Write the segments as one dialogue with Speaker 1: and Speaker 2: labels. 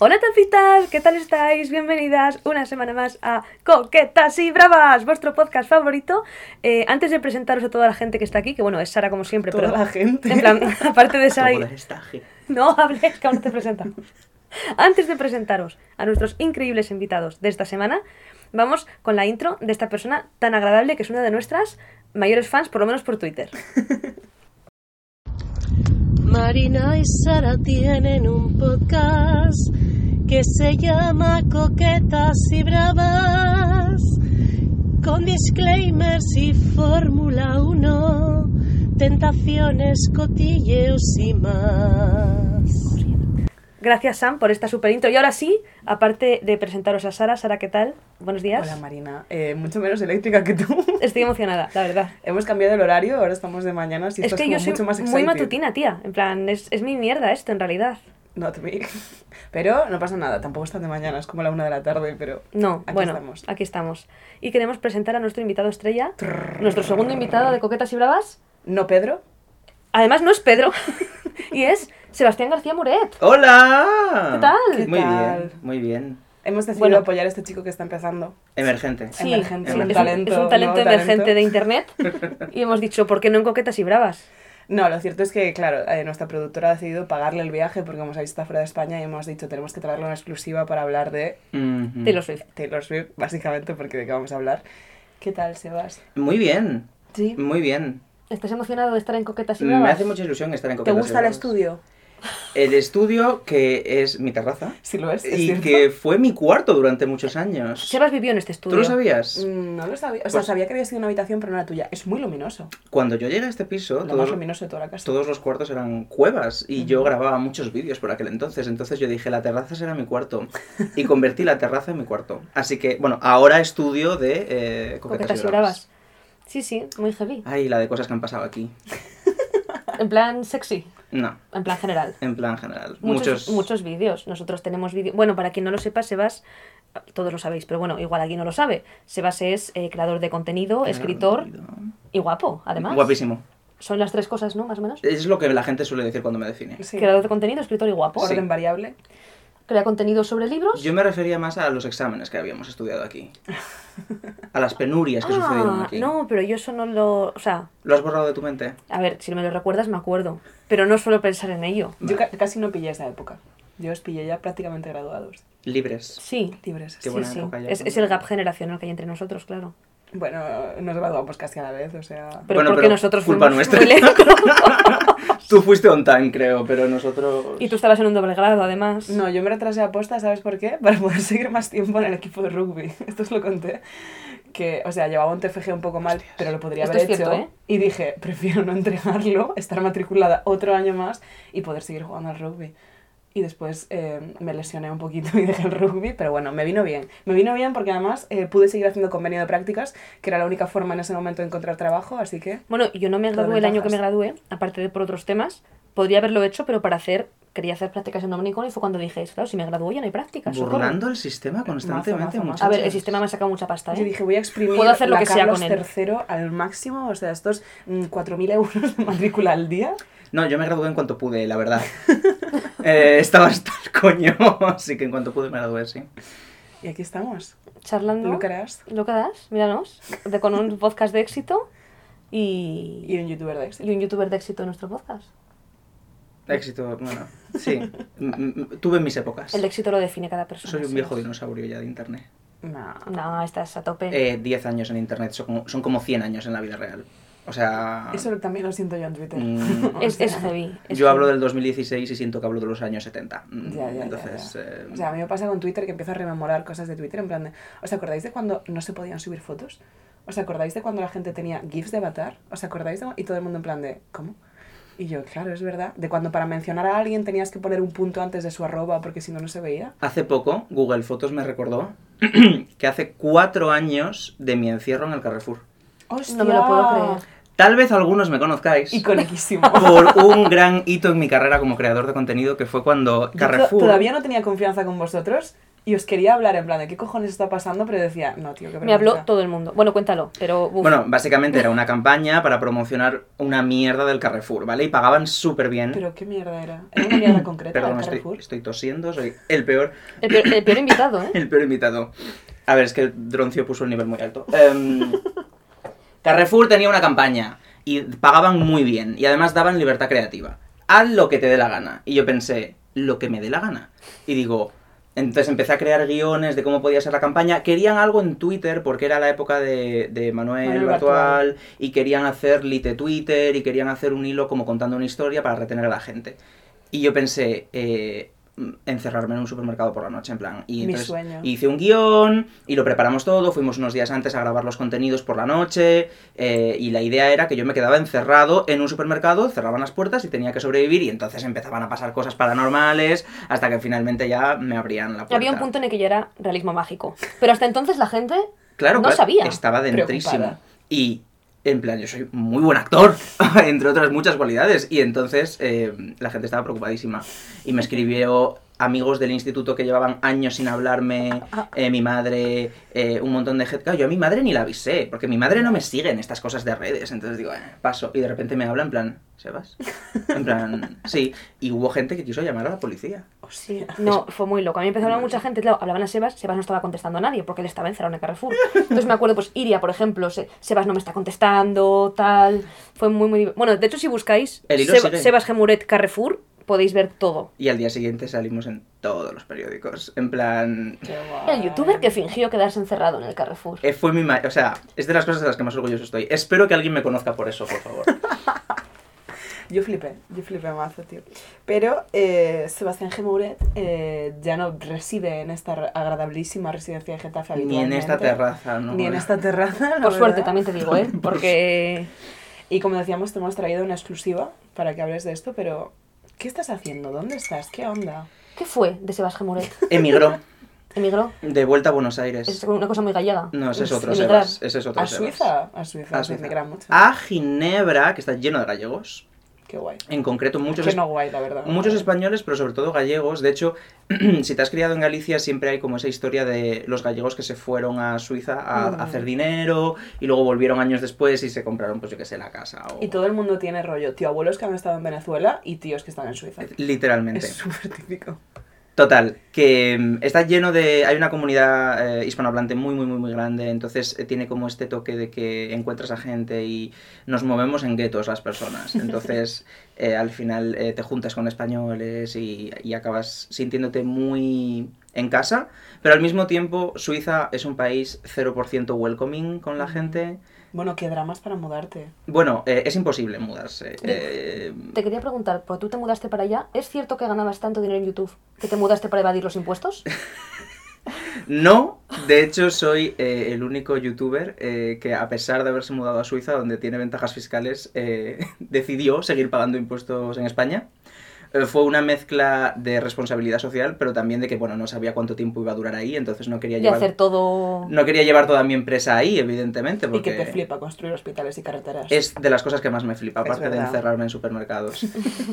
Speaker 1: Hola tacitas, ¿qué tal estáis? Bienvenidas una semana más a Coquetas y Bravas, vuestro podcast favorito. Eh, antes de presentaros a toda la gente que está aquí, que bueno, es Sara como siempre,
Speaker 2: Toda
Speaker 1: pero
Speaker 2: la gente.
Speaker 1: en plan, aparte de Sara... y-
Speaker 2: Toda esta gente.
Speaker 1: No hables, que aún no te presentamos. Antes de presentaros a nuestros increíbles invitados de esta semana, vamos con la intro de esta persona tan agradable que es una de nuestras mayores fans, por lo menos por Twitter.
Speaker 3: Marina y Sara tienen un podcast que se llama Coquetas y Bravas, con disclaimers y Fórmula 1, tentaciones, cotilleos y más.
Speaker 1: Gracias Sam por esta super intro. Y ahora sí, aparte de presentaros a Sara, Sara, ¿qué tal? Buenos días.
Speaker 2: Hola Marina, Eh, mucho menos eléctrica que tú.
Speaker 1: Estoy emocionada, la verdad.
Speaker 2: Hemos cambiado el horario, ahora estamos de mañana, si
Speaker 1: es que yo soy
Speaker 2: mucho más
Speaker 1: muy
Speaker 2: excited.
Speaker 1: matutina, tía. En plan, es, es mi mierda esto en realidad.
Speaker 2: Not me. Pero no pasa nada, tampoco es tan de mañana, es como la una de la tarde, pero...
Speaker 1: No,
Speaker 2: Aquí
Speaker 1: bueno,
Speaker 2: estamos.
Speaker 1: aquí estamos. Y queremos presentar a nuestro invitado estrella, nuestro segundo invitado de Coquetas y Bravas.
Speaker 2: ¿No, Pedro?
Speaker 1: Además, no es Pedro, y es Sebastián García Muret.
Speaker 4: ¡Hola!
Speaker 1: ¿Qué tal? ¿Qué
Speaker 4: muy
Speaker 2: tal?
Speaker 4: bien, muy bien.
Speaker 2: Hemos decidido
Speaker 1: Bueno.
Speaker 2: apoyar a este chico que está empezando.
Speaker 4: Emergente.
Speaker 1: Sí,
Speaker 2: Emergente,
Speaker 1: es
Speaker 4: un
Speaker 1: un, es un talento,
Speaker 2: talento, nuevo
Speaker 1: emergente
Speaker 2: talento.
Speaker 1: de internet. Y hemos dicho, ¿por qué no en Coquetas y Bravas?
Speaker 2: No, lo cierto es que, claro, eh, nuestra productora ha decidido pagarle el viaje porque, como sabéis, está fuera de España y hemos dicho tenemos que traerlo en exclusiva para hablar de
Speaker 4: Ujú.
Speaker 1: Taylor Swift.
Speaker 2: Taylor Swift, básicamente, porque de qué vamos a hablar. ¿Qué tal, Sebas?
Speaker 4: Muy bien,
Speaker 2: Sí.
Speaker 4: muy bien.
Speaker 1: ¿Estás emocionado de estar en Coquetas y Bravas?
Speaker 4: Me hace mucha ilusión estar en
Speaker 2: ¿Te
Speaker 4: Coquetas
Speaker 2: gusta el
Speaker 4: Bravas.
Speaker 2: estudio?
Speaker 4: El estudio que es mi terraza
Speaker 2: Sí lo es, es
Speaker 4: y
Speaker 2: cierto.
Speaker 4: que fue mi cuarto durante muchos años.
Speaker 1: Sebas vivió en este
Speaker 4: ¿Tú
Speaker 1: estudio.
Speaker 4: lo sabías?
Speaker 2: Mm, No lo sabía. O sea,
Speaker 4: Pues-
Speaker 2: sabía que había sido una habitación, pero no la tuya. Es muy luminoso.
Speaker 4: Cuando yo llegué a este
Speaker 2: Lo
Speaker 4: piso,
Speaker 2: más
Speaker 4: todos,
Speaker 2: luminoso de toda la casa.
Speaker 4: todos los cuartos eran cuevas y yo grababa muchos vídeos por aquel entonces. Entonces yo dije, la terraza será mi cuarto. Y convertí la terraza en mi cuarto. Así que, bueno, ahora estudio de eh, Coquetas,
Speaker 1: Coquetas y Bravas. Sí, sí, muy heavy.
Speaker 4: Ay, la de cosas que han pasado aquí.
Speaker 1: En plan sexy,
Speaker 4: No.
Speaker 1: en plan general.
Speaker 4: En plan general.
Speaker 1: muchos, muchos vídeos. Nosotros tenemos vídeos. Bueno, para quien no lo sepa, Sebas, todos lo sabéis, pero bueno, igual alguien no lo sabe. Sebas es eh, creador de contenido, escritor y guapo, además.
Speaker 4: Guapísimo. Eh,
Speaker 1: Son las tres cosas, ¿no? Más o menos.
Speaker 4: Es lo que la gente suele decir cuando me define.
Speaker 2: Sí.
Speaker 1: Creador de contenido, escritor y guapo.
Speaker 2: Orden
Speaker 4: Sí.
Speaker 2: variable.
Speaker 1: Crea contenido sobre libros.
Speaker 4: Yo me refería más a los exámenes que habíamos estudiado aquí. A las penurias que sucedieron
Speaker 1: ah,
Speaker 4: aquí.
Speaker 1: no, pero yo eso no lo. O sea,
Speaker 4: ¿Lo has borrado de tu mente?
Speaker 1: a ver, si me lo recuerdas, me acuerdo. Pero no suelo pensar en ello.
Speaker 2: Yo ca- casi no pillé esa época. Yo os pillé ya prácticamente graduados.
Speaker 4: Libres.
Speaker 1: Sí.
Speaker 2: Libres.
Speaker 4: Qué
Speaker 1: sí,
Speaker 4: buena
Speaker 1: sí.
Speaker 4: época ya,
Speaker 1: es,
Speaker 4: cuando-
Speaker 1: es el gap generacional que hay entre nosotros, claro.
Speaker 2: Bueno, nos graduamos casi a la vez, o sea...
Speaker 1: Pero
Speaker 4: Bueno,
Speaker 1: porque
Speaker 4: pero
Speaker 1: nosotros
Speaker 4: culpa
Speaker 1: fuimos
Speaker 4: nuestra.
Speaker 1: muy lejos.
Speaker 4: Tú fuiste on time, creo, pero nosotros...
Speaker 1: y tú estabas en un doble grado, además.
Speaker 2: No, yo me retrasé a posta, ¿sabes por qué? Para poder seguir más tiempo en el equipo de rugby. Esto os lo conté. Que, o sea, llevaba un TFG un poco mal, pero lo podría
Speaker 1: Esto
Speaker 2: haber
Speaker 1: es
Speaker 2: hecho.
Speaker 1: cierto, ¿eh?
Speaker 2: Y dije, prefiero no entregarlo, estar matriculada otro año más y poder seguir jugando al rugby. Y después eh, me lesioné un poquito y dejé el rugby, pero bueno, me vino bien. Me vino bien porque además eh, pude seguir haciendo convenio de prácticas, que era la única forma en ese momento de encontrar trabajo, así que...
Speaker 1: Bueno, yo no me
Speaker 2: Todas
Speaker 1: gradué el año que me
Speaker 2: ventajas.
Speaker 1: gradué, aparte de por otros temas. Podría haberlo hecho, pero para hacer, quería hacer prácticas en Dominicón y fue cuando dije, claro, si me gradúo ya no hay prácticas. socorro".
Speaker 4: Burlando el sistema constantemente,
Speaker 2: mazo, mazo.
Speaker 1: A ver, el
Speaker 4: muchachos.
Speaker 1: sistema me ha sacado mucha pasta,
Speaker 2: Yo
Speaker 1: ¿eh?
Speaker 2: dije, voy a exprimir
Speaker 1: Puedo hacer lo
Speaker 2: la
Speaker 1: que sea
Speaker 2: Carlos
Speaker 1: con él.
Speaker 2: III al máximo, o sea, estos mm, 4.000 euros de matrícula al día.
Speaker 4: No, yo me gradué en cuanto pude, la verdad. Eh, estaba hasta el coño, así que en cuanto pude me gradué, sí.
Speaker 2: Y aquí estamos.
Speaker 1: Charlando.
Speaker 2: Luke Aras
Speaker 1: Lo que das, míranos, de, con un podcast de éxito y,
Speaker 2: y un youtuber de éxito.
Speaker 1: y un youtuber de éxito en nuestro podcast.
Speaker 4: Éxito, bueno, sí. M- m- Tuve mis épocas.
Speaker 1: El éxito lo define cada persona.
Speaker 4: Soy un
Speaker 1: sí.
Speaker 4: viejo dinosaurio ya de internet.
Speaker 2: No.
Speaker 1: No, estás a tope.
Speaker 4: Eh, 10 años en internet son como, son como 100 años en la vida real. O sea,
Speaker 2: Eso también lo siento yo en Twitter.
Speaker 4: Ah. Mm.
Speaker 2: O
Speaker 1: es,
Speaker 2: sea,
Speaker 1: es heavy. es
Speaker 4: yo hablo
Speaker 1: heavy.
Speaker 4: del 2016 y siento que hablo de los años 70. Mm,
Speaker 2: Ya, ya, ya,
Speaker 4: Entonces,
Speaker 2: ya.
Speaker 4: eh,
Speaker 2: O sea, a mí me pasa con Twitter que empiezo a rememorar cosas de Twitter en plan de... ¿Os acordáis de cuando no se podían subir fotos? ¿Os acordáis de cuando la gente tenía GIFs de avatar? ¿Os acordáis de...? Y todo el mundo en plan de... ¿Cómo? Y yo, claro, es verdad. De cuando para mencionar a alguien tenías que poner un punto antes de su arroba porque si no, no se veía.
Speaker 4: hace poco Google Fotos me recordó que hace 4 años de mi encierro en el Carrefour.
Speaker 1: No me lo puedo creer.
Speaker 4: Tal vez algunos me conozcáis.
Speaker 2: Iconiquísimo.
Speaker 4: por un gran hito en mi carrera como creador de contenido que fue cuando
Speaker 2: Yo to-
Speaker 4: Carrefour
Speaker 2: todavía no tenía confianza con vosotros Y os quería hablar en plan de qué cojones está pasando, pero decía, no, tío, qué
Speaker 1: Me habló
Speaker 2: vergüenza.
Speaker 1: todo el mundo. Bueno, cuéntalo, pero... uf.
Speaker 4: Bueno, básicamente era una campaña para promocionar una mierda del Carrefour, ¿vale? Y pagaban súper bien.
Speaker 2: Pero qué mierda era. Era una mierda concreta
Speaker 4: Perdón,
Speaker 2: del
Speaker 4: estoy,
Speaker 2: Carrefour.
Speaker 4: estoy tosiendo, soy el peor,
Speaker 1: el, peor, el peor invitado, ¿eh?
Speaker 4: el peor invitado. A ver, es que Droncio puso el nivel muy alto. Em, Carrefour tenía una campaña y pagaban muy bien y además daban libertad creativa. Haz lo que te dé la gana. Y yo pensé, lo que me dé la gana. Y digo, entonces empecé a crear guiones de cómo podía ser la campaña. Querían algo en Twitter porque era la época de, de Manuel,
Speaker 2: Manuel
Speaker 4: Bartual,
Speaker 2: Bartual.
Speaker 4: y querían hacer lite Twitter y querían hacer un hilo como contando una historia para retener a la gente. Y yo pensé, eh, encerrarme en un supermercado por la noche, en plan. Y
Speaker 2: Mi
Speaker 4: entonces
Speaker 2: sueño.
Speaker 4: hice un guión y lo preparamos todo, fuimos unos días antes a grabar los contenidos por la noche eh, y la idea era que yo me quedaba encerrado en un supermercado, cerraban las puertas y tenía que sobrevivir y entonces empezaban a pasar cosas paranormales hasta que finalmente ya me abrían la puerta.
Speaker 1: Había un punto en el que ya era realismo mágico. Pero hasta entonces la gente...
Speaker 4: Claro,
Speaker 1: No
Speaker 4: claro,
Speaker 1: sabía.
Speaker 4: Estaba dentrísimo.
Speaker 2: Preocupada.
Speaker 4: Y en plan, yo soy muy buen actor, entre otras muchas cualidades. Y entonces eh, la gente estaba preocupadísima. Y me escribió amigos del instituto que llevaban años sin hablarme,
Speaker 1: Ah.
Speaker 4: eh, mi madre, eh, un montón de gente. Claro, yo a mi madre ni la avisé, porque mi madre no me sigue en estas cosas de redes. Entonces digo, eh, paso. Y de repente me habla en plan, ¿Sebas? En plan, sí. Y hubo gente que quiso llamar a la policía.
Speaker 2: Hostia.
Speaker 1: No, fue muy loco. A mí empezó a hablar mucha gente, claro, hablaban a Sebas, Sebas no estaba contestando a nadie porque él estaba encerrado en el Carrefour. Entonces me acuerdo, pues Iria, por ejemplo, se- Sebas no me está contestando, tal. Fue muy, muy. div- Bueno, de hecho, si buscáis
Speaker 4: El hilo
Speaker 1: Seb-
Speaker 4: sigue.
Speaker 1: Sebas Gemuret Carrefour, podéis ver todo.
Speaker 4: Y al día siguiente salimos en todos los periódicos. En plan,
Speaker 2: Qué guay.
Speaker 1: El youtuber que fingió quedarse encerrado en el Carrefour.
Speaker 4: Eh, fue mi ma- O sea, es de las cosas de las que más orgulloso estoy. Espero que alguien me conozca por eso, por favor.
Speaker 2: Yo flipé, yo flipé mazo, tío. Pero eh, Sebastián Gemouret eh, ya no reside en esta re- agradabilísima residencia de Getafe
Speaker 4: Ni en
Speaker 2: habitualmente.
Speaker 4: esta terraza, ¿no?
Speaker 2: Ni en esta terraza. la
Speaker 1: Por suerte
Speaker 2: verdad.
Speaker 1: también te digo, ¿eh? Porque.
Speaker 2: Y como decíamos, te hemos traído una exclusiva para que hables de esto, pero ¿qué estás haciendo? ¿Dónde estás? ¿Qué onda?
Speaker 1: ¿Qué fue de Sebas Gemuret?
Speaker 4: Emigró,
Speaker 1: ¿Emigró?
Speaker 4: de vuelta a Buenos
Speaker 1: Es
Speaker 4: Aires.
Speaker 1: una cosa muy gallega.
Speaker 4: Pues No, ese es otro
Speaker 1: Emigrar.
Speaker 4: Sebas. Ese es otro
Speaker 2: ¿A
Speaker 4: Sebas.
Speaker 2: Suiza? A Suiza,
Speaker 4: A
Speaker 2: se
Speaker 4: Suiza. Ah.
Speaker 2: emigran mucho.
Speaker 4: A Ginebra, que está lleno de gallegos.
Speaker 2: Qué guay.
Speaker 4: En concreto, muchos,
Speaker 2: Qué
Speaker 4: es-
Speaker 2: no guay, la verdad.
Speaker 4: muchos españoles, pero sobre todo gallegos. De hecho, si te has criado en Galicia, siempre hay como esa historia de los gallegos que se fueron a Suiza a,
Speaker 2: Mm.
Speaker 4: a hacer dinero y luego volvieron años después y se compraron, pues yo qué sé, la casa. O...
Speaker 2: Y todo el mundo tiene rollo, tío, abuelos que han estado en Venezuela y tíos que están en Suiza.
Speaker 4: Literalmente.
Speaker 2: Es súper típico.
Speaker 4: Total, que mm, está lleno de... Hay una comunidad eh, hispanohablante muy, muy, muy, muy grande, entonces eh, tiene como este toque de que encuentras a gente y nos movemos en guetos las personas. Entonces, eh, al final eh, te juntas con españoles y, y acabas sintiéndote muy en casa, pero al mismo tiempo Suiza es un país 0% welcoming con la gente.
Speaker 2: Bueno, qué dramas para mudarte.
Speaker 4: Bueno, eh, es imposible mudarse. eh,
Speaker 1: Te quería preguntar, porque tú te mudaste para allá, ¿es cierto que ganabas tanto dinero en YouTube que te mudaste para evadir los impuestos?
Speaker 4: No, de hecho soy eh, el único youtuber eh, que a pesar de haberse mudado a Suiza, donde tiene ventajas fiscales, eh, decidió seguir pagando impuestos en España. Eh, fue una mezcla de responsabilidad social, pero también de que, bueno, no sabía cuánto tiempo iba a durar ahí, entonces no quería
Speaker 1: Y hacer
Speaker 4: llevar,
Speaker 1: todo.
Speaker 4: no quería llevar toda mi empresa ahí, evidentemente,
Speaker 2: Y que te
Speaker 4: porque
Speaker 2: flipa construir hospitales y carreteras.
Speaker 4: es de las cosas que más me flipa,
Speaker 2: Es
Speaker 4: aparte de
Speaker 2: verdad.
Speaker 4: encerrarme en supermercados.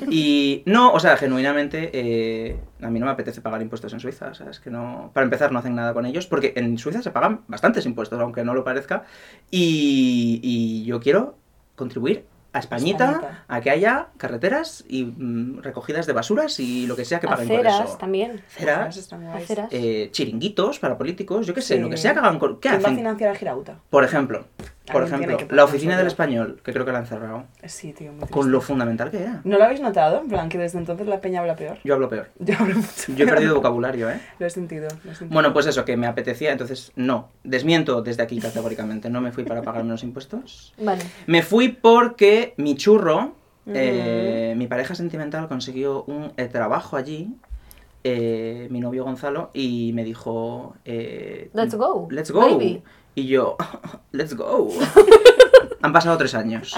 Speaker 4: Y no, o sea, genuinamente, eh, a mí no me apetece pagar impuestos en Suiza. O sea, es que no. Para empezar, no hacen nada con ellos, porque en Suiza se pagan bastantes impuestos, aunque no lo parezca. Y, y yo quiero contribuir a Españita,
Speaker 2: Españita.
Speaker 4: a que haya carreteras y mm, recogidas de basuras y lo que sea que paguen por
Speaker 1: Aceras
Speaker 4: eso.
Speaker 1: también.
Speaker 4: Aceras,
Speaker 2: Están guays.
Speaker 1: Aceras.
Speaker 4: eh, chiringuitos para políticos, yo qué sé,
Speaker 2: Sí.
Speaker 4: lo que sea que hagan. con- ¿Qué
Speaker 2: ¿Quién va a
Speaker 4: hacen?
Speaker 2: financiar a Girauta?
Speaker 4: Por ejemplo, por
Speaker 2: Alguien tiene
Speaker 4: ejemplo,
Speaker 2: que pagar
Speaker 4: la oficina del
Speaker 2: eso,
Speaker 4: español, que creo que la han cerrado,
Speaker 2: Eh, Sí, tío, muy
Speaker 4: con
Speaker 2: triste.
Speaker 4: lo fundamental que era.
Speaker 2: ¿No lo habéis notado? En plan, que desde entonces la peña habla peor.
Speaker 4: Yo hablo peor.
Speaker 2: Yo hablo mucho.
Speaker 4: Yo he
Speaker 2: peor.
Speaker 4: perdido vocabulario, ¿eh?
Speaker 2: Lo he sentido, lo he sentido.
Speaker 4: Bueno, pues eso, que me apetecía, entonces no. Desmiento desde aquí categóricamente, no me fui para pagarme los impuestos.
Speaker 1: Vale.
Speaker 4: Me fui porque mi churro, eh, mi pareja sentimental, consiguió un eh, trabajo allí, eh, mi novio Gonzalo, y me dijo... eh,
Speaker 1: Let's go,
Speaker 4: Let's go.
Speaker 1: baby.
Speaker 4: Y yo, let's go. Han pasado tres años.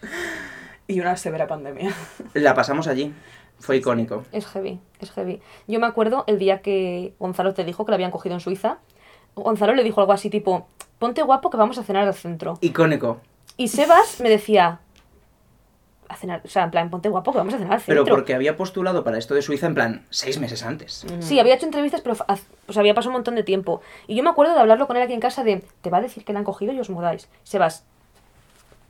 Speaker 4: pues-
Speaker 2: Y una severa pandemia.
Speaker 4: La pasamos allí. Fue icónico.
Speaker 1: Es heavy, es heavy. Yo me acuerdo el día que Gonzalo te dijo que lo habían cogido en Suiza. Gonzalo le dijo algo así tipo, ponte guapo que vamos a cenar al centro.
Speaker 4: Icónico.
Speaker 1: Y Sebas me decía, a cenar, o sea, en plan, ponte guapo que vamos a cenar al
Speaker 4: Pero
Speaker 1: centro.
Speaker 4: porque había postulado para esto de Suiza en plan seis meses antes.
Speaker 1: Sí, había hecho entrevistas, pero fa- haz- o sea, había pasado un montón de tiempo. Y yo me acuerdo de hablarlo con él aquí en casa de, te va a decir que la han cogido y os mudáis. Sebas,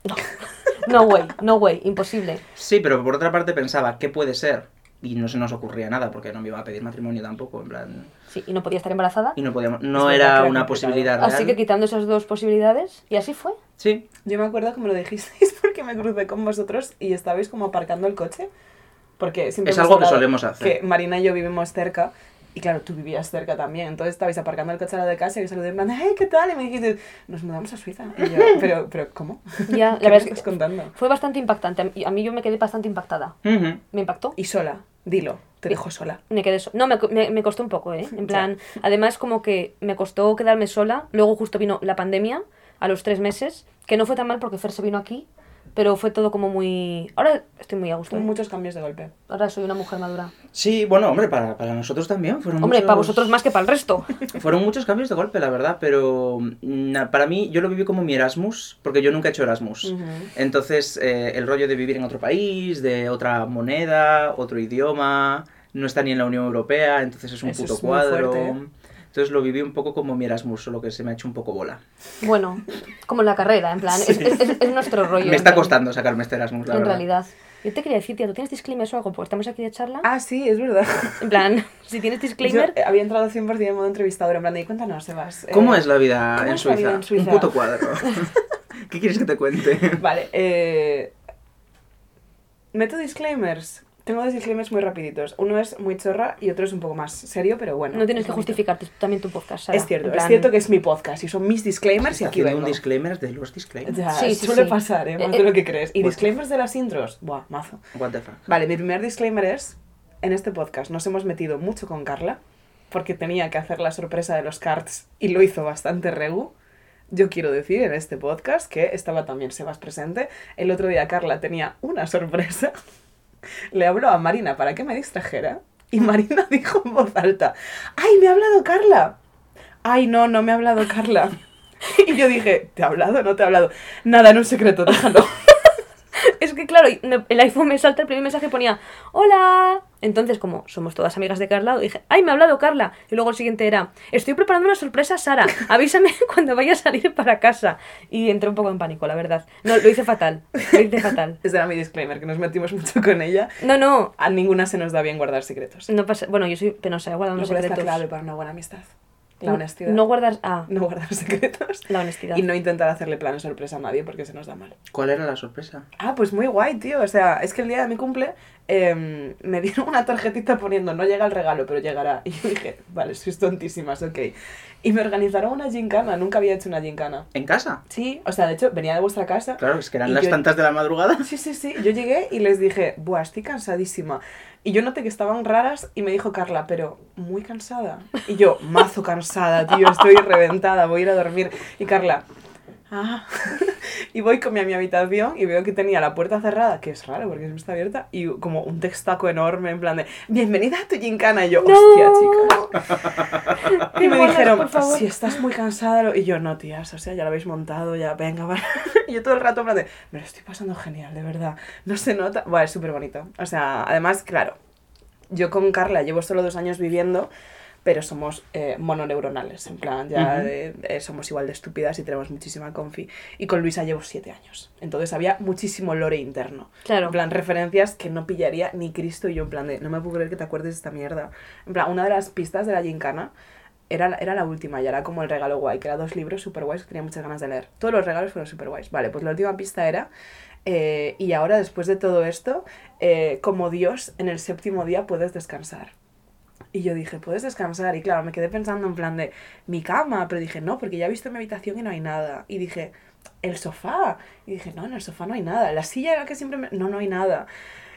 Speaker 1: no, no way, no way, imposible.
Speaker 4: Sí, pero por otra parte pensaba, ¿qué puede ser? Y no se nos ocurría nada, porque no me iba a pedir matrimonio tampoco, en plan...
Speaker 1: Sí, y no podía estar embarazada.
Speaker 4: Y no podíamos...
Speaker 2: Es
Speaker 4: No
Speaker 2: verdad que
Speaker 4: era
Speaker 2: era
Speaker 4: una
Speaker 2: complicado.
Speaker 4: posibilidad real.
Speaker 1: Así que quitando esas dos posibilidades, y así fue.
Speaker 4: Sí.
Speaker 2: Yo me acuerdo que me lo dijisteis porque me crucé con vosotros y estabais como aparcando el coche. Porque siempre
Speaker 4: Es
Speaker 2: hemos
Speaker 4: algo que
Speaker 2: hablado
Speaker 4: solemos hacer.
Speaker 2: Que Marina y yo vivimos cerca. Y claro, tú vivías cerca también. Entonces estabais aparcando el coche a la de casa y os saludé en plan, ¡Hey, qué tal! Y me dijiste, nos mudamos a Suiza. Y yo, pero, pero ¿cómo?
Speaker 1: Ya, la
Speaker 2: ¿Qué me
Speaker 1: verdad
Speaker 2: estás
Speaker 1: es que
Speaker 2: contando?
Speaker 1: fue bastante impactante. A mí- A mí yo me quedé bastante impactada.
Speaker 4: Ujú.
Speaker 1: Me impactó.
Speaker 2: Y sola, dilo, te dejo sola.
Speaker 1: Me quedé so- No, me, co- me- me costó un poco, ¿eh? En plan, además como que me costó quedarme sola. Luego justo vino la pandemia, a los tres meses, que no fue tan mal porque Fer se vino aquí, pero fue todo como muy... Ahora estoy muy a gusto. ¿eh?
Speaker 2: Son muchos cambios de golpe.
Speaker 1: Ahora soy una mujer madura.
Speaker 4: Sí, bueno, hombre, para, para nosotros también fueron
Speaker 1: Hombre,
Speaker 4: muchos-
Speaker 1: para vosotros más que para el resto.
Speaker 4: Fueron muchos cambios de golpe, la verdad, pero mm, na- para mí yo lo viví como mi Erasmus, porque yo nunca he hecho Erasmus.
Speaker 2: Ujú.
Speaker 4: Entonces, eh, el rollo de vivir en otro país, de otra moneda, otro idioma, no está ni en la Unión Europea, entonces es un
Speaker 2: Eso
Speaker 4: puto
Speaker 2: es muy
Speaker 4: cuadro.
Speaker 2: fuerte.
Speaker 4: Entonces lo viví un poco como mi Erasmus, solo que se me ha hecho un poco bola.
Speaker 1: Bueno, como en la carrera, en plan, es- es, es- es nuestro rollo. en
Speaker 4: me está
Speaker 1: plan,
Speaker 4: costando sacarme este Erasmus, la
Speaker 1: En
Speaker 4: verdad.
Speaker 1: realidad. Yo te quería decir, tía, ¿tú tienes disclaimer o algo? Porque estamos aquí de charla.
Speaker 2: Ah, sí, es verdad.
Speaker 1: En plan, si tienes disclaimer...
Speaker 2: Yo eh, había entrado 100% en modo entrevistador, en plan, de, "Y cuéntanos, Sebas. eh,
Speaker 4: ¿Cómo es la vida,
Speaker 2: ¿cómo
Speaker 4: en,
Speaker 2: es la
Speaker 4: Suiza?
Speaker 2: vida en Suiza?
Speaker 4: Un puto cuadro. ¿Qué quieres que te cuente?
Speaker 2: Vale, eh... Meto disclaimers. Tengo dos disclaimers muy rapiditos. Uno es muy chorra y otro es un poco más serio, pero bueno.
Speaker 1: No tienes
Speaker 2: es
Speaker 1: que
Speaker 2: bonito.
Speaker 1: justificarte, tú también tu podcast, Sara.
Speaker 2: Es cierto,
Speaker 1: En plan-
Speaker 2: es cierto que es mi podcast y son mis disclaimers y
Speaker 4: Está
Speaker 2: aquí
Speaker 4: haciendo
Speaker 2: vengo.
Speaker 4: un disclaimer de los disclaimers.
Speaker 2: Ya,
Speaker 1: Sí, sí,
Speaker 2: suele
Speaker 1: sí.
Speaker 2: pasar, ¿eh? Más
Speaker 1: Eh,
Speaker 2: de
Speaker 1: eh.
Speaker 2: lo que crees. Y
Speaker 4: Bueno.
Speaker 2: disclaimers de las intros, buah, mazo.
Speaker 4: What the fuck.
Speaker 2: Vale, mi primer disclaimer es, en este podcast nos hemos metido mucho con Carla, porque tenía que hacer la sorpresa de los cards y lo hizo bastante regu. Yo quiero decir en este podcast que estaba también Sebas presente. El otro día Carla tenía una sorpresa. Le habló a Marina para que me distrajera y Marina dijo en voz alta, ¡ay, me ha hablado Carla! ¡Ay, no, no me ha hablado Carla! Y yo dije, ¿te ha hablado? ¿No te ha hablado? Nada, no es secreto, déjalo.
Speaker 1: Es que claro, me- el iPhone me salta el primer mensaje y ponía ¡Hola! Entonces, como somos todas amigas de Carla, dije ¡Ay, me ha hablado Carla! Y luego el siguiente era Estoy preparando una sorpresa a Sara, avísame cuando vaya a salir para casa. Y entré un poco en pánico, la verdad. No, lo hice fatal, lo hice fatal.
Speaker 2: Ese era mi disclaimer, que nos metimos mucho con ella.
Speaker 1: No, no,
Speaker 2: A ninguna se nos da bien guardar secretos.
Speaker 1: no pasa... Bueno, yo soy penosa, he guardado
Speaker 2: Lo
Speaker 1: los
Speaker 2: cual está
Speaker 1: secretos.
Speaker 2: clave para una buena amistad. La
Speaker 1: No-
Speaker 2: honestidad.
Speaker 1: No guardas... Ah,
Speaker 2: No guardar secretos.
Speaker 1: la honestidad.
Speaker 2: Y no intentar hacerle planes sorpresa a nadie porque se nos da mal.
Speaker 4: ¿Cuál era la sorpresa?
Speaker 2: Ah, pues muy guay, tío. O sea, es que el día de mi cumple em, me dieron una tarjetita poniendo no llega el regalo, pero llegará. Y yo dije, vale, sois tontísimas, ok. Y me organizaron una gincana. Nunca había hecho una gincana.
Speaker 4: ¿En casa?
Speaker 2: Sí, o sea, de hecho, venía de vuestra casa.
Speaker 4: Claro, es que eran
Speaker 2: Y
Speaker 4: las
Speaker 2: yo-
Speaker 4: tantas de la madrugada.
Speaker 2: Sí, sí, sí. Yo llegué y les dije, buah, estoy cansadísima. Y yo noté que estaban raras y me dijo Carla, pero muy cansada. Y yo, mazo cansada, tío, estoy reventada, voy a ir a dormir. Y Carla, ah. y voy con mi- a mi habitación y veo que tenía la puerta cerrada, que es raro porque siempre está abierta, y como un textaco enorme en plan de, bienvenida a tu gincana. Y yo,
Speaker 1: ¡No!
Speaker 2: hostia, chicas. Y
Speaker 1: Qué
Speaker 2: me
Speaker 1: bolas,
Speaker 2: dijeron,
Speaker 1: por favor.
Speaker 2: si estás muy cansada, lo-". y yo, no, tías, o sea, ya lo habéis montado, ya, venga, va. Y yo todo el rato, en plan de, me lo estoy pasando genial, de verdad. No se nota. Bueno, es súper bonito. O sea, además, claro, yo con Carla llevo solo dos años viviendo, pero somos eh, mononeuronales, en plan, ya
Speaker 4: Ujú.
Speaker 2: eh, eh, somos igual de estúpidas y tenemos muchísima confi. Y con Luisa llevo siete años, entonces había muchísimo lore interno.
Speaker 1: Claro.
Speaker 2: En plan, referencias que no pillaría ni Cristo y yo en plan de, no me puedo creer que te acuerdes de esta mierda. En plan, una de las pistas de la gincana era, la- era la última y era como el regalo guay, que era dos libros super guays que tenía muchas ganas de leer. Todos los regalos fueron super guays. Vale, pues la última pista era, eh, y ahora después de todo esto, eh, como Dios, en el séptimo día puedes descansar. Y yo dije, ¿puedes descansar? Y claro, me quedé pensando en plan de mi cama, pero dije, no, porque ya he visto mi habitación y no hay nada. Y dije, el sofá. Y dije, no, en el sofá no hay nada. La silla era la que siempre me... No, no hay nada.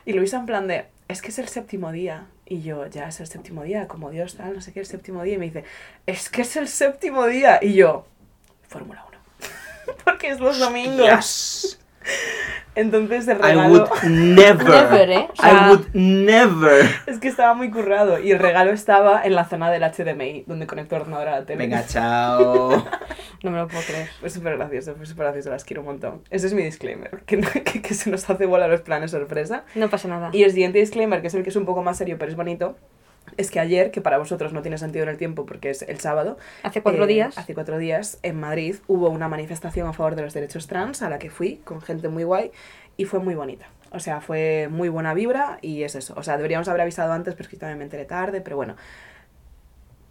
Speaker 2: Y Luisa en plan de, es que es el séptimo día. Y yo, ya es el séptimo día, como Dios tal, no sé qué, el séptimo día. Y me dice, es que es el séptimo día. Y yo, Fórmula 1. porque es los domingos.
Speaker 4: Yes.
Speaker 2: Entonces el
Speaker 4: I
Speaker 2: regalo...
Speaker 4: would never.
Speaker 1: Never, ¿eh? O sea-
Speaker 4: I would never.
Speaker 2: Es que estaba muy currado y el regalo estaba en la zona del HDMI, donde conecto el ordenador a la tele.
Speaker 4: Venga, chao.
Speaker 1: No me lo puedo creer.
Speaker 2: Fue súper gracioso, fue súper gracioso, las quiero un montón. Ese es mi disclaimer, que, que- que se nos hace bola los planes sorpresa.
Speaker 1: No pasa nada.
Speaker 2: Y el siguiente disclaimer, que es el que es un poco más serio, pero es bonito, es que ayer, que para vosotros no tiene sentido en el tiempo porque es el sábado,
Speaker 1: Hace cuatro
Speaker 2: eh,
Speaker 1: días.
Speaker 2: Hace cuatro días en Madrid hubo una manifestación a favor de los derechos trans a la que fui con gente muy guay y fue muy bonita. O sea, fue muy buena vibra y es eso. O sea, deberíamos haber avisado antes, pero es que también me enteré tarde, pero bueno.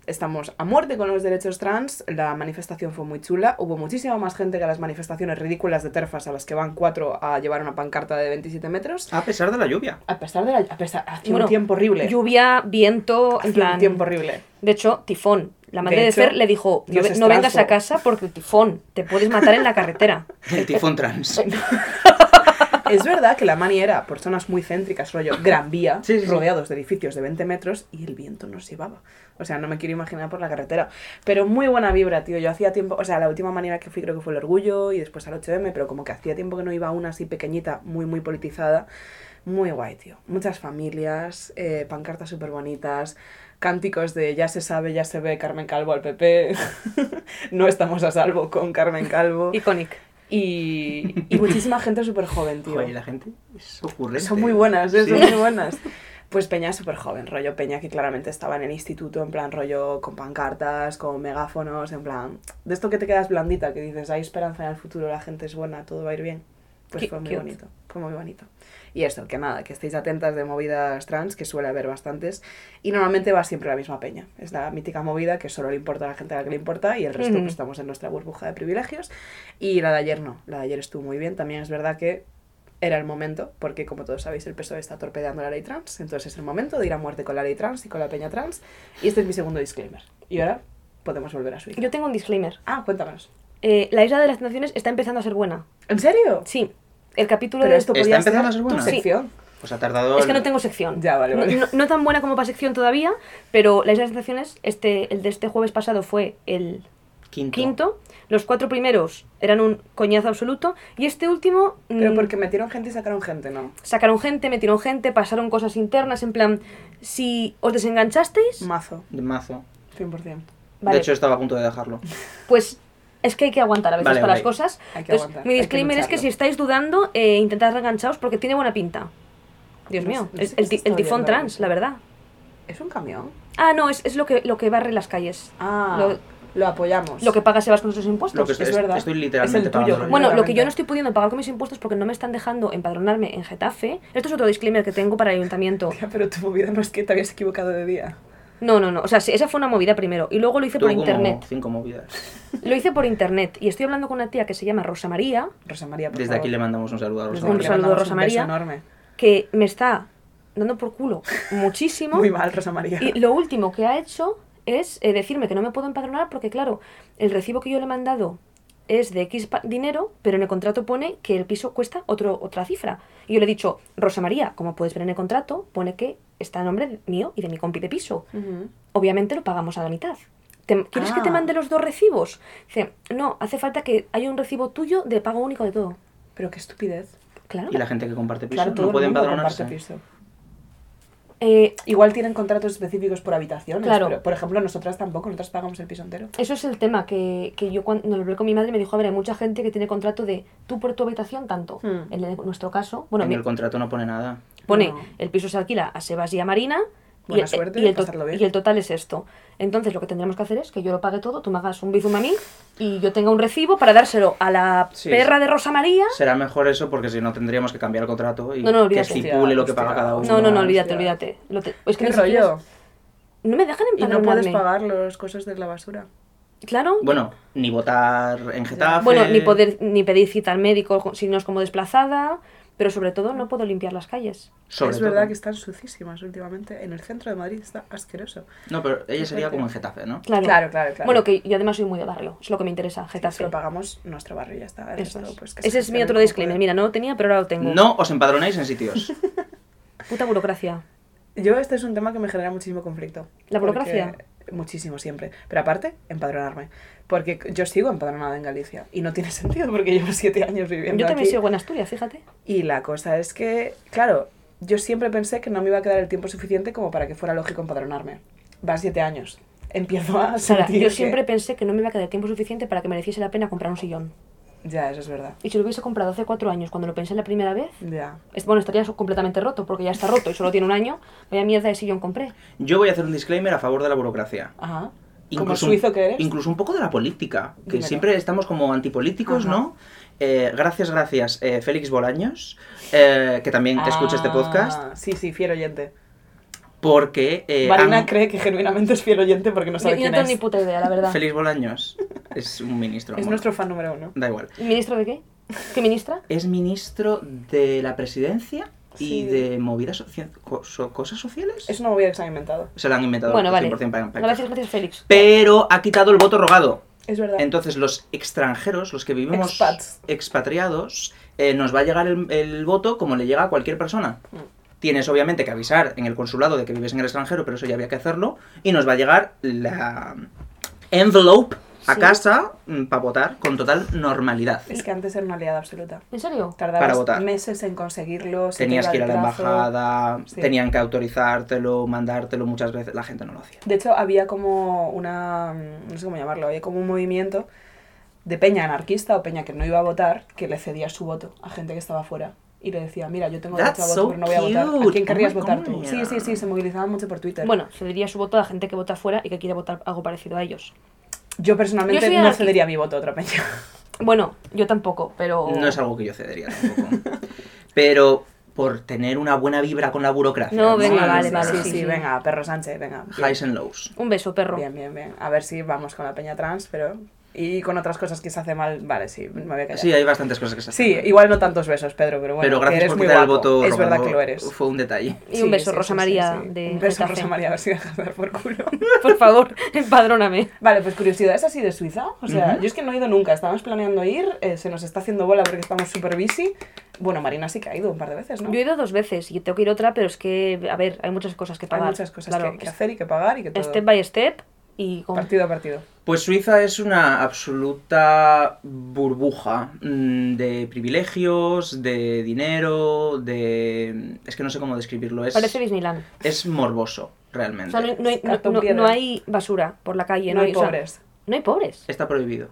Speaker 2: Estamos a muerte con los derechos trans, la manifestación fue muy chula, hubo muchísima más gente que las manifestaciones ridículas de terfas a las que van cuatro a llevar una pancarta de 27 metros.
Speaker 4: A pesar de la lluvia.
Speaker 2: A pesar de la... A pesar, hacía
Speaker 1: Bueno,
Speaker 2: un tiempo horrible.
Speaker 1: Lluvia, viento, en
Speaker 2: Hacía
Speaker 1: plan.
Speaker 2: un tiempo horrible.
Speaker 1: De hecho, tifón. La madre
Speaker 2: De
Speaker 1: de,
Speaker 2: hecho,
Speaker 1: Fer le dijo: no,
Speaker 2: Dios
Speaker 1: ve-
Speaker 2: es
Speaker 1: no vengas
Speaker 2: traspo".
Speaker 1: a casa porque el tifón te puedes matar en la carretera.
Speaker 4: El tifón trans.
Speaker 2: Es verdad que la mani era por zonas muy céntricas, rollo Gran Vía,
Speaker 4: Sí, sí, sí.
Speaker 2: rodeados de edificios de 20 metros y el viento nos llevaba. O sea, no me quiero imaginar por la carretera. Pero muy buena vibra, tío. Yo hacía tiempo, o sea, la última manera que fui creo que fue el Orgullo y después al 8M, pero como que hacía tiempo que no iba a una así pequeñita, muy, muy politizada. Muy guay, tío. Muchas familias, eh, pancartas súper bonitas, cánticos de ya se sabe, ya se ve Carmen Calvo al PP, no estamos a salvo con Carmen Calvo.
Speaker 1: Iconic.
Speaker 2: Y, y muchísima gente súper joven, tío.
Speaker 4: Joder, la gente es ocurrente.
Speaker 2: Son muy buenas, ¿eh?
Speaker 4: Sí.
Speaker 2: son muy buenas. Pues Peña súper joven, rollo Peña que claramente estaba en el instituto, en plan rollo con pancartas, con megáfonos, en plan... De esto que te quedas blandita, que dices, hay esperanza en el futuro, la gente es buena, todo va a ir bien. Pues
Speaker 1: Qué
Speaker 2: fue muy
Speaker 1: cute.
Speaker 2: bonito, fue muy bonito. Y esto, que nada, que estéis atentas de movidas trans, que suele haber bastantes, y normalmente va siempre la misma Peña. Es la mítica movida que solo le importa a la gente a la que le importa, y el resto
Speaker 1: Ujú.
Speaker 2: pues, estamos en nuestra burbuja de privilegios. Y la de ayer no, la de ayer estuvo muy bien, también es verdad que era el momento, porque como todos sabéis, el PSOE está torpedeando la ley trans, entonces es el momento de ir a muerte con la ley trans y con la peña trans. Y este es mi segundo disclaimer. Y ahora podemos volver a Suiza.
Speaker 1: Yo tengo un disclaimer.
Speaker 2: Ah, cuéntanos.
Speaker 1: Eh, la isla de las naciones está empezando a ser buena.
Speaker 2: ¿En serio?
Speaker 1: Sí. El capítulo
Speaker 2: Pero
Speaker 1: de
Speaker 2: esto
Speaker 4: ¿Está
Speaker 2: podía
Speaker 4: empezando
Speaker 2: ser
Speaker 4: a ser buena?
Speaker 2: tu
Speaker 4: Sí.
Speaker 2: sección.
Speaker 4: Pues ha tardado.
Speaker 1: Es que no
Speaker 4: el-
Speaker 1: tengo sección.
Speaker 2: Ya, vale,
Speaker 1: No-
Speaker 2: vale.
Speaker 1: No, no tan buena como para sección todavía, pero la isla de las naciones, este, el de este jueves pasado fue el
Speaker 4: Quinto.
Speaker 1: quinto. Los cuatro primeros eran un coñazo absoluto. Y este último. mm,
Speaker 2: Pero porque metieron gente y sacaron gente, ¿no?
Speaker 1: Sacaron gente, metieron gente, pasaron cosas internas. En plan, si os desenganchasteis.
Speaker 2: Mazo,
Speaker 4: De mazo.
Speaker 2: 100%.
Speaker 1: Vale.
Speaker 4: De hecho, estaba a punto de dejarlo.
Speaker 1: Pues es que hay que aguantar a veces
Speaker 4: Vale,
Speaker 1: para las
Speaker 4: ok.
Speaker 1: cosas.
Speaker 2: Hay que
Speaker 1: Entonces,
Speaker 2: aguantar,
Speaker 1: mi
Speaker 2: hay que
Speaker 1: disclaimer es que
Speaker 2: lucharlo.
Speaker 1: si estáis dudando, eh, intentad reengancharos porque tiene buena pinta. Dios
Speaker 2: No sé-
Speaker 1: mío,
Speaker 2: no
Speaker 1: el-
Speaker 2: sé qué
Speaker 1: el,
Speaker 2: se
Speaker 1: ti-
Speaker 2: está
Speaker 1: el tifón
Speaker 2: oyendo
Speaker 1: trans,
Speaker 2: ahora.
Speaker 1: la verdad.
Speaker 2: ¿Es un camión?
Speaker 1: Ah, no, es, es lo, que, lo que barre las calles.
Speaker 2: Ah, lo,
Speaker 1: Lo-
Speaker 2: apoyamos.
Speaker 1: Lo que paga Sebas con sus impuestos.
Speaker 4: Lo que estoy,
Speaker 2: es verdad.
Speaker 4: estoy
Speaker 2: Es el
Speaker 4: literalmente
Speaker 2: tuyo,
Speaker 4: pagándolo.
Speaker 2: con-
Speaker 1: Bueno, lo que
Speaker 2: Completamente.
Speaker 1: yo no estoy pudiendo pagar con mis impuestos porque no me están dejando empadronarme en Getafe. Esto es otro disclaimer que tengo para el ayuntamiento.
Speaker 2: Tía, pero tu movida no es que te habías equivocado de día.
Speaker 1: No, no, no. O sea, sí, esa fue una movida primero. Y luego lo hice por
Speaker 4: Tuvo como
Speaker 1: internet.
Speaker 4: cinco movidas.
Speaker 1: Lo hice por internet. Y estoy hablando con una tía que se llama Rosa María.
Speaker 2: Rosa María, por
Speaker 4: Desde
Speaker 2: favor.
Speaker 4: aquí le mandamos un saludo a los
Speaker 2: Desde
Speaker 1: Un
Speaker 2: aquí le
Speaker 4: hombres.
Speaker 1: saludo,
Speaker 2: mandamos
Speaker 1: Rosa
Speaker 2: un beso
Speaker 1: María.
Speaker 2: enorme.
Speaker 1: que me está dando por culo muchísimo.
Speaker 2: Muy mal, Rosa María.
Speaker 1: Y lo último que ha hecho es eh, decirme que no me puedo empadronar porque, claro, el recibo que yo le he mandado es de X pa- dinero, pero en el contrato pone que el piso cuesta otro, otra cifra. Y yo le he dicho, Rosa María, como puedes ver en el contrato, pone que está a nombre de- mío y de mi compi de piso.
Speaker 2: Ujú.
Speaker 1: Obviamente lo pagamos a la mitad. Te- ¿Quieres que te
Speaker 2: Ah.
Speaker 1: mande los dos recibos? Dice, no, hace falta que haya un recibo tuyo de pago único de todo.
Speaker 2: Pero qué estupidez.
Speaker 1: Claro.
Speaker 4: Y la gente que comparte piso
Speaker 2: Claro, todo
Speaker 4: no
Speaker 2: el
Speaker 4: puede
Speaker 2: mundo comparte
Speaker 4: empadronarse.
Speaker 2: piso.
Speaker 1: Eh,
Speaker 2: Igual tienen contratos específicos por habitaciones,
Speaker 1: Claro.
Speaker 2: pero por ejemplo nosotras tampoco, nosotras pagamos el piso entero.
Speaker 1: Eso es el tema que, que yo cuando lo hablé con mi madre me dijo, a ver, hay mucha gente que tiene contrato de tú por tu habitación tanto.
Speaker 2: Hmm.
Speaker 1: En el- nuestro caso, bueno,
Speaker 4: en
Speaker 1: mi-
Speaker 4: el contrato no pone nada.
Speaker 1: pone
Speaker 2: No.
Speaker 1: el piso se alquila a Sebas y a Marina y,
Speaker 2: Buena
Speaker 1: el-
Speaker 2: suerte,
Speaker 1: y el, to-
Speaker 2: pasarlo bien.
Speaker 1: y el total es esto. Entonces lo que tendremos que hacer es que yo lo pague todo, tú me hagas un bizum a mí y yo tenga un recibo para dárselo a la
Speaker 4: Sí.
Speaker 1: perra de Rosa María.
Speaker 4: Será mejor eso porque si no tendríamos que cambiar el contrato y
Speaker 1: No, no,
Speaker 4: que
Speaker 1: olvídate.
Speaker 4: estipule lo que paga
Speaker 2: Hostia,
Speaker 4: cada uno.
Speaker 2: hostia.
Speaker 1: No, no, no, olvídate,
Speaker 2: hostia.
Speaker 1: olvídate. Lo te- es que
Speaker 2: ¿Qué
Speaker 1: ni siquiera
Speaker 2: rollo?
Speaker 1: es- No me dejan
Speaker 2: Y no puedes
Speaker 1: empadronarme.
Speaker 2: pagar los cosas de la basura.
Speaker 1: Claro.
Speaker 4: Bueno, ni votar en Getafe.
Speaker 1: Bueno, ni poder ni pedir cita al médico si no es como desplazada, pero sobre todo no puedo limpiar las calles.
Speaker 4: Sobre
Speaker 2: es
Speaker 4: todo.
Speaker 2: verdad que están sucísimas últimamente. En el centro de Madrid está asqueroso.
Speaker 4: No, pero ella sería como en Getafe, ¿no?
Speaker 1: Claro.
Speaker 2: Claro, claro, claro.
Speaker 1: Bueno, que yo además soy muy de barrio, es lo que me interesa, Getafe.
Speaker 2: Pero pagamos nuestro barrio y ya está. el
Speaker 1: Eso
Speaker 2: resto,
Speaker 1: es.
Speaker 2: pues, que se
Speaker 1: Ese es mi
Speaker 2: gestionen
Speaker 1: otro
Speaker 2: como
Speaker 1: disclaimer.
Speaker 2: puedan.
Speaker 1: Mira, no lo tenía, pero ahora lo tengo.
Speaker 4: No os empadronéis en sitios.
Speaker 1: Puta burocracia.
Speaker 2: Yo este es un tema que me genera muchísimo conflicto.
Speaker 1: ¿La
Speaker 2: porque-
Speaker 1: burocracia?
Speaker 2: muchísimo siempre. Pero aparte, empadronarme. Porque yo sigo empadronada en Galicia. Y no tiene sentido porque llevo siete años viviendo
Speaker 1: Yo también
Speaker 2: aquí.
Speaker 1: sigo en Asturias, fíjate.
Speaker 2: Y la cosa es que, claro, yo siempre pensé que no me iba a quedar el tiempo suficiente como para que fuera lógico empadronarme. Van siete años. Empiezo a
Speaker 1: Sara,
Speaker 2: sentir
Speaker 1: yo
Speaker 2: que-
Speaker 1: siempre pensé que no me iba a quedar tiempo suficiente para que mereciese la pena comprar un sillón.
Speaker 2: Ya, eso es verdad.
Speaker 1: Y si lo hubiese comprado hace cuatro años, cuando lo pensé la primera vez,
Speaker 2: Ya.
Speaker 1: es- bueno, estaría so- completamente roto, porque ya está roto y solo tiene un año. Vaya mierda de sillón compré.
Speaker 4: Yo voy a hacer un disclaimer a favor de la burocracia.
Speaker 2: Ajá. Como
Speaker 4: Incluso, un-
Speaker 2: suizo que eres.
Speaker 4: incluso un poco de la política, que
Speaker 2: Dímelo.
Speaker 4: siempre estamos como antipolíticos,
Speaker 2: Ajá.
Speaker 4: ¿no? Eh, gracias, gracias, eh, Félix Bolaños, eh, que también escucha este
Speaker 2: Ah,
Speaker 4: podcast,
Speaker 2: Sí, sí, fiel oyente.
Speaker 4: porque... eh,
Speaker 2: Marina
Speaker 4: han-
Speaker 2: cree que genuinamente es fiel oyente porque no
Speaker 1: Yo,
Speaker 2: sabe
Speaker 1: yo no
Speaker 2: quién
Speaker 1: tengo
Speaker 2: es.
Speaker 1: ni puta idea, la verdad.
Speaker 4: Félix Bolaños es un ministro.
Speaker 2: es
Speaker 4: bueno,
Speaker 2: nuestro fan número uno.
Speaker 4: Da igual.
Speaker 1: ¿Ministro de qué? ¿Qué ministra?
Speaker 4: Es ministro de la presidencia
Speaker 2: Sí.
Speaker 4: y de movidas socia- co- so- cosas sociales.
Speaker 2: Es una movida que se han inventado.
Speaker 4: Se la han inventado
Speaker 1: Bueno, vale.
Speaker 4: 100% para- para-
Speaker 1: Gracias, gracias, Félix.
Speaker 4: Pero ha quitado el voto rogado.
Speaker 2: Es verdad.
Speaker 4: Entonces los extranjeros, los que vivimos
Speaker 2: Expats.
Speaker 4: expatriados, eh, nos va a llegar el, el voto como le llega a cualquier persona.
Speaker 2: Mm.
Speaker 4: Tienes obviamente que avisar en el consulado de que vives en el extranjero, pero eso ya había que hacerlo. Y nos va a llegar la envelope a
Speaker 1: Sí.
Speaker 4: casa para votar con total normalidad.
Speaker 2: Es que antes era una aliada absoluta.
Speaker 1: ¿En serio?
Speaker 2: Tardabas
Speaker 4: Para votar.
Speaker 2: meses en conseguirlo. se te
Speaker 4: Tenías
Speaker 2: iba
Speaker 4: que ir a
Speaker 2: el
Speaker 4: la
Speaker 2: plazo.
Speaker 4: embajada,
Speaker 2: Sí.
Speaker 4: tenían que autorizártelo, mandártelo muchas veces. La gente no lo hacía.
Speaker 2: De hecho, había como una. mm, No sé cómo llamarlo. Había como un movimiento de peña anarquista o peña que no iba a votar que le cedía su voto a gente que estaba fuera. Y le decía, mira, yo tengo derecho a
Speaker 4: That's
Speaker 2: voto,
Speaker 4: so
Speaker 2: pero no voy a votar. ¿A
Speaker 4: cute.
Speaker 2: quién
Speaker 4: Oh
Speaker 2: querrías
Speaker 4: my
Speaker 2: votar tú?
Speaker 4: God.
Speaker 2: Sí, sí, sí, se movilizaban mucho por Twitter.
Speaker 1: Bueno, se diría su voto a la gente que vota fuera y que quiere votar algo parecido a ellos.
Speaker 2: yo
Speaker 1: Yo
Speaker 2: personalmente
Speaker 1: soy
Speaker 2: no
Speaker 1: anarquista.
Speaker 2: cedería mi voto a otra peña.
Speaker 1: Bueno, yo tampoco,
Speaker 2: Oh.
Speaker 1: pero...
Speaker 4: No es algo que yo cedería tampoco. Pero por tener una buena vibra con la burocracia.
Speaker 1: No, venga,
Speaker 4: Sí,
Speaker 1: vale,
Speaker 4: sí,
Speaker 1: vale,
Speaker 2: Sí,
Speaker 4: sí.
Speaker 2: sí,
Speaker 1: sí.
Speaker 2: venga, perro Sánchez, venga. Bien.
Speaker 4: Highs and lows.
Speaker 1: Un beso, perro.
Speaker 2: Bien, bien, bien. A ver si vamos con la peña trans, pero. Y con otras cosas que se hace mal, vale, sí, me voy a callar.
Speaker 4: Sí, hay bastantes cosas que se hacen.
Speaker 2: Sí, igual no tantos besos, Pedro, pero bueno.
Speaker 4: Pero
Speaker 2: que
Speaker 4: gracias
Speaker 2: eres
Speaker 4: por
Speaker 2: muy
Speaker 4: quitar el
Speaker 2: guapo.
Speaker 4: voto.
Speaker 2: Es verdad
Speaker 4: Rodolfo.
Speaker 2: que lo eres.
Speaker 4: Fue un detalle.
Speaker 1: Y un beso,
Speaker 2: sí,
Speaker 1: Rosa
Speaker 2: sí,
Speaker 1: María
Speaker 2: sí, sí.
Speaker 1: de
Speaker 2: Un beso,
Speaker 1: Getafe.
Speaker 2: Rosa María, a ver si dejas de dar por culo.
Speaker 1: Por favor, empadróname.
Speaker 2: Vale, pues curiosidades así de Suiza. O sea,
Speaker 4: Ujú.
Speaker 2: yo es que no he ido nunca. Estábamos planeando ir, eh, se nos está haciendo bola porque estamos súper busy. Bueno, Marina sí que ha ido un par de veces, ¿no?
Speaker 1: Yo he ido dos veces y tengo que ir otra, pero es que, a ver, hay muchas cosas que
Speaker 2: Hay
Speaker 1: pagar.
Speaker 2: muchas cosas
Speaker 1: Claro, este
Speaker 2: que, que hacer y que pagar y que todo.
Speaker 1: Step by step y con...
Speaker 2: Partido a partido.
Speaker 4: Pues Suiza es una absoluta burbuja mm, de privilegios, de dinero, de... Es que no sé cómo describirlo. Es,
Speaker 1: Parece Disneyland.
Speaker 4: es morboso,
Speaker 1: O
Speaker 4: realmente.
Speaker 1: sea, no, no hay, no-
Speaker 2: Cartón
Speaker 1: no- no
Speaker 2: piedra.
Speaker 1: hay basura por la calle.
Speaker 2: no hay
Speaker 1: o sea,
Speaker 2: pobres.
Speaker 1: no hay pobres.
Speaker 4: Está prohibido.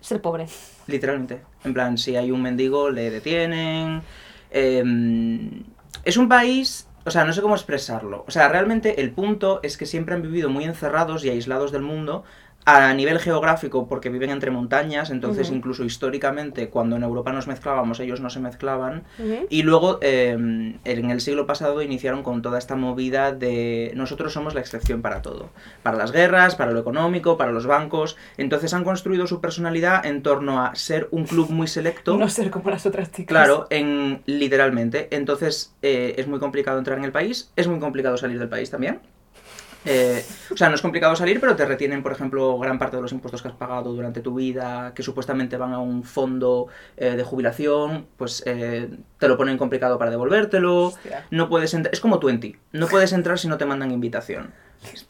Speaker 1: Ser pobre.
Speaker 4: Literalmente. En plan, si hay un mendigo, le detienen. Em, es un país. O sea, no sé cómo expresarlo. O sea, realmente el punto es que siempre han vivido muy encerrados y aislados del mundo a nivel geográfico porque viven entre montañas, entonces
Speaker 1: Ujú.
Speaker 4: incluso históricamente cuando en Europa nos mezclábamos ellos no se mezclaban. Y luego em, en el siglo pasado iniciaron con toda esta movida de nosotros somos la excepción para todo, para las guerras, para lo económico, para los bancos. Entonces han construido su personalidad en torno a ser un club muy selecto.
Speaker 2: No ser como las otras chicas.
Speaker 4: Claro, en, literalmente. Entonces eh, es muy complicado entrar en el país, es muy complicado salir del país también. Eh, o sea, no es complicado salir, pero te retienen, por ejemplo, gran parte de los impuestos que has pagado durante tu vida, que supuestamente van a un fondo eh, de jubilación, pues eh, te lo ponen complicado para devolvértelo.
Speaker 2: Hostia.
Speaker 4: No puedes entrar, es como Twenty, no puedes entrar si no te mandan invitación.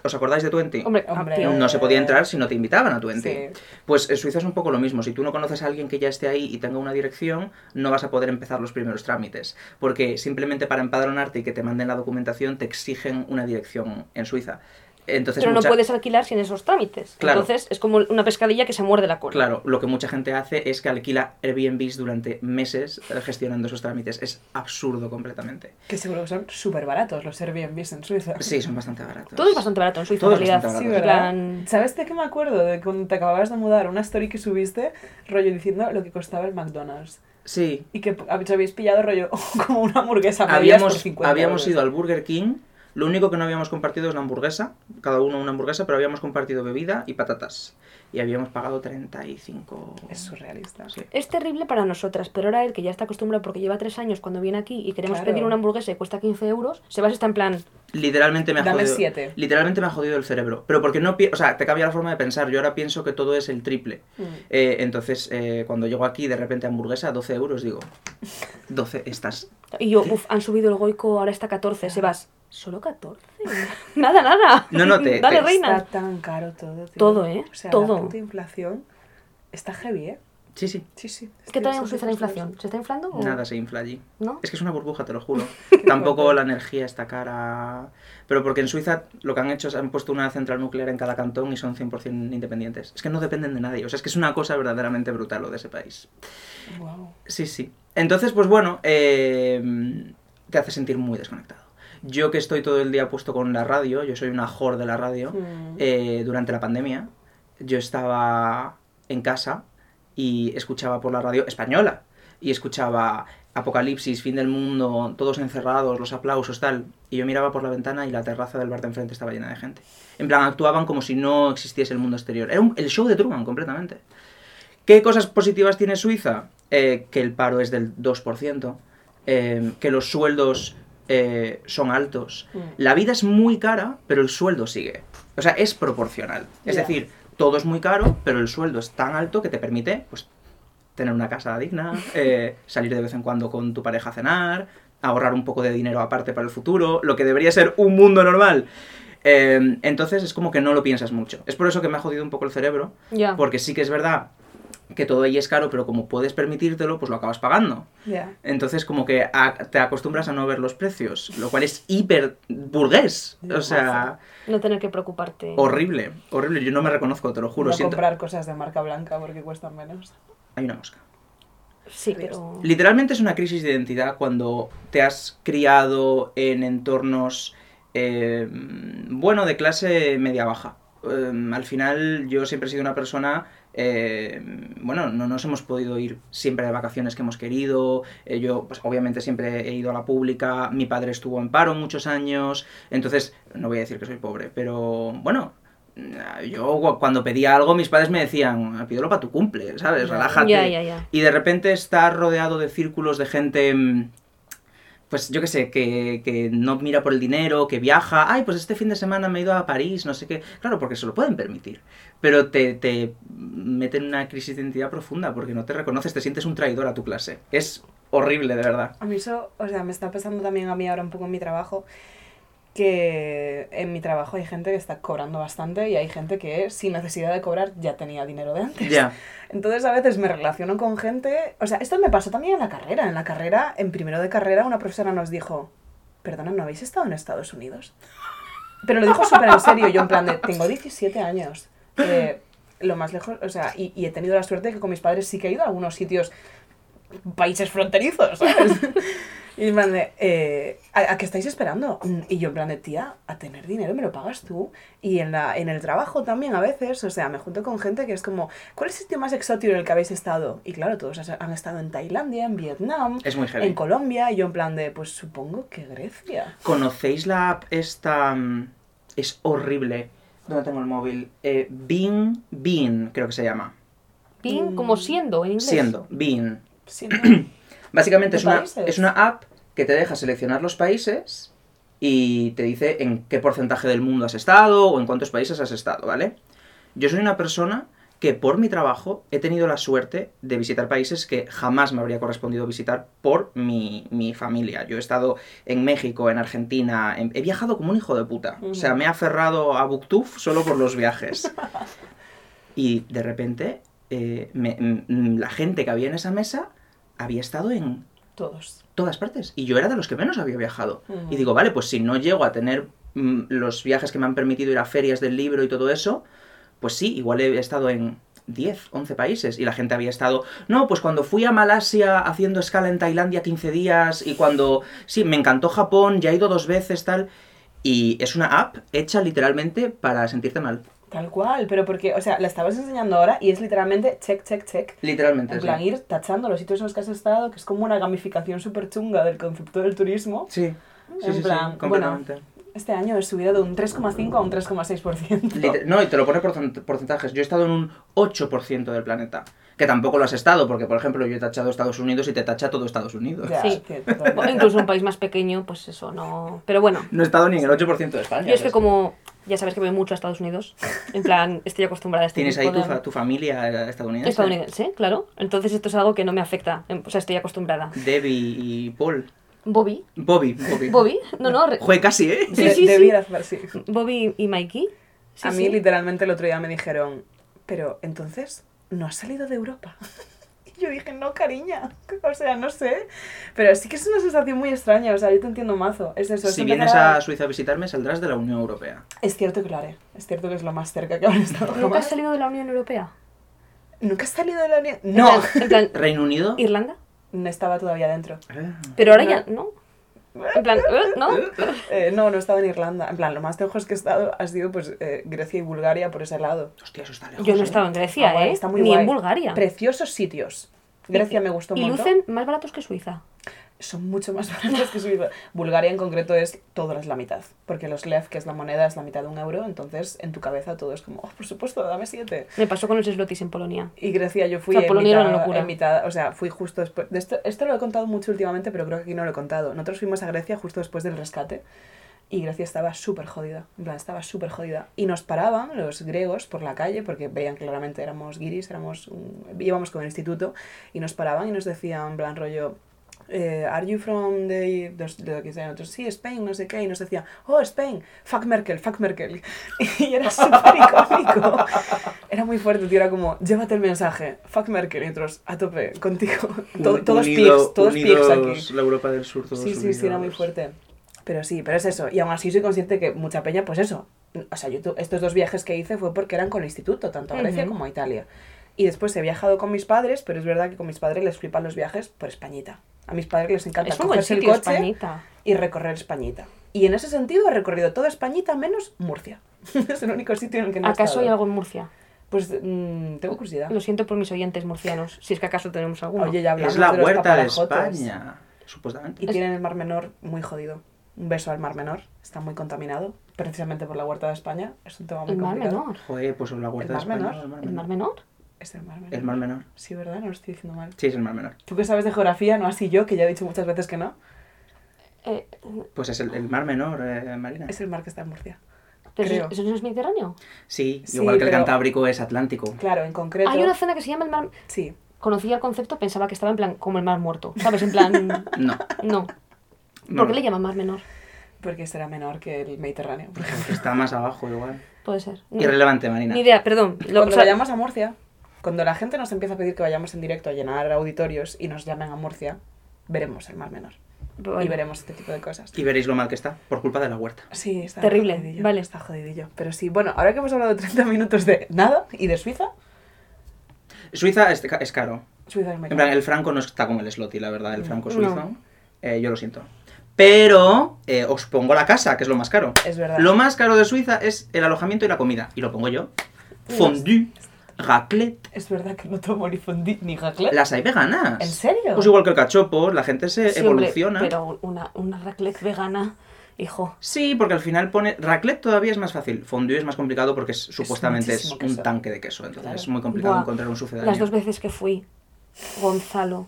Speaker 4: ¿Os acordáis de Twenty?
Speaker 1: Hombre,
Speaker 2: Hombre.
Speaker 1: tío.
Speaker 4: No se podía entrar si no te invitaban a Twenty.
Speaker 2: Sí.
Speaker 4: Pues en Suiza es un poco lo mismo. Si tú no conoces a alguien que ya esté ahí y tenga una dirección, no vas a poder empezar los primeros trámites. Porque simplemente para empadronarte y que te manden la documentación, te exigen una dirección en Suiza. Entonces,
Speaker 1: pero
Speaker 4: mucha-
Speaker 1: no puedes alquilar sin esos trámites.
Speaker 4: Claro.
Speaker 1: Entonces es como una pescadilla que se muerde la cola.
Speaker 4: Claro, lo que mucha gente hace es que alquila Airbnbs durante meses eh, gestionando esos trámites. Es absurdo completamente.
Speaker 2: Que seguro que son súper baratos los Airbnbs en Suiza.
Speaker 4: Sí, son bastante baratos.
Speaker 1: Todo es bastante barato en Suiza,
Speaker 4: Todo
Speaker 1: en
Speaker 4: es
Speaker 1: realidad.
Speaker 4: bastante
Speaker 2: Sí,
Speaker 4: barato.
Speaker 1: En
Speaker 2: ¿verdad?
Speaker 1: plan,
Speaker 2: ¿Sabes de qué me acuerdo? De cuando te acababas de mudar, una story que subiste, rollo diciendo lo que costaba el McDonald's.
Speaker 4: Sí.
Speaker 2: Y que habéis habéis pillado rollo como una hamburguesa a medias por
Speaker 4: Habíamos,
Speaker 2: 50
Speaker 4: habíamos
Speaker 2: euros.
Speaker 4: ido al Burger King. Lo único que no habíamos compartido es la hamburguesa, cada uno una hamburguesa, pero habíamos compartido bebida y patatas. Y habíamos pagado 35.
Speaker 2: Es surrealista.
Speaker 4: Sí.
Speaker 1: Es terrible para nosotras, pero ahora él, que ya está acostumbrado porque lleva tres años cuando viene aquí y queremos
Speaker 2: Claro.
Speaker 1: pedir una hamburguesa y cuesta 15 euros, se va y está en plan,
Speaker 4: Literalmente me ha
Speaker 2: Dame
Speaker 4: jodido.
Speaker 2: siete.
Speaker 4: Literalmente me ha jodido el cerebro. Pero porque no pi- O sea, te cambia la forma de pensar. Yo ahora pienso que todo es el triple.
Speaker 2: Mm.
Speaker 4: Eh, entonces, eh, cuando llego aquí, de repente hamburguesa, 12 euros, digo. 12, estás.
Speaker 1: y yo, uff, han subido el goico, ahora está 14, se vas. Solo 14. nada, nada.
Speaker 4: No, no, te-
Speaker 1: Dale,
Speaker 4: te-
Speaker 1: reina.
Speaker 2: Está tan caro todo, tío.
Speaker 1: Todo, ¿eh?
Speaker 2: O sea,
Speaker 1: Todo.
Speaker 2: la puta inflación está heavy, ¿eh?
Speaker 4: Sí, sí.
Speaker 2: Sí, sí.
Speaker 1: ¿Qué tal en
Speaker 2: Estoy
Speaker 1: Suiza la inflación? ¿Se está inflando?
Speaker 2: Oh.
Speaker 1: o-
Speaker 4: Nada se infla allí.
Speaker 1: ¿No?
Speaker 4: Es que es una burbuja, te lo juro. Tampoco la energía está cara. Pero porque en Suiza lo que han hecho es han puesto una central nuclear en cada cantón y son 100% independientes. Es que no dependen de nadie. O sea, es que es una cosa verdaderamente brutal lo de ese país.
Speaker 2: Wow.
Speaker 4: Sí, sí. Entonces, pues bueno, eh, te hace sentir muy desconectado. Yo que estoy todo el día puesto con la radio, yo soy una whore de la radio,
Speaker 2: Mm.
Speaker 4: eh, durante la pandemia yo estaba en casa y escuchaba por la radio española y escuchaba apocalipsis, fin del mundo, todos encerrados, los aplausos, tal. Y yo miraba por la ventana y la terraza del bar de enfrente estaba llena de gente. En plan, actuaban como si no existiese el mundo exterior. Era un- el show de Truman completamente. ¿Qué cosas positivas tiene Suiza? Eh, que el paro es del 2%, eh, que los sueldos eh, son altos.
Speaker 2: Mm.
Speaker 4: La vida es muy cara, pero el sueldo sigue. O sea, es proporcional. Es
Speaker 2: Ya.
Speaker 4: decir, todo es muy caro, pero el sueldo es tan alto que te permite pues, tener una casa digna, eh, salir de vez en cuando con tu pareja a cenar, ahorrar un poco de dinero aparte para el futuro, lo que debería ser un mundo normal. Eh, entonces es como que no lo piensas mucho. Es por eso que me ha jodido un poco el cerebro,
Speaker 1: Ya.
Speaker 4: porque sí que es verdad que todo ahí es caro, pero como puedes permitírtelo, pues lo acabas pagando.
Speaker 2: Ya.
Speaker 4: Entonces como que a- te acostumbras a no ver los precios, lo cual es hiper burgués. O sea,
Speaker 1: No tener que preocuparte.
Speaker 4: horrible, horrible. Yo no me reconozco, te lo juro.
Speaker 2: no
Speaker 4: siento-
Speaker 2: comprar cosas de marca blanca porque cuestan menos.
Speaker 4: Hay una mosca.
Speaker 1: Sí, pero.
Speaker 4: Literalmente es una crisis de identidad cuando te has criado en entornos, eh, bueno, de clase media-baja. Eh, al final yo siempre he sido una persona, eh, bueno, no nos hemos podido ir siempre de vacaciones que hemos querido, Eh, yo pues obviamente siempre he ido a la pública, mi padre estuvo en paro muchos años, entonces no voy a decir que soy pobre, pero bueno, yo gu- cuando pedía algo mis padres me decían, pídelo para tu cumple, ¿sabes?
Speaker 2: Ya.
Speaker 4: Relájate
Speaker 1: Ya, ya, ya.
Speaker 4: y de repente estar rodeado de círculos de gente, mm, pues yo qué sé, que, que no mira por el dinero, que viaja, ay, pues este fin de semana me he ido a París, no sé qué, claro, porque se lo pueden permitir, pero te, te meten en una crisis de identidad profunda porque no te reconoces, te sientes un traidor a tu clase, es horrible, de verdad.
Speaker 2: A mí eso, o sea, me está pasando también a mí ahora un poco en mi trabajo, que en mi trabajo hay gente que está cobrando bastante y hay gente que sin necesidad de cobrar ya tenía dinero de antes.
Speaker 4: Ya,
Speaker 2: Entonces a veces me relaciono con gente, o sea, esto me pasó también en la carrera, en la carrera, en primero de carrera una profesora nos dijo, perdona, ¿no habéis estado en Estados Unidos? Pero lo dijo súper en serio, yo en plan de, tengo 17 años. eh, lo más lejos, o sea, y, y he tenido la suerte de que con mis padres sí que he ido a algunos sitios, países fronterizos, ¿sabes? Y en plan de, eh, ¿a, a qué estáis esperando? Mm, Y yo en plan de, tía, a tener dinero me lo pagas tú. Y en, la, en el trabajo también a veces, o sea, me junto con gente que es como, ¿cuál es el sitio más exótico en el que habéis estado? Y claro, todos has- han estado en Tailandia, en Vietnam,
Speaker 4: es muy heavy.
Speaker 2: en Colombia, y yo en plan de, pues supongo que Grecia.
Speaker 4: ¿Conocéis la app esta? mm, Es horrible. ¿Dónde tengo el móvil? Eh, Bean, Bean, creo que se llama.
Speaker 1: Bien,
Speaker 2: Mm.
Speaker 1: como siendo en inglés.
Speaker 4: Siendo, Bean.
Speaker 2: Sí, ¿no?
Speaker 4: Básicamente
Speaker 2: ¿De
Speaker 4: es una,
Speaker 2: países?
Speaker 4: es una app que te deja seleccionar los países y te dice en qué porcentaje del mundo has estado o en cuántos países has estado, ¿vale? Yo soy una persona que por mi trabajo he tenido la suerte de visitar países que jamás me habría correspondido visitar por mi, mi familia. Yo he estado en México, en Argentina, en- he viajado como un hijo de puta. O sea,
Speaker 2: Ujú.
Speaker 4: me he aferrado a Booktube solo por los viajes. Y de repente eh, me- m- m- la gente que había en esa mesa había estado en
Speaker 2: Todos.
Speaker 4: todas partes. Y yo era de los que menos había viajado.
Speaker 2: Ujú.
Speaker 4: Y digo, vale, pues si no llego a tener mm, los viajes que me han permitido ir a ferias del libro y todo eso, pues sí, igual he estado en 10, 11 países. Y la gente había estado, no, pues cuando fui a Malasia haciendo escala en Tailandia 15 días y cuando, sí, me encantó Japón, ya he ido dos veces, tal. Y es una app hecha literalmente para sentirte mal.
Speaker 2: Tal cual, pero porque, o sea, la estabas enseñando ahora y es literalmente check, check, check.
Speaker 4: Literalmente.
Speaker 2: En
Speaker 4: sí.
Speaker 2: plan, ir tachando los sitios en los que has estado, que es como una gamificación súper chunga del concepto del turismo.
Speaker 4: Sí. Sí,
Speaker 2: En
Speaker 4: sí, sí,
Speaker 2: plan, bueno,
Speaker 4: completamente.
Speaker 2: Este año he subido de un 3,5 a un 3,6%.
Speaker 4: Liter- No, y te lo pone por cent- porcentajes. Yo he estado en un 8% del planeta. Que tampoco lo has estado, porque por ejemplo yo he tachado Estados Unidos y te tacha todo Estados Unidos.
Speaker 2: Ya,
Speaker 1: Sí.
Speaker 2: que totalmente.
Speaker 1: O incluso un país más pequeño, pues eso no. Pero bueno,
Speaker 4: No he estado ni en el 8% de España.
Speaker 1: yo es que
Speaker 4: ¿ves?
Speaker 1: como. Ya sabes que voy mucho a Estados Unidos. En plan, estoy acostumbrada a este
Speaker 4: Tienes ahí
Speaker 1: tipo
Speaker 4: tu,
Speaker 1: de-
Speaker 4: fa- tu familia estadounidense.
Speaker 1: Estadounidense, claro. Entonces esto es algo que no me afecta. em, O sea, estoy acostumbrada.
Speaker 4: Debbie y Paul.
Speaker 1: Bobby.
Speaker 4: Bobby, Bobby.
Speaker 1: Bobby. No, no. re-
Speaker 4: Joder, casi, ¿eh?
Speaker 1: Sí,
Speaker 2: De-
Speaker 1: sí, sí.
Speaker 2: debiera hacer así.
Speaker 1: Bobby y Mikey. Sí,
Speaker 2: a mí
Speaker 1: sí.
Speaker 2: literalmente el otro día me dijeron, pero entonces no has salido de Europa. Y yo dije, no, cariña, o sea, no sé. Pero sí que es una sensación muy extraña, o sea, yo te entiendo mazo. Es eso, es
Speaker 4: Si
Speaker 2: empezar
Speaker 4: vienes
Speaker 2: a-
Speaker 4: a Suiza a visitarme, saldrás de la Unión Europea.
Speaker 2: Es cierto que lo haré, es cierto que es lo más cerca que habré estado
Speaker 1: ¿Nunca has
Speaker 2: jamás.
Speaker 1: salido de la Unión Europea?
Speaker 2: ¿Nunca has salido de la Unión?
Speaker 1: En
Speaker 2: ¡No!
Speaker 1: plan- En plan,
Speaker 4: Reino Unido.
Speaker 1: Irlanda.
Speaker 2: No estaba todavía dentro.
Speaker 4: Ah.
Speaker 1: Pero ahora
Speaker 2: No.
Speaker 1: ya, ¿no? En plan, ¿eh? ¿no?
Speaker 2: Eh, no, no he estado en Irlanda. En plan, lo más lejos que he estado ha sido pues eh, Grecia y Bulgaria por ese lado.
Speaker 4: Hostia, eso está lejos.
Speaker 1: Yo no
Speaker 4: ¿eh?
Speaker 1: he estado en Grecia,
Speaker 2: Ah, guay,
Speaker 1: ¿eh?
Speaker 2: está muy
Speaker 1: Ni en
Speaker 2: guay.
Speaker 1: Bulgaria.
Speaker 2: Preciosos sitios. Grecia me gustó
Speaker 1: y
Speaker 2: mucho.
Speaker 1: lucen más baratos que Suiza.
Speaker 2: Son mucho más baratos que Suiza. Bulgaria en concreto es todo es la mitad. Porque los lev, que es la moneda, es la mitad de un euro. Entonces en tu cabeza todo es como, oh, por supuesto, dame siete.
Speaker 1: Me pasó con los slotis en Polonia.
Speaker 2: Y Grecia yo fui
Speaker 1: O sea,
Speaker 2: en
Speaker 1: Polonia era una
Speaker 2: mitad-
Speaker 1: locura.
Speaker 2: en mitad- o sea, fui justo después, de esto, esto lo he contado mucho últimamente, pero creo que aquí no lo he contado. Nosotros fuimos a Grecia justo después del rescate y Grecia estaba súper jodida, en plan, estaba súper jodida. Y nos paraban los griegos por la calle, porque veían claramente éramos guiris, éramos un- íbamos con el instituto, y nos paraban y nos decían, en plan, rollo... eh, are you from the... dos- de lo que sea, nosotros, sí, Spain, no sé qué, y nos decían, oh, Spain, fuck Merkel, fuck Merkel. Y era súper icónico. Era muy fuerte, tío, era como, llévate el mensaje, fuck Merkel, y otros, a tope, contigo. To-
Speaker 4: Un-
Speaker 2: todos
Speaker 4: unido-
Speaker 2: pigs, todos pigs aquí.
Speaker 4: unidos La Europa del Sur, todos
Speaker 2: Sí, sí, sí, era muy
Speaker 4: unidos.
Speaker 2: fuerte. Pero sí, pero es eso. Y aún así soy consciente que mucha peña, pues eso. O sea, yo tu- estos dos viajes que hice fue porque eran con el instituto, tanto a Grecia
Speaker 1: Ujú.
Speaker 2: como a Italia. Y después he viajado con mis padres, pero es verdad que con mis padres les flipan los viajes por Españita. A mis padres les encanta
Speaker 1: es un buen
Speaker 2: cogerse el
Speaker 1: sitio,
Speaker 2: coche
Speaker 1: Españita.
Speaker 2: y recorrer Españita. Y en ese sentido he recorrido toda Españita menos Murcia. es el único sitio en el que no he
Speaker 1: ¿Acaso
Speaker 2: estado.
Speaker 1: hay algo en Murcia?
Speaker 2: Pues mm, tengo curiosidad.
Speaker 1: Lo siento por mis oyentes murcianos, si es que acaso tenemos alguno.
Speaker 2: Oye, ya hablamos
Speaker 4: Es la
Speaker 2: de los
Speaker 4: huerta de
Speaker 2: paparajotes.
Speaker 4: España, supuestamente.
Speaker 2: Y tienen el Mar Menor muy jodido. Un beso al Mar Menor. Está muy contaminado, precisamente por la huerta de España. Es un tema muy
Speaker 1: el mar
Speaker 2: complicado.
Speaker 1: menor.
Speaker 4: Joder, pues la huerta de
Speaker 2: ¿El mar
Speaker 4: España.
Speaker 2: menor?
Speaker 1: ¿El mar menor?
Speaker 2: Es el Mar Menor.
Speaker 4: El mar menor.
Speaker 2: Sí, ¿verdad? No lo estoy diciendo mal.
Speaker 4: Sí, es el mar menor.
Speaker 2: Tú que sabes de geografía, no así yo, que ya he dicho muchas veces que no.
Speaker 1: Eh,
Speaker 4: Pues es el, el mar menor, eh, Marina.
Speaker 2: Es el mar que está en Murcia.
Speaker 1: ¿pero
Speaker 2: Creo.
Speaker 1: eso, eso no es Mediterráneo?
Speaker 4: Sí,
Speaker 2: Sí,
Speaker 4: igual que el
Speaker 2: pero-
Speaker 4: Cantábrico es Atlántico.
Speaker 2: Claro, en concreto.
Speaker 1: Hay una zona que se llama el mar...
Speaker 2: Sí.
Speaker 1: Conocía el concepto, pensaba que estaba en plan como el mar muerto, ¿sabes? En plan...
Speaker 4: No.
Speaker 1: No.
Speaker 4: no,
Speaker 1: ¿Por qué
Speaker 4: no.
Speaker 1: le llaman mar menor?
Speaker 2: Porque será menor que el Mediterráneo. por ejemplo.
Speaker 4: Porque Está más abajo, igual.
Speaker 1: Puede ser. No.
Speaker 4: Irrelevante, Marina.
Speaker 1: Ni idea, perdón. Lo,
Speaker 2: Cuando
Speaker 1: o sea,
Speaker 2: vayamos a Murcia, cuando la gente nos empieza a pedir que vayamos en directo a llenar auditorios y nos llamen a Murcia, veremos el Mar Menor.
Speaker 1: bueno,
Speaker 2: Y veremos este tipo de cosas.
Speaker 4: Y veréis lo mal que está, por culpa de la huerta.
Speaker 2: Sí, está
Speaker 1: Terrible,
Speaker 2: jodidillo,
Speaker 1: vale.
Speaker 2: Está jodidillo. Pero sí, bueno, ahora que hemos hablado 30 minutos de nada y de Suiza,
Speaker 4: Suiza es, ca- es caro.
Speaker 2: Suiza es muy
Speaker 4: En plan,
Speaker 2: caro.
Speaker 4: el franco no está como el Slotty, la verdad, el franco
Speaker 1: No.
Speaker 4: suizo. Eh, yo lo siento. Pero eh, os pongo la casa, que es lo más caro.
Speaker 2: Es verdad.
Speaker 4: Lo más caro de Suiza es el alojamiento y la comida. Y lo pongo yo. Fondue, raclette,
Speaker 2: Es verdad que no tomo ni fondue ni raclette.
Speaker 4: las hay veganas.
Speaker 2: ¿En serio?
Speaker 4: Pues igual que el cachopo, la gente se
Speaker 1: sí, hombre,
Speaker 4: evoluciona.
Speaker 1: pero una, una raclette vegana, hijo.
Speaker 4: Sí, porque al final pone. Raclette todavía es más fácil. Fondue es más complicado porque es- supuestamente es
Speaker 2: muchísimo
Speaker 4: un
Speaker 2: queso.
Speaker 4: tanque de queso. Entonces
Speaker 2: Claro.
Speaker 4: es muy complicado
Speaker 1: Buah,
Speaker 4: encontrar un sucedáneo.
Speaker 1: Las dos veces que fui, Gonzalo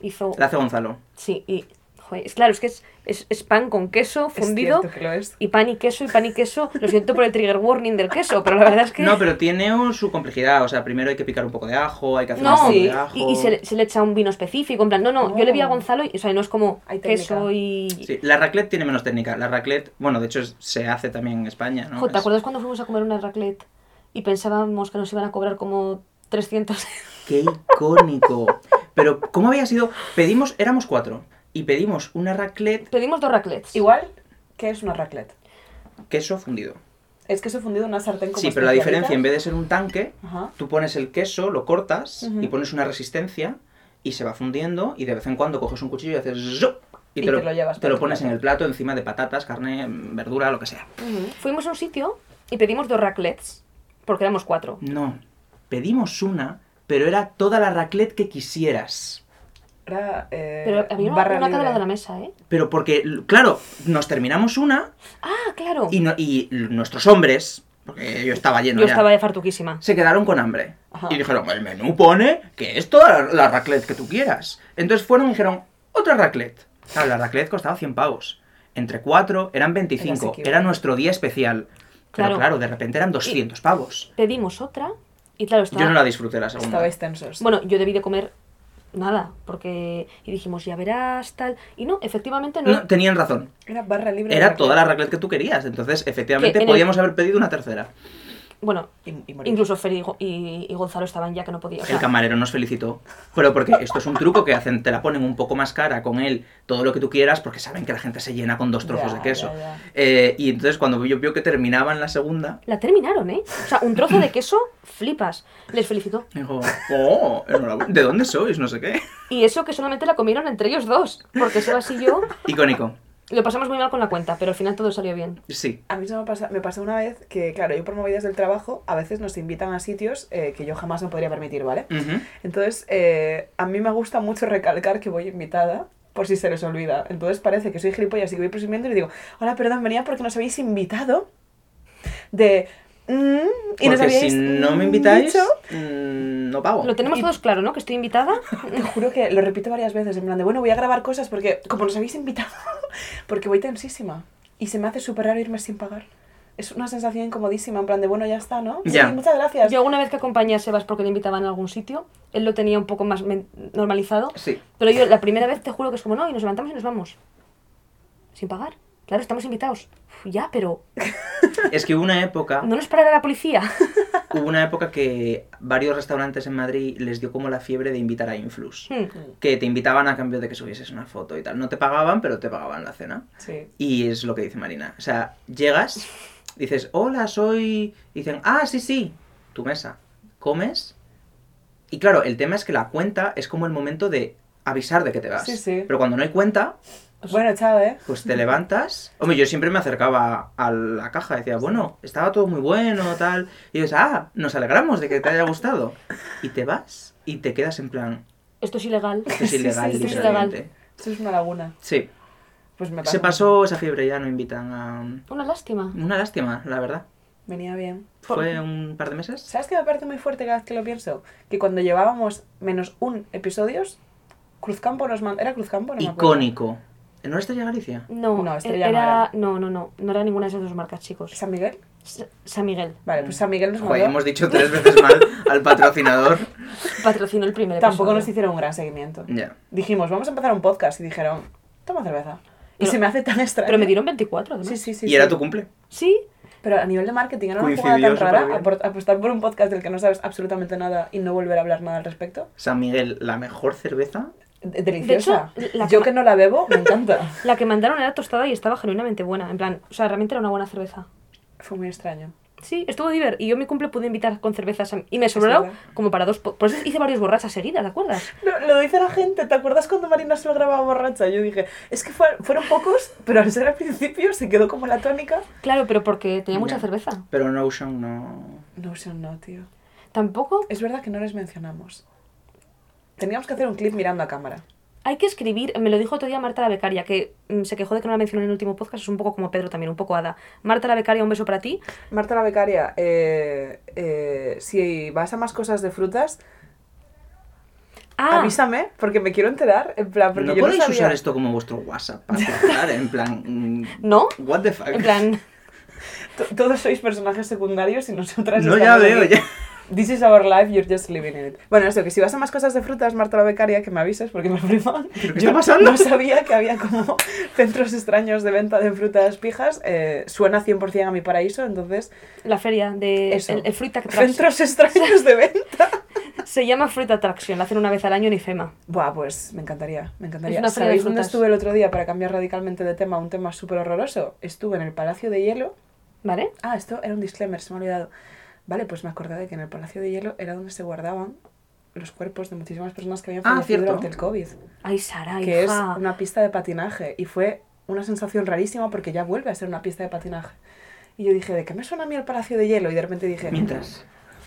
Speaker 1: hizo...
Speaker 4: La hace Gonzalo.
Speaker 1: Sí, y... joder, es, claro, es que es, es- es pan con queso
Speaker 2: Es
Speaker 1: fundido
Speaker 2: cierto que lo es.
Speaker 1: y pan y queso y pan y queso. Lo siento por el trigger warning del queso, pero la verdad es que...
Speaker 4: No, pero tiene uh, su complejidad. O sea, primero hay que picar un poco de ajo, hay que hacer
Speaker 1: No,
Speaker 4: un poco
Speaker 2: sí,
Speaker 4: de ajo.
Speaker 1: y, y se, le- se le echa un vino específico, en plan, no, no, yo le vi a
Speaker 2: Oh.
Speaker 1: Gonzalo y, o sea, no es como
Speaker 2: Hay técnica.
Speaker 1: queso y...
Speaker 4: Sí, la raclette tiene menos técnica. La raclette, bueno, de hecho es- se hace también en España, ¿no?
Speaker 1: Jo, ¿te
Speaker 4: Es-
Speaker 1: acuerdas cuando fuimos a comer una raclette y pensábamos que nos iban a cobrar como 300?
Speaker 4: ¡Qué icónico! Pero, ¿cómo había sido? Pedimos, éramos cuatro, y pedimos una raclette
Speaker 1: Pedimos dos raclettes.
Speaker 2: Igual, ¿qué es una raclette?
Speaker 4: queso fundido.
Speaker 2: Es queso fundido en una sartén como
Speaker 4: Sí, pero la diferencia, en vez de ser un tanque,
Speaker 2: Ajá.
Speaker 4: tú pones el queso, lo cortas
Speaker 2: Ujú.
Speaker 4: y pones una resistencia y se va fundiendo y de vez en cuando coges un cuchillo y haces zup,
Speaker 2: Y te lo llevas
Speaker 4: te lo
Speaker 2: para tu
Speaker 4: pones en
Speaker 2: plato.
Speaker 4: el plato encima de patatas, carne, mm, verdura, lo que sea.
Speaker 1: Fuimos a un sitio y pedimos dos raclettes, porque éramos cuatro.
Speaker 4: No, pedimos una, pero era toda la raclette que quisieras.
Speaker 2: Era, eh,
Speaker 1: Pero había una,
Speaker 2: barra
Speaker 1: una cada
Speaker 2: libre.
Speaker 1: lado de la mesa, ¿eh?
Speaker 4: Pero porque, l- claro, nos terminamos una
Speaker 1: Ah, claro.
Speaker 4: y, no- y l- nuestros hombres, porque yo estaba lleno
Speaker 1: Yo
Speaker 4: ya,
Speaker 1: estaba de fartuquísima.
Speaker 4: se quedaron con hambre.
Speaker 2: Ajá.
Speaker 4: Y dijeron, el menú pone que es toda la, la raclette que tú quieras. Entonces fueron y dijeron, otra raclette. Claro, la raclette costaba 100 pavos. Entre cuatro eran 25,
Speaker 2: asequible.
Speaker 4: era nuestro día especial.
Speaker 1: Claro.
Speaker 4: Pero claro, de repente eran 200 pavos.
Speaker 1: Pedimos otra y claro, estaba...
Speaker 4: Yo no la disfruté la segunda.
Speaker 2: este, Estabais tensos.
Speaker 1: Bueno, yo debí de comer nada, porque y dijimos, ya verás, tal. Y no, efectivamente no.
Speaker 4: No, tenían razón.
Speaker 2: Era barra libre.
Speaker 4: Era
Speaker 2: barra
Speaker 4: toda la
Speaker 2: libre.
Speaker 4: raclette que tú querías. Entonces, efectivamente,
Speaker 1: en el-
Speaker 4: podíamos haber pedido una tercera.
Speaker 1: Bueno,
Speaker 2: Y, y morir.
Speaker 1: incluso Fer y, Go- y- y Gonzalo estaban ya que no podía. o sea,
Speaker 4: El camarero nos felicitó. Pero porque esto es un truco que hacen, te la ponen un poco más cara con él, todo lo que tú quieras, porque saben que la gente se llena con dos trozos
Speaker 2: Ya,
Speaker 4: de queso.
Speaker 2: ya, ya.
Speaker 4: Eh, y entonces cuando yo vio que terminaban la segunda,
Speaker 1: la terminaron, ¿eh? O sea, un trozo de queso, flipas. Les felicito.
Speaker 4: dijo, oh, enhorabuena, ¿de dónde sois? No sé qué.
Speaker 1: Y eso que solamente la comieron entre ellos dos, porque Sebas y yo
Speaker 4: Icónico.
Speaker 1: lo pasamos muy mal con la cuenta, pero al final todo salió bien.
Speaker 4: Sí.
Speaker 2: A mí se me, pasa, me pasó una vez que, claro, yo por movidas del trabajo a veces nos invitan a sitios eh, que yo jamás me podría permitir, ¿vale?
Speaker 4: Ujú.
Speaker 2: Entonces, eh, a mí me gusta mucho recalcar que voy invitada por si se les olvida. Entonces parece que soy gilipollas y que voy presumiendo y digo, hola, perdón, venía porque nos habéis invitado de... mm, y nos
Speaker 4: Porque
Speaker 2: habíais
Speaker 4: si no me
Speaker 2: mm,
Speaker 4: invitáis,
Speaker 2: dicho".
Speaker 4: mm, no pago.
Speaker 1: Lo tenemos
Speaker 2: Y-
Speaker 1: todos claro, ¿no? Que estoy invitada.
Speaker 2: Te juro que lo repito varias veces, en plan de, bueno, voy a grabar cosas porque, como nos habéis invitado, porque voy tensísima. Y se me hace súper raro irme sin pagar. Es una sensación incomodísima, en plan de, bueno, ya está, ¿no?
Speaker 4: Ya.
Speaker 2: Sí, muchas gracias.
Speaker 1: Yo alguna vez que acompañé a Sebas porque le invitaban a algún sitio, él lo tenía un poco más men- normalizado.
Speaker 4: Sí.
Speaker 1: Pero yo la primera vez te juro que es como, no, y nos levantamos y nos vamos. Sin pagar. Claro, estamos invitados. Uf, Ya, pero
Speaker 4: Es que hubo una época,
Speaker 1: no nos parará la policía.
Speaker 4: hubo una época que varios restaurantes en Madrid les dio como la fiebre de invitar a Influx.
Speaker 1: Hmm.
Speaker 4: Que te invitaban a cambio de que subieses una foto y tal. No te pagaban, pero te pagaban la cena.
Speaker 2: Sí.
Speaker 4: Y es lo que dice Marina. O sea, llegas, dices, hola, soy... Dicen, ah, sí, sí, tu mesa. Comes. Y claro, el tema es que la cuenta es como el momento de avisar de que te vas.
Speaker 2: Sí, sí.
Speaker 4: Pero cuando no hay cuenta,
Speaker 2: Bueno, chao, ¿eh?
Speaker 4: pues te levantas. Hombre, yo siempre me acercaba a la caja, decía, bueno, estaba todo muy bueno, tal. Y dices, ah, nos alegramos de que te haya gustado. Y te vas y te quedas en plan,
Speaker 1: Esto es ilegal.
Speaker 4: esto es
Speaker 2: Sí, sí,
Speaker 4: ilegal,
Speaker 2: sí, sí, es
Speaker 4: literalmente.
Speaker 2: Esto es una laguna.
Speaker 4: Sí,
Speaker 2: Pues me
Speaker 4: se pasó esa fiebre, ya no invitan a...
Speaker 1: Una lástima.
Speaker 4: Una lástima, la verdad.
Speaker 2: Venía bien.
Speaker 1: Por-
Speaker 4: ¿Fue un par de meses?
Speaker 2: ¿Sabes qué me parece muy fuerte cada vez que lo pienso? Que cuando llevábamos menos un episodios, Cruzcampo nos mandó... ¿Era Cruzcampo? No me acuerdo.
Speaker 4: Icónico. ¿No está ya Galicia?
Speaker 1: No, e-
Speaker 2: No, Estrella no
Speaker 1: era...
Speaker 2: era.
Speaker 1: no, no, no, no era ninguna de esas dos marcas, chicos.
Speaker 2: ¿San Miguel?
Speaker 1: S- San Miguel
Speaker 2: Vale, pues San Miguel nos mandó...
Speaker 4: Joder, hemos dicho tres veces mal al patrocinador.
Speaker 1: patrocinó el primer
Speaker 2: Tampoco
Speaker 1: episodio.
Speaker 2: nos hicieron un gran seguimiento.
Speaker 4: Ya.
Speaker 2: Dijimos, vamos a empezar un podcast. Y dijeron, toma cerveza. Y
Speaker 1: Pero-
Speaker 2: se me hace tan extraño.
Speaker 1: Pero me dieron 24, además.
Speaker 2: Sí, sí, sí.
Speaker 4: y
Speaker 2: sí.
Speaker 4: era tu cumple.
Speaker 1: Sí,
Speaker 2: Pero a nivel de marketing era una jugada
Speaker 4: Coincidió
Speaker 2: tan rara
Speaker 4: superbién.
Speaker 2: apor- apostar por un podcast del que no sabes absolutamente nada y no volver a hablar nada al respecto.
Speaker 4: San Miguel, la mejor cerveza.
Speaker 2: De- Deliciosa.
Speaker 1: De hecho, la
Speaker 2: Yo
Speaker 1: que-
Speaker 2: que no la bebo, me encanta.
Speaker 1: la que mandaron era tostada y estaba genuinamente buena. En plan, o sea, realmente era una buena cerveza.
Speaker 2: Fue muy extraño.
Speaker 1: Sí, estuvo diver. Y yo en mi cumple pude invitar con cervezas a- y me
Speaker 2: Es
Speaker 1: sobró
Speaker 2: verdad.
Speaker 1: como para dos. po- Por eso hice varios borrachas seguidas, ¿te acuerdas?
Speaker 2: Lo, lo dice la gente, ¿te acuerdas cuando Marina se lo grababa borracha? Yo dije, es que fue- fueron pocos, pero al ser al principio se quedó como la tónica.
Speaker 1: Claro, pero porque tenía mucha
Speaker 4: Ya.
Speaker 1: cerveza.
Speaker 4: Pero Notion no.
Speaker 2: No sé, no, tío.
Speaker 1: Tampoco
Speaker 2: Es verdad que no les mencionamos. Teníamos que hacer un clip mirando a cámara.
Speaker 1: hay que escribir. Me lo dijo otro día Marta la becaria, que mm, se quejó de que no la mencionó en el último podcast. Es un poco como Pedro también, un poco hada. Marta la becaria, un beso para ti.
Speaker 2: Marta la becaria, eh, eh, si vas a más cosas de frutas,
Speaker 1: Ah,
Speaker 2: avísame, porque me quiero enterar. En plan, porque
Speaker 4: no
Speaker 2: yo
Speaker 4: podéis
Speaker 2: no sabía.
Speaker 4: usar esto como vuestro WhatsApp para hablar, en plan. mm,
Speaker 1: ¿no?
Speaker 4: What the fuck.
Speaker 1: En plan,
Speaker 2: T- Todos sois personajes secundarios y nosotras.
Speaker 4: No, ya
Speaker 2: estamos
Speaker 4: veo,
Speaker 2: aquí.
Speaker 4: ya.
Speaker 2: This is our life, you're just living in it. Bueno, eso, que si vas a más cosas de frutas, Marta la becaria, que me avises porque me flipan.
Speaker 4: ¿Pero qué está pasando?
Speaker 2: no sabía que había como centros extraños de venta de frutas pijas. eh, suena 100% a mi paraíso, entonces.
Speaker 1: la feria de.
Speaker 2: Eso.
Speaker 1: El, el Fruit Attraction.
Speaker 2: Centros extraños de venta.
Speaker 1: Se llama Fruit Attraction. La hacen una vez al año en IFEMA.
Speaker 2: Buah, pues me encantaría, me encantaría.
Speaker 1: Es una feria de
Speaker 2: ¿Sabéis dónde
Speaker 1: frutas.
Speaker 2: estuve el otro día para cambiar radicalmente de tema, un tema súper horroroso? Estuve en el Palacio de Hielo.
Speaker 1: ¿Vale?
Speaker 2: Ah, esto era un disclaimer, se me ha olvidado. Vale, pues me acordé de que en el Palacio de Hielo era donde se guardaban los cuerpos de muchísimas personas que habían
Speaker 4: Ah,
Speaker 2: fallecido
Speaker 4: cierto.
Speaker 2: durante el COVID,
Speaker 1: Ay, Sara,
Speaker 2: que es
Speaker 1: hija.
Speaker 2: una pista de patinaje. Y fue una sensación rarísima porque ya vuelve a ser una pista de patinaje. Y yo dije, ¿de qué me suena a mí el Palacio de Hielo? Y de repente dije,
Speaker 4: Mientras.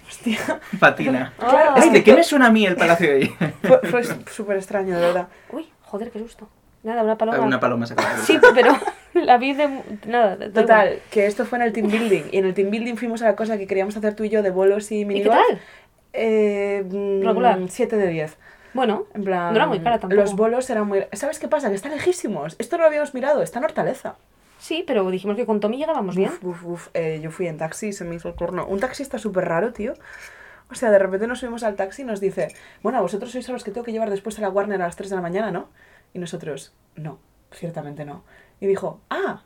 Speaker 2: hostia.
Speaker 4: Patina.
Speaker 2: Claro,
Speaker 1: Ah.
Speaker 2: es
Speaker 4: Ay,
Speaker 2: que
Speaker 4: ¿de qué me suena a mí el palacio de ahí?
Speaker 2: fue, fue súper extraño, de verdad.
Speaker 1: Uy, joder, qué susto. Nada, una paloma.
Speaker 4: Una paloma se acaba de
Speaker 1: Sí, pero la vi de. Nada, da igual.
Speaker 2: Total, que esto fue en el team building. Y en el team building fuimos a la cosa que queríamos hacer tú y yo de bolos y
Speaker 1: ¿Y
Speaker 2: mini
Speaker 1: qué tal?
Speaker 2: Eh, mm,
Speaker 1: Regular.
Speaker 2: 7 de 10.
Speaker 1: Bueno,
Speaker 2: En plan,
Speaker 1: No era muy cara tampoco.
Speaker 2: Los bolos eran muy. ¿Sabes qué pasa? Que están lejísimos. Esto no lo habíamos mirado, está en Hortaleza.
Speaker 1: sí, pero dijimos que con Tommy llegábamos bien.
Speaker 2: Uf, uf, uf. Eh, yo fui en taxi y se me hizo el corno. Un taxista súper raro, tío. O sea, de repente nos subimos al taxi y nos dice, bueno, vosotros sois a los que tengo que llevar después a la Warner a las 3 de la mañana, ¿no? Y nosotros, no, ciertamente no. Y dijo, ah,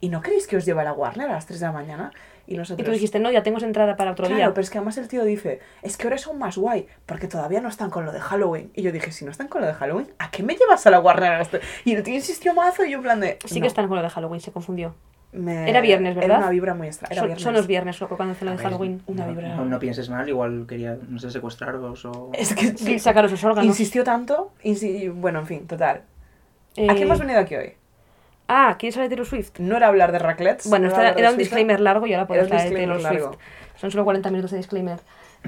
Speaker 2: ¿y no creéis que os lleva a la Warner a las 3 de la mañana? Y nosotros...
Speaker 1: Y tú dijiste, no, ya tengo esa entrada para otro
Speaker 2: Claro,
Speaker 1: día.
Speaker 2: pero es que además el tío dice, es que ahora son más guay, porque todavía no están con lo de Halloween. Y yo dije, si no están con lo de Halloween, ¿a qué me llevas a la Warner? a las tres?". Y el tío insistió mazo y yo en plan de...
Speaker 1: Sí
Speaker 2: "No".
Speaker 1: que están con lo de Halloween, se confundió.
Speaker 2: Me-
Speaker 1: Era viernes,
Speaker 2: Era
Speaker 1: ¿verdad?
Speaker 2: una vibra muy extra. Era
Speaker 1: Son,
Speaker 2: viernes.
Speaker 1: son los viernes loco, cuando hacen lo de Halloween.
Speaker 2: una
Speaker 4: no,
Speaker 2: vibra-
Speaker 4: No, no pienses mal, igual quería, no sé, secuestraros o...
Speaker 2: Es que
Speaker 1: Sí, sacaros los órganos.
Speaker 2: insistió tanto. insi- Bueno, en fin, total. ¿A
Speaker 1: Eh,
Speaker 2: qué hemos venido aquí hoy?
Speaker 1: Ah, ¿quieres hablar de Taylor Swift?
Speaker 2: No era hablar de raclets.
Speaker 1: Bueno,
Speaker 2: no
Speaker 1: esta era,
Speaker 2: hablar de
Speaker 1: un
Speaker 2: Suiza.
Speaker 1: disclaimer largo y ahora puedo
Speaker 2: Era un
Speaker 1: hablar de Taylor
Speaker 2: disclaimer
Speaker 1: Swift.
Speaker 2: largo.
Speaker 1: Son solo 40 minutos de disclaimer.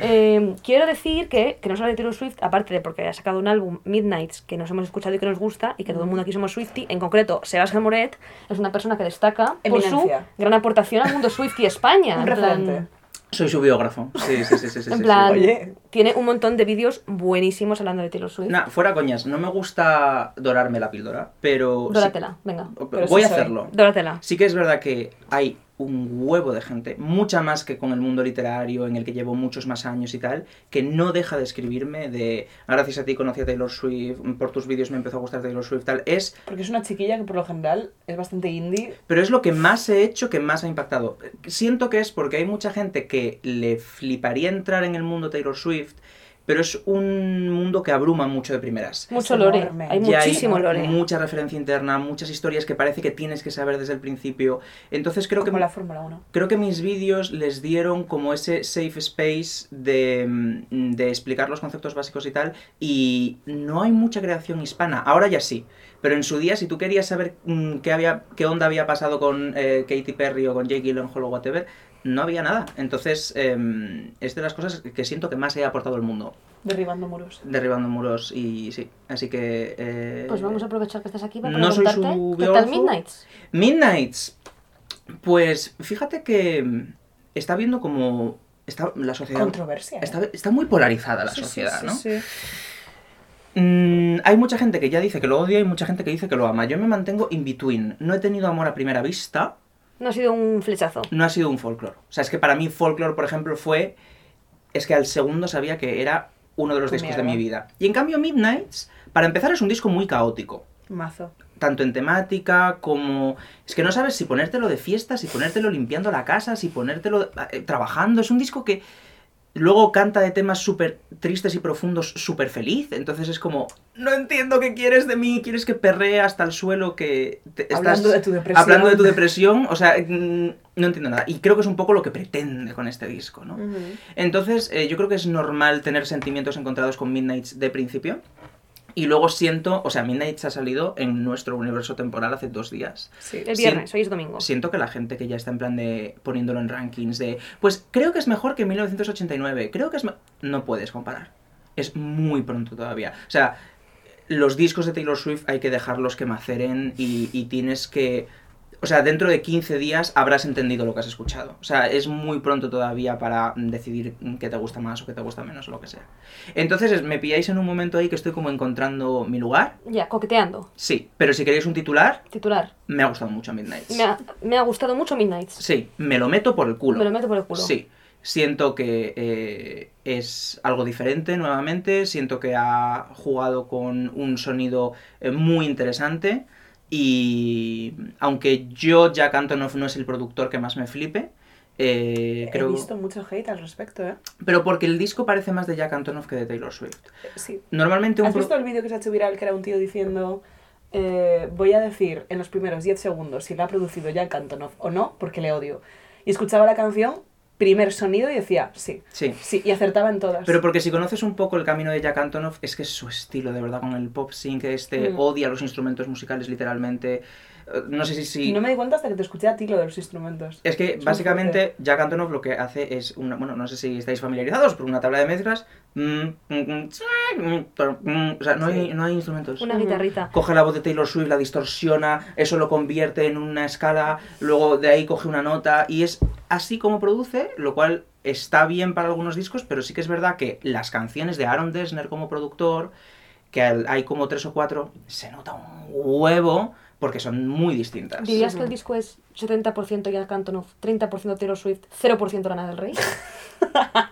Speaker 1: Eh, quiero decir que que no hablar de Taylor Swift, aparte de porque ha sacado un álbum, Midnights, que nos hemos escuchado y que nos gusta, y que todo el mundo aquí somos Swifty, en concreto, Sebastián Moret es una persona que destaca por su
Speaker 2: Eminencia.
Speaker 1: gran aportación al mundo Swifty España.
Speaker 2: Un
Speaker 1: en plan-
Speaker 2: referente.
Speaker 4: Soy su biógrafo. Sí, sí, sí, sí. sí,
Speaker 1: en
Speaker 4: sí,
Speaker 1: plan,
Speaker 4: sí.
Speaker 2: Oye.
Speaker 1: tiene un montón de vídeos buenísimos hablando de Taylor Swift.
Speaker 4: Nah, fuera coñas, no me gusta dorarme la píldora, pero... sí-
Speaker 1: Dóratela, venga.
Speaker 2: Pero
Speaker 4: Voy
Speaker 2: sí
Speaker 4: a
Speaker 2: soy.
Speaker 4: hacerlo.
Speaker 1: Dóratela.
Speaker 4: Sí que es verdad que hay un huevo de gente, mucha más que con el mundo literario en el que llevo muchos más años y tal, que no deja de escribirme de gracias a ti conocí a Taylor Swift, por tus vídeos me empezó a gustar Taylor Swift, tal. Es,
Speaker 2: Porque es una chiquilla que por lo general es bastante indie.
Speaker 4: pero es lo que más he hecho que más me ha impactado. Siento que es porque hay mucha gente que le fliparía entrar en el mundo Taylor Swift, pero es un mundo que abruma mucho de primeras.
Speaker 1: Mucho
Speaker 2: Es
Speaker 1: lore.
Speaker 2: enorme.
Speaker 1: Hay
Speaker 4: Ya
Speaker 1: muchísimo lore.
Speaker 4: Mucha referencia interna, muchas historias que parece que tienes que saber desde el principio. Entonces creo
Speaker 2: como
Speaker 4: que
Speaker 2: la Fórmula 1.
Speaker 4: Creo que mis vídeos les dieron como ese safe space de, mm, de explicar los conceptos básicos y tal, y no hay mucha creación hispana, ahora ya sí, pero en su día si tú querías saber mm, qué, había, qué onda había pasado con eh, Katy Perry o con Jake Gyllenhaal o whatever, no había nada, entonces em, es de las cosas que siento que más he aportado al mundo,
Speaker 2: Derribando muros.
Speaker 4: derribando muros y sí, así que... eh,
Speaker 1: Pues vamos a aprovechar que estás aquí para
Speaker 4: no soy
Speaker 1: preguntarte
Speaker 4: su
Speaker 1: qué tal
Speaker 4: biógrafo.
Speaker 1: Midnights.
Speaker 4: Midnights. Pues fíjate que mm, está viendo como está la sociedad
Speaker 2: Controversia. ¿eh?
Speaker 4: está, está muy polarizada la
Speaker 2: Sí, sí,
Speaker 4: sociedad,
Speaker 2: sí,
Speaker 4: ¿no?
Speaker 2: sí.
Speaker 4: Mm, hay mucha gente que ya dice que lo odia y mucha gente que dice que lo ama. Yo me mantengo in between. No he tenido amor a primera vista,
Speaker 1: No ha sido un flechazo.
Speaker 4: no ha sido un folklore. O sea, es que para mí folklore, por ejemplo, fue es que al segundo sabía que era uno de los
Speaker 2: Tu
Speaker 4: discos de
Speaker 2: mierda.
Speaker 4: mi vida. Y en cambio Midnights, para empezar, es un disco muy caótico.
Speaker 2: Mazo.
Speaker 4: tanto en temática como... Es que no sabes si ponértelo de fiesta, si ponértelo limpiando la casa, si ponértelo eh, trabajando. Es un disco que luego canta de temas súper tristes y profundos, súper feliz. Entonces es como, no entiendo qué quieres de mí, quieres que perree hasta el suelo, que te-
Speaker 2: Hablando de tu depresión.
Speaker 4: hablando de tu depresión. O sea, mm, no entiendo nada. Y creo que es un poco lo que pretende con este disco, ¿no?
Speaker 2: Ujú.
Speaker 4: Entonces, eh, yo creo que es normal tener sentimientos encontrados con Midnights de principio. Y luego siento, o sea, Midnights ha salido en nuestro universo temporal hace dos días.
Speaker 2: Sí.
Speaker 1: El
Speaker 4: Sí.
Speaker 1: viernes, hoy es domingo.
Speaker 4: Siento que la gente que ya está en plan de poniéndolo en rankings de, pues creo que es mejor que 1989, creo que es... me-". No puedes comparar. Es muy pronto todavía. O sea, los discos de Taylor Swift hay que dejarlos que maceren y, y tienes que... O sea, dentro de 15 días habrás entendido lo que has escuchado. O sea, es muy pronto todavía para decidir qué te gusta más o qué te gusta menos o lo que sea. Entonces, es- me pilláis en un momento ahí que estoy como encontrando mi lugar.
Speaker 1: Ya, coqueteando.
Speaker 4: Sí, pero si queréis un titular,
Speaker 1: Titular.
Speaker 4: me ha gustado mucho Midnight.
Speaker 1: Me ha, me ha gustado mucho Midnights.
Speaker 4: Sí, me lo meto por el culo.
Speaker 1: Me lo meto por el culo.
Speaker 4: Sí, siento que eh, es algo diferente nuevamente, siento que ha jugado con un sonido eh, muy interesante y aunque yo Jack Antonoff no es el productor que más me flipe, eh, creo...
Speaker 2: He visto mucho hate al respecto, ¿eh?
Speaker 4: Pero porque el disco parece más de Jack Antonoff que de Taylor Swift.
Speaker 2: Sí.
Speaker 4: Normalmente un...
Speaker 2: ¿Has
Speaker 4: pro-
Speaker 2: visto el vídeo que se ha hecho viral que era un tío diciendo eh, voy a decir en los primeros 10 segundos si la ha producido Jack Antonoff o no porque le odio? Y escuchaba la canción, primer sonido y decía sí,
Speaker 4: Sí.
Speaker 2: sí, y acertaba en todas.
Speaker 4: Pero porque si conoces un poco el camino de Jack Antonoff, es que es su estilo, de verdad, con el pop sync este,
Speaker 1: Mm.
Speaker 4: odia los instrumentos musicales literalmente. Eh, No sé si... si...
Speaker 2: No me di cuenta hasta que te escuché a ti lo de los instrumentos.
Speaker 4: Es que
Speaker 2: muy
Speaker 4: básicamente Jack Antonoff lo que hace es una, bueno, no sé si estáis familiarizados, pero una tabla de mezclas. Mm, mm, mm, mm, mm, O sea, no hay, no hay instrumentos.
Speaker 1: Una guitarrita.
Speaker 4: Coge la voz de Taylor Swift, la distorsiona, eso lo convierte en una escala, luego de ahí coge una nota y es así como produce, lo cual está bien para algunos discos, pero sí que es verdad que las canciones de Aaron Dessner como productor, que al- hay como tres o cuatro, se nota un huevo porque son muy distintas.
Speaker 1: ¿Dirías que el disco es 70% Jack Antonoff, 30% Taylor Swift, 0% Lana del Rey?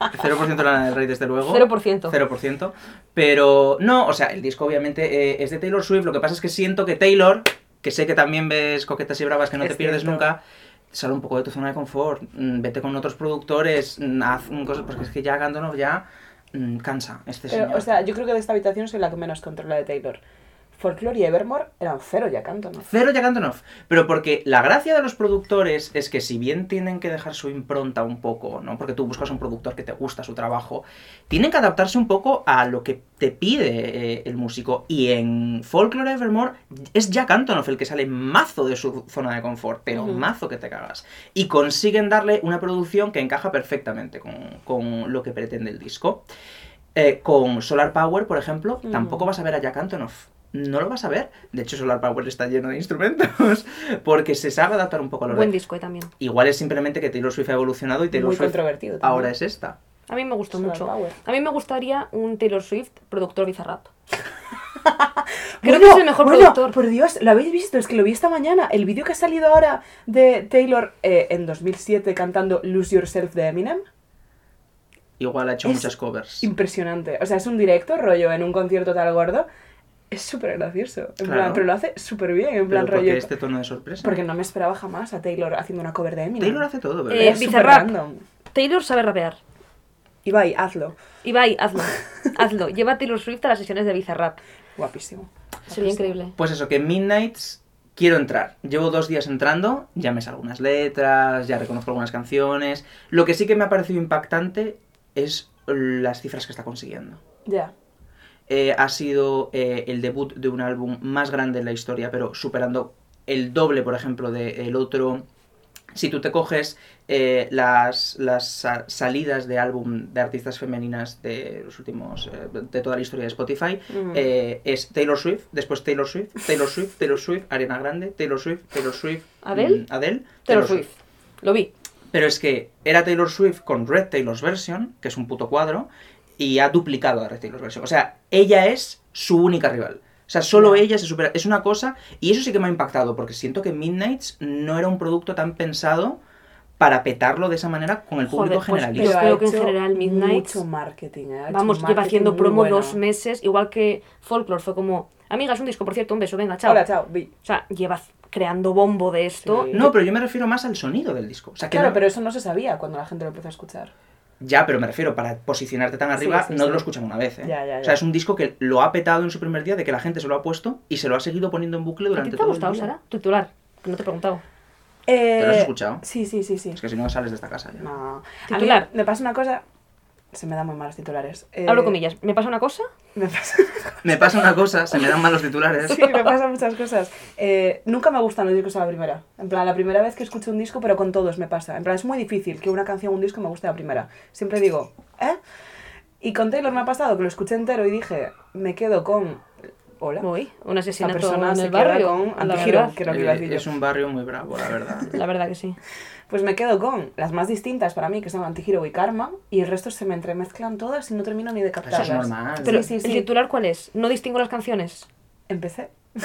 Speaker 4: 0% Lana del Rey, desde luego.
Speaker 1: 0%.
Speaker 4: 0%. Pero no, o sea, el disco obviamente eh, es de Taylor Swift. Lo que pasa es que siento que Taylor, que sé que también ves coquetas y bravas, que no
Speaker 2: Es
Speaker 4: te pierdes
Speaker 2: cierto.
Speaker 4: nunca, sal un poco de tu zona de confort. mm, Vete con otros productores, mm, haz mm, cosas. Porque es que ya Gandonov ya mm, cansa este
Speaker 2: Pero,
Speaker 4: señor.
Speaker 2: Eh, o sea, yo creo que de esta habitación soy la que menos controla de Taylor. Folklore y Evermore eran cero ya canto, ¿no?
Speaker 4: Cero Jack Antonoff. Pero porque la gracia de los productores es que si bien tienen que dejar su impronta un poco, ¿no? Porque tú buscas un productor que te gusta su trabajo, tienen que adaptarse un poco a lo que te pide eh, el músico. Y en Folklore Evermore es Jack Antonoff el que sale mazo de su zona de confort, pero
Speaker 2: Ujú.
Speaker 4: mazo que te cagas. Y consiguen darle una producción que encaja perfectamente con, con lo que pretende el disco. Eh, con Solar Power, por ejemplo,
Speaker 2: Mm.
Speaker 4: tampoco vas a ver a Jack Antonoff. No lo vas a ver. De hecho, Solar Power está lleno de instrumentos. Porque se sabe adaptar un poco a lo
Speaker 1: Buen
Speaker 4: de-
Speaker 1: disco eh, también.
Speaker 4: Igual es simplemente que Taylor Swift ha evolucionado y Taylor
Speaker 2: Muy
Speaker 4: Swift
Speaker 2: controvertido. también.
Speaker 4: ahora es esta.
Speaker 1: A mí me gustó
Speaker 2: Solar
Speaker 1: mucho.
Speaker 2: Power.
Speaker 1: A mí me gustaría un Taylor Swift productor bizarrap. Creo
Speaker 2: Bueno,
Speaker 1: que es el mejor
Speaker 2: bueno, pues
Speaker 1: productor.
Speaker 2: Por Dios, lo habéis visto, es que lo vi esta mañana. El vídeo que ha salido ahora de Taylor eh, en 2007 cantando Lose Yourself de Eminem.
Speaker 4: Igual ha hecho
Speaker 2: Es-
Speaker 4: muchas covers.
Speaker 2: Impresionante. O sea, es un directo, rollo, en un concierto tal gordo. Es súper gracioso. En
Speaker 4: Claro.
Speaker 2: plan, pero lo hace súper bien, en
Speaker 4: Pero
Speaker 2: plan,
Speaker 4: ¿por
Speaker 2: rollo.
Speaker 4: qué este tono de sorpresa?
Speaker 2: Porque no me esperaba jamás a Taylor haciendo una cover de Eminem.
Speaker 4: Taylor hace todo,
Speaker 1: Eh,
Speaker 4: bebé.
Speaker 2: es súper
Speaker 1: Bizarrap.
Speaker 2: random.
Speaker 1: Taylor sabe rapear.
Speaker 2: Ibai, hazlo.
Speaker 1: Ibai, hazlo. hazlo. Lleva a Taylor Swift a las sesiones de bizarrap.
Speaker 2: Guapísimo.
Speaker 1: Sería increíble.
Speaker 4: Pues eso, que Midnights quiero entrar. Llevo dos días entrando, ya me sé algunas letras, ya reconozco algunas canciones. Lo que sí que me ha parecido impactante es las cifras que está consiguiendo.
Speaker 2: Ya.
Speaker 4: Eh, ha sido eh, el debut de un álbum más grande en la historia, pero superando el doble, por ejemplo, del otro. Si tú te coges eh, las, las sa- salidas de álbum de artistas femeninas de los últimos eh, de toda la historia de Spotify,
Speaker 2: Mm.
Speaker 4: eh, es Taylor Swift, después Taylor Swift, Taylor Swift, Taylor Swift, Ariana Grande, Taylor Swift, Taylor Swift,
Speaker 1: ¿Adele?
Speaker 4: mm, Adele,
Speaker 1: Taylor Swift. Lo vi.
Speaker 4: pero es que era Taylor Swift con Red Taylor's Version, que es un puto cuadro, y ha duplicado a Red Taylor's Version. O sea, ella es su única rival. O sea, solo
Speaker 2: Ya.
Speaker 4: ella se supera. Es una cosa, y eso sí que me ha impactado, porque siento que Midnights no era un producto tan pensado para petarlo de esa manera con el público
Speaker 1: Joder, pues,
Speaker 4: generalista.
Speaker 1: Pero
Speaker 2: ha
Speaker 1: creo que en
Speaker 2: hecho
Speaker 1: general Midnight-
Speaker 2: Mucho marketing, ¿eh? Ha hecho
Speaker 1: Vamos,
Speaker 2: un
Speaker 1: lleva haciendo
Speaker 2: marketing muy
Speaker 1: promo
Speaker 2: bueno.
Speaker 1: dos meses, igual que Folklore fue como, amiga, es un disco, por cierto, un beso, venga, chao.
Speaker 2: Hola, chao. vi.
Speaker 1: O sea, lleva creando bombo de esto.
Speaker 2: Sí.
Speaker 4: No, pero yo me refiero más al sonido del disco. O sea, que
Speaker 2: Claro,
Speaker 4: no-
Speaker 2: pero eso no se sabía cuando la gente lo empezó a escuchar.
Speaker 4: Ya, pero me refiero, para posicionarte tan arriba,
Speaker 2: sí,
Speaker 4: no
Speaker 2: sí.
Speaker 4: lo escuchan una vez, ¿eh?
Speaker 2: Ya, ya, ya.
Speaker 4: O sea, es un disco que lo ha petado en su primer día, de que la gente se lo ha puesto y se lo ha seguido poniendo en bucle
Speaker 1: ¿A ti
Speaker 4: durante
Speaker 1: te ha
Speaker 4: todo
Speaker 1: gustado,
Speaker 4: el día.
Speaker 1: Sara? Tu titular, que no te he preguntado.
Speaker 2: Eh,
Speaker 4: ¿Te lo has escuchado?
Speaker 2: Sí, sí, sí, sí.
Speaker 4: Es que si no sales de esta casa ya.
Speaker 2: No.
Speaker 1: Titular.
Speaker 2: A mí me pasa una cosa. Se me dan muy mal los titulares. Eh,
Speaker 1: Hablo comillas. ¿Me pasa una cosa?
Speaker 2: Me pasa,
Speaker 4: Me pasa una cosa, se me dan malos titulares.
Speaker 2: sí, me pasan muchas cosas. Eh, nunca me gustan los discos a la primera. En plan, la primera vez que escucho un disco, pero con todos me pasa. En plan, es muy difícil que una canción o un disco me guste a la primera. Siempre digo, ¿eh? Y con Taylor me ha pasado que lo escuché entero y dije, me quedo con. Hola.
Speaker 1: Voy, un
Speaker 2: Esta
Speaker 1: asesinato
Speaker 2: persona
Speaker 1: en
Speaker 2: se
Speaker 1: el
Speaker 2: queda
Speaker 1: barrio.
Speaker 2: con
Speaker 1: la,
Speaker 2: Antigiro,
Speaker 1: verdad,
Speaker 2: que era lo que iba a
Speaker 4: Eh,
Speaker 2: decir yo.
Speaker 4: es un barrio muy bravo, la verdad.
Speaker 1: la verdad que sí.
Speaker 2: Pues me quedo con las más distintas para mí, que son Antihero y Karma, y el resto se me entremezclan todas y no termino ni de
Speaker 4: Eso
Speaker 2: captarlas.
Speaker 4: es normal.
Speaker 1: Pero,
Speaker 2: sí, sí.
Speaker 1: ¿el titular cuál es? ¿No distingo las canciones?
Speaker 2: Empecé.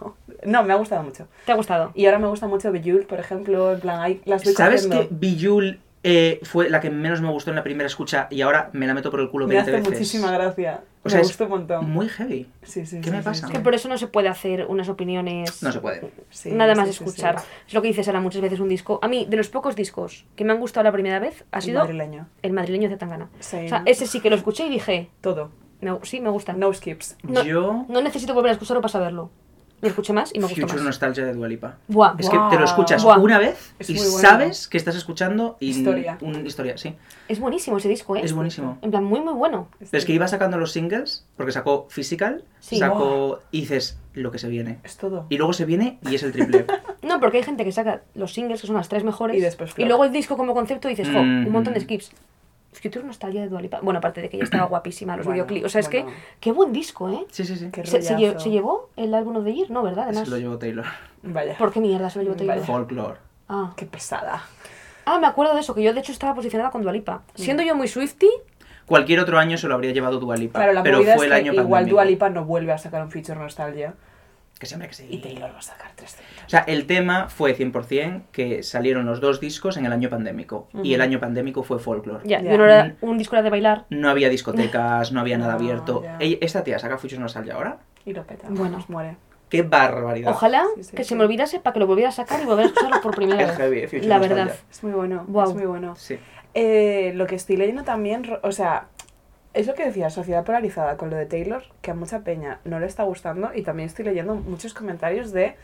Speaker 2: no. no, me ha gustado mucho.
Speaker 1: ¿Te ha gustado?
Speaker 2: Y ahora me gusta mucho Bejeweled, por ejemplo, en plan, ahí las voy
Speaker 4: ¿Sabes que
Speaker 2: cogiendo.
Speaker 4: Bijul eh, fue la que menos me gustó en la primera escucha y ahora me la meto por el culo
Speaker 2: Me
Speaker 4: 20
Speaker 2: hace
Speaker 4: veces?
Speaker 2: muchísima gracia.
Speaker 4: O sea,
Speaker 2: me
Speaker 4: es
Speaker 2: gusta un montón.
Speaker 4: Muy heavy.
Speaker 2: Sí, sí,
Speaker 4: ¿Qué
Speaker 2: sí,
Speaker 4: me
Speaker 2: sí,
Speaker 4: pasa?
Speaker 2: sí.
Speaker 1: Que por eso no se puede hacer unas opiniones.
Speaker 4: No se puede.
Speaker 2: Sí,
Speaker 1: Nada más
Speaker 2: sí, sí,
Speaker 1: escuchar.
Speaker 2: sí.
Speaker 1: Es lo que dices ahora muchas veces un disco. A mí, de los pocos discos que me han gustado la primera vez, ha
Speaker 2: El
Speaker 1: sido
Speaker 2: madrileño.
Speaker 1: el madrileño de Tangana.
Speaker 2: Sí.
Speaker 1: O sea, ese sí que lo escuché y dije,
Speaker 2: Todo.
Speaker 1: me- sí, me gusta.
Speaker 2: No skips.
Speaker 1: No.
Speaker 4: Yo,
Speaker 1: No necesito volver a escucharlo para saberlo. Lo escuché más y me gustó
Speaker 4: Future
Speaker 1: más.
Speaker 4: Nostalgia de Dualipa.
Speaker 1: Buah,
Speaker 4: Es que te lo escuchas
Speaker 1: Buah.
Speaker 4: una vez
Speaker 2: Es
Speaker 4: y
Speaker 2: muy bueno.
Speaker 4: sabes que estás escuchando y
Speaker 2: Historia.
Speaker 4: un- historia, sí.
Speaker 1: es buenísimo ese disco, ¿eh?
Speaker 4: Es buenísimo.
Speaker 1: En plan, muy, muy bueno.
Speaker 4: Pero es que iba sacando los singles, porque sacó Physical,
Speaker 1: Sí.
Speaker 4: sacó y dices lo que se viene.
Speaker 2: Es todo.
Speaker 4: Y luego se viene y es el triple.
Speaker 1: No, porque hay gente que saca los singles, que son las tres mejores,
Speaker 2: Y después flop.
Speaker 1: luego el disco como concepto y dices, jo, un montón de
Speaker 4: Mm.
Speaker 1: skips. Future Nostalgia de Dualipa. Bueno, aparte de que ya estaba guapísima los
Speaker 2: Bueno,
Speaker 1: videoclips. O sea, es
Speaker 2: bueno.
Speaker 1: que, qué buen disco, ¿eh?
Speaker 4: Sí, sí, sí.
Speaker 2: Qué
Speaker 1: ¿Se, se lle-
Speaker 2: rollazo.
Speaker 1: se llevó el álbum of the year? No, ¿verdad?
Speaker 4: Eso
Speaker 1: Además.
Speaker 4: lo llevó Taylor.
Speaker 2: Vaya.
Speaker 1: ¿Por qué mierda se lo llevó Taylor?
Speaker 2: Vaya.
Speaker 4: Folklore.
Speaker 1: Ah.
Speaker 2: Qué pesada.
Speaker 1: Ah, me acuerdo de eso, que yo de hecho estaba posicionada con Dualipa.
Speaker 2: Mm.
Speaker 1: Siendo yo muy Swifty,
Speaker 4: Cualquier otro año se lo habría llevado Dualipa.
Speaker 2: Claro, la
Speaker 4: pero
Speaker 2: movida
Speaker 4: fue
Speaker 2: es
Speaker 4: el
Speaker 2: que
Speaker 4: año
Speaker 2: igual
Speaker 4: pandémico.
Speaker 2: Dua Lipa no vuelve a sacar un feature nostalgia.
Speaker 4: Que sí, hombre, que sí.
Speaker 2: Y Taylor va a sacar 300.
Speaker 4: O sea, el tema fue 100% que salieron los dos discos en el año pandémico. Y el
Speaker 2: Ujú.
Speaker 4: año pandémico fue folklore.
Speaker 1: Ya,
Speaker 2: Ya.
Speaker 1: y uno era
Speaker 4: Mm.
Speaker 1: un disco era de bailar.
Speaker 4: No había discotecas, no había nada
Speaker 2: No,
Speaker 4: abierto.
Speaker 2: ya.
Speaker 4: Ey, esta tía saca Fuchs no sale ahora.
Speaker 2: Y lo peta.
Speaker 1: Bueno.
Speaker 2: Nos muere.
Speaker 4: ¡Qué barbaridad!
Speaker 1: Ojalá
Speaker 2: Sí, sí,
Speaker 1: que
Speaker 2: sí.
Speaker 1: se me olvidase para que lo volviera a sacar y volver a escucharlo por primera
Speaker 4: Es
Speaker 1: vez.
Speaker 4: heavy, eh, Future
Speaker 1: La
Speaker 4: Nostalgia.
Speaker 1: verdad.
Speaker 2: Es muy bueno.
Speaker 1: Guau.
Speaker 2: Es muy bueno.
Speaker 4: Sí.
Speaker 2: Eh, lo que estoy leyendo también, ro- o sea, es lo que decía, sociedad polarizada con lo de Taylor, que a mucha peña no le está gustando y también estoy leyendo muchos comentarios de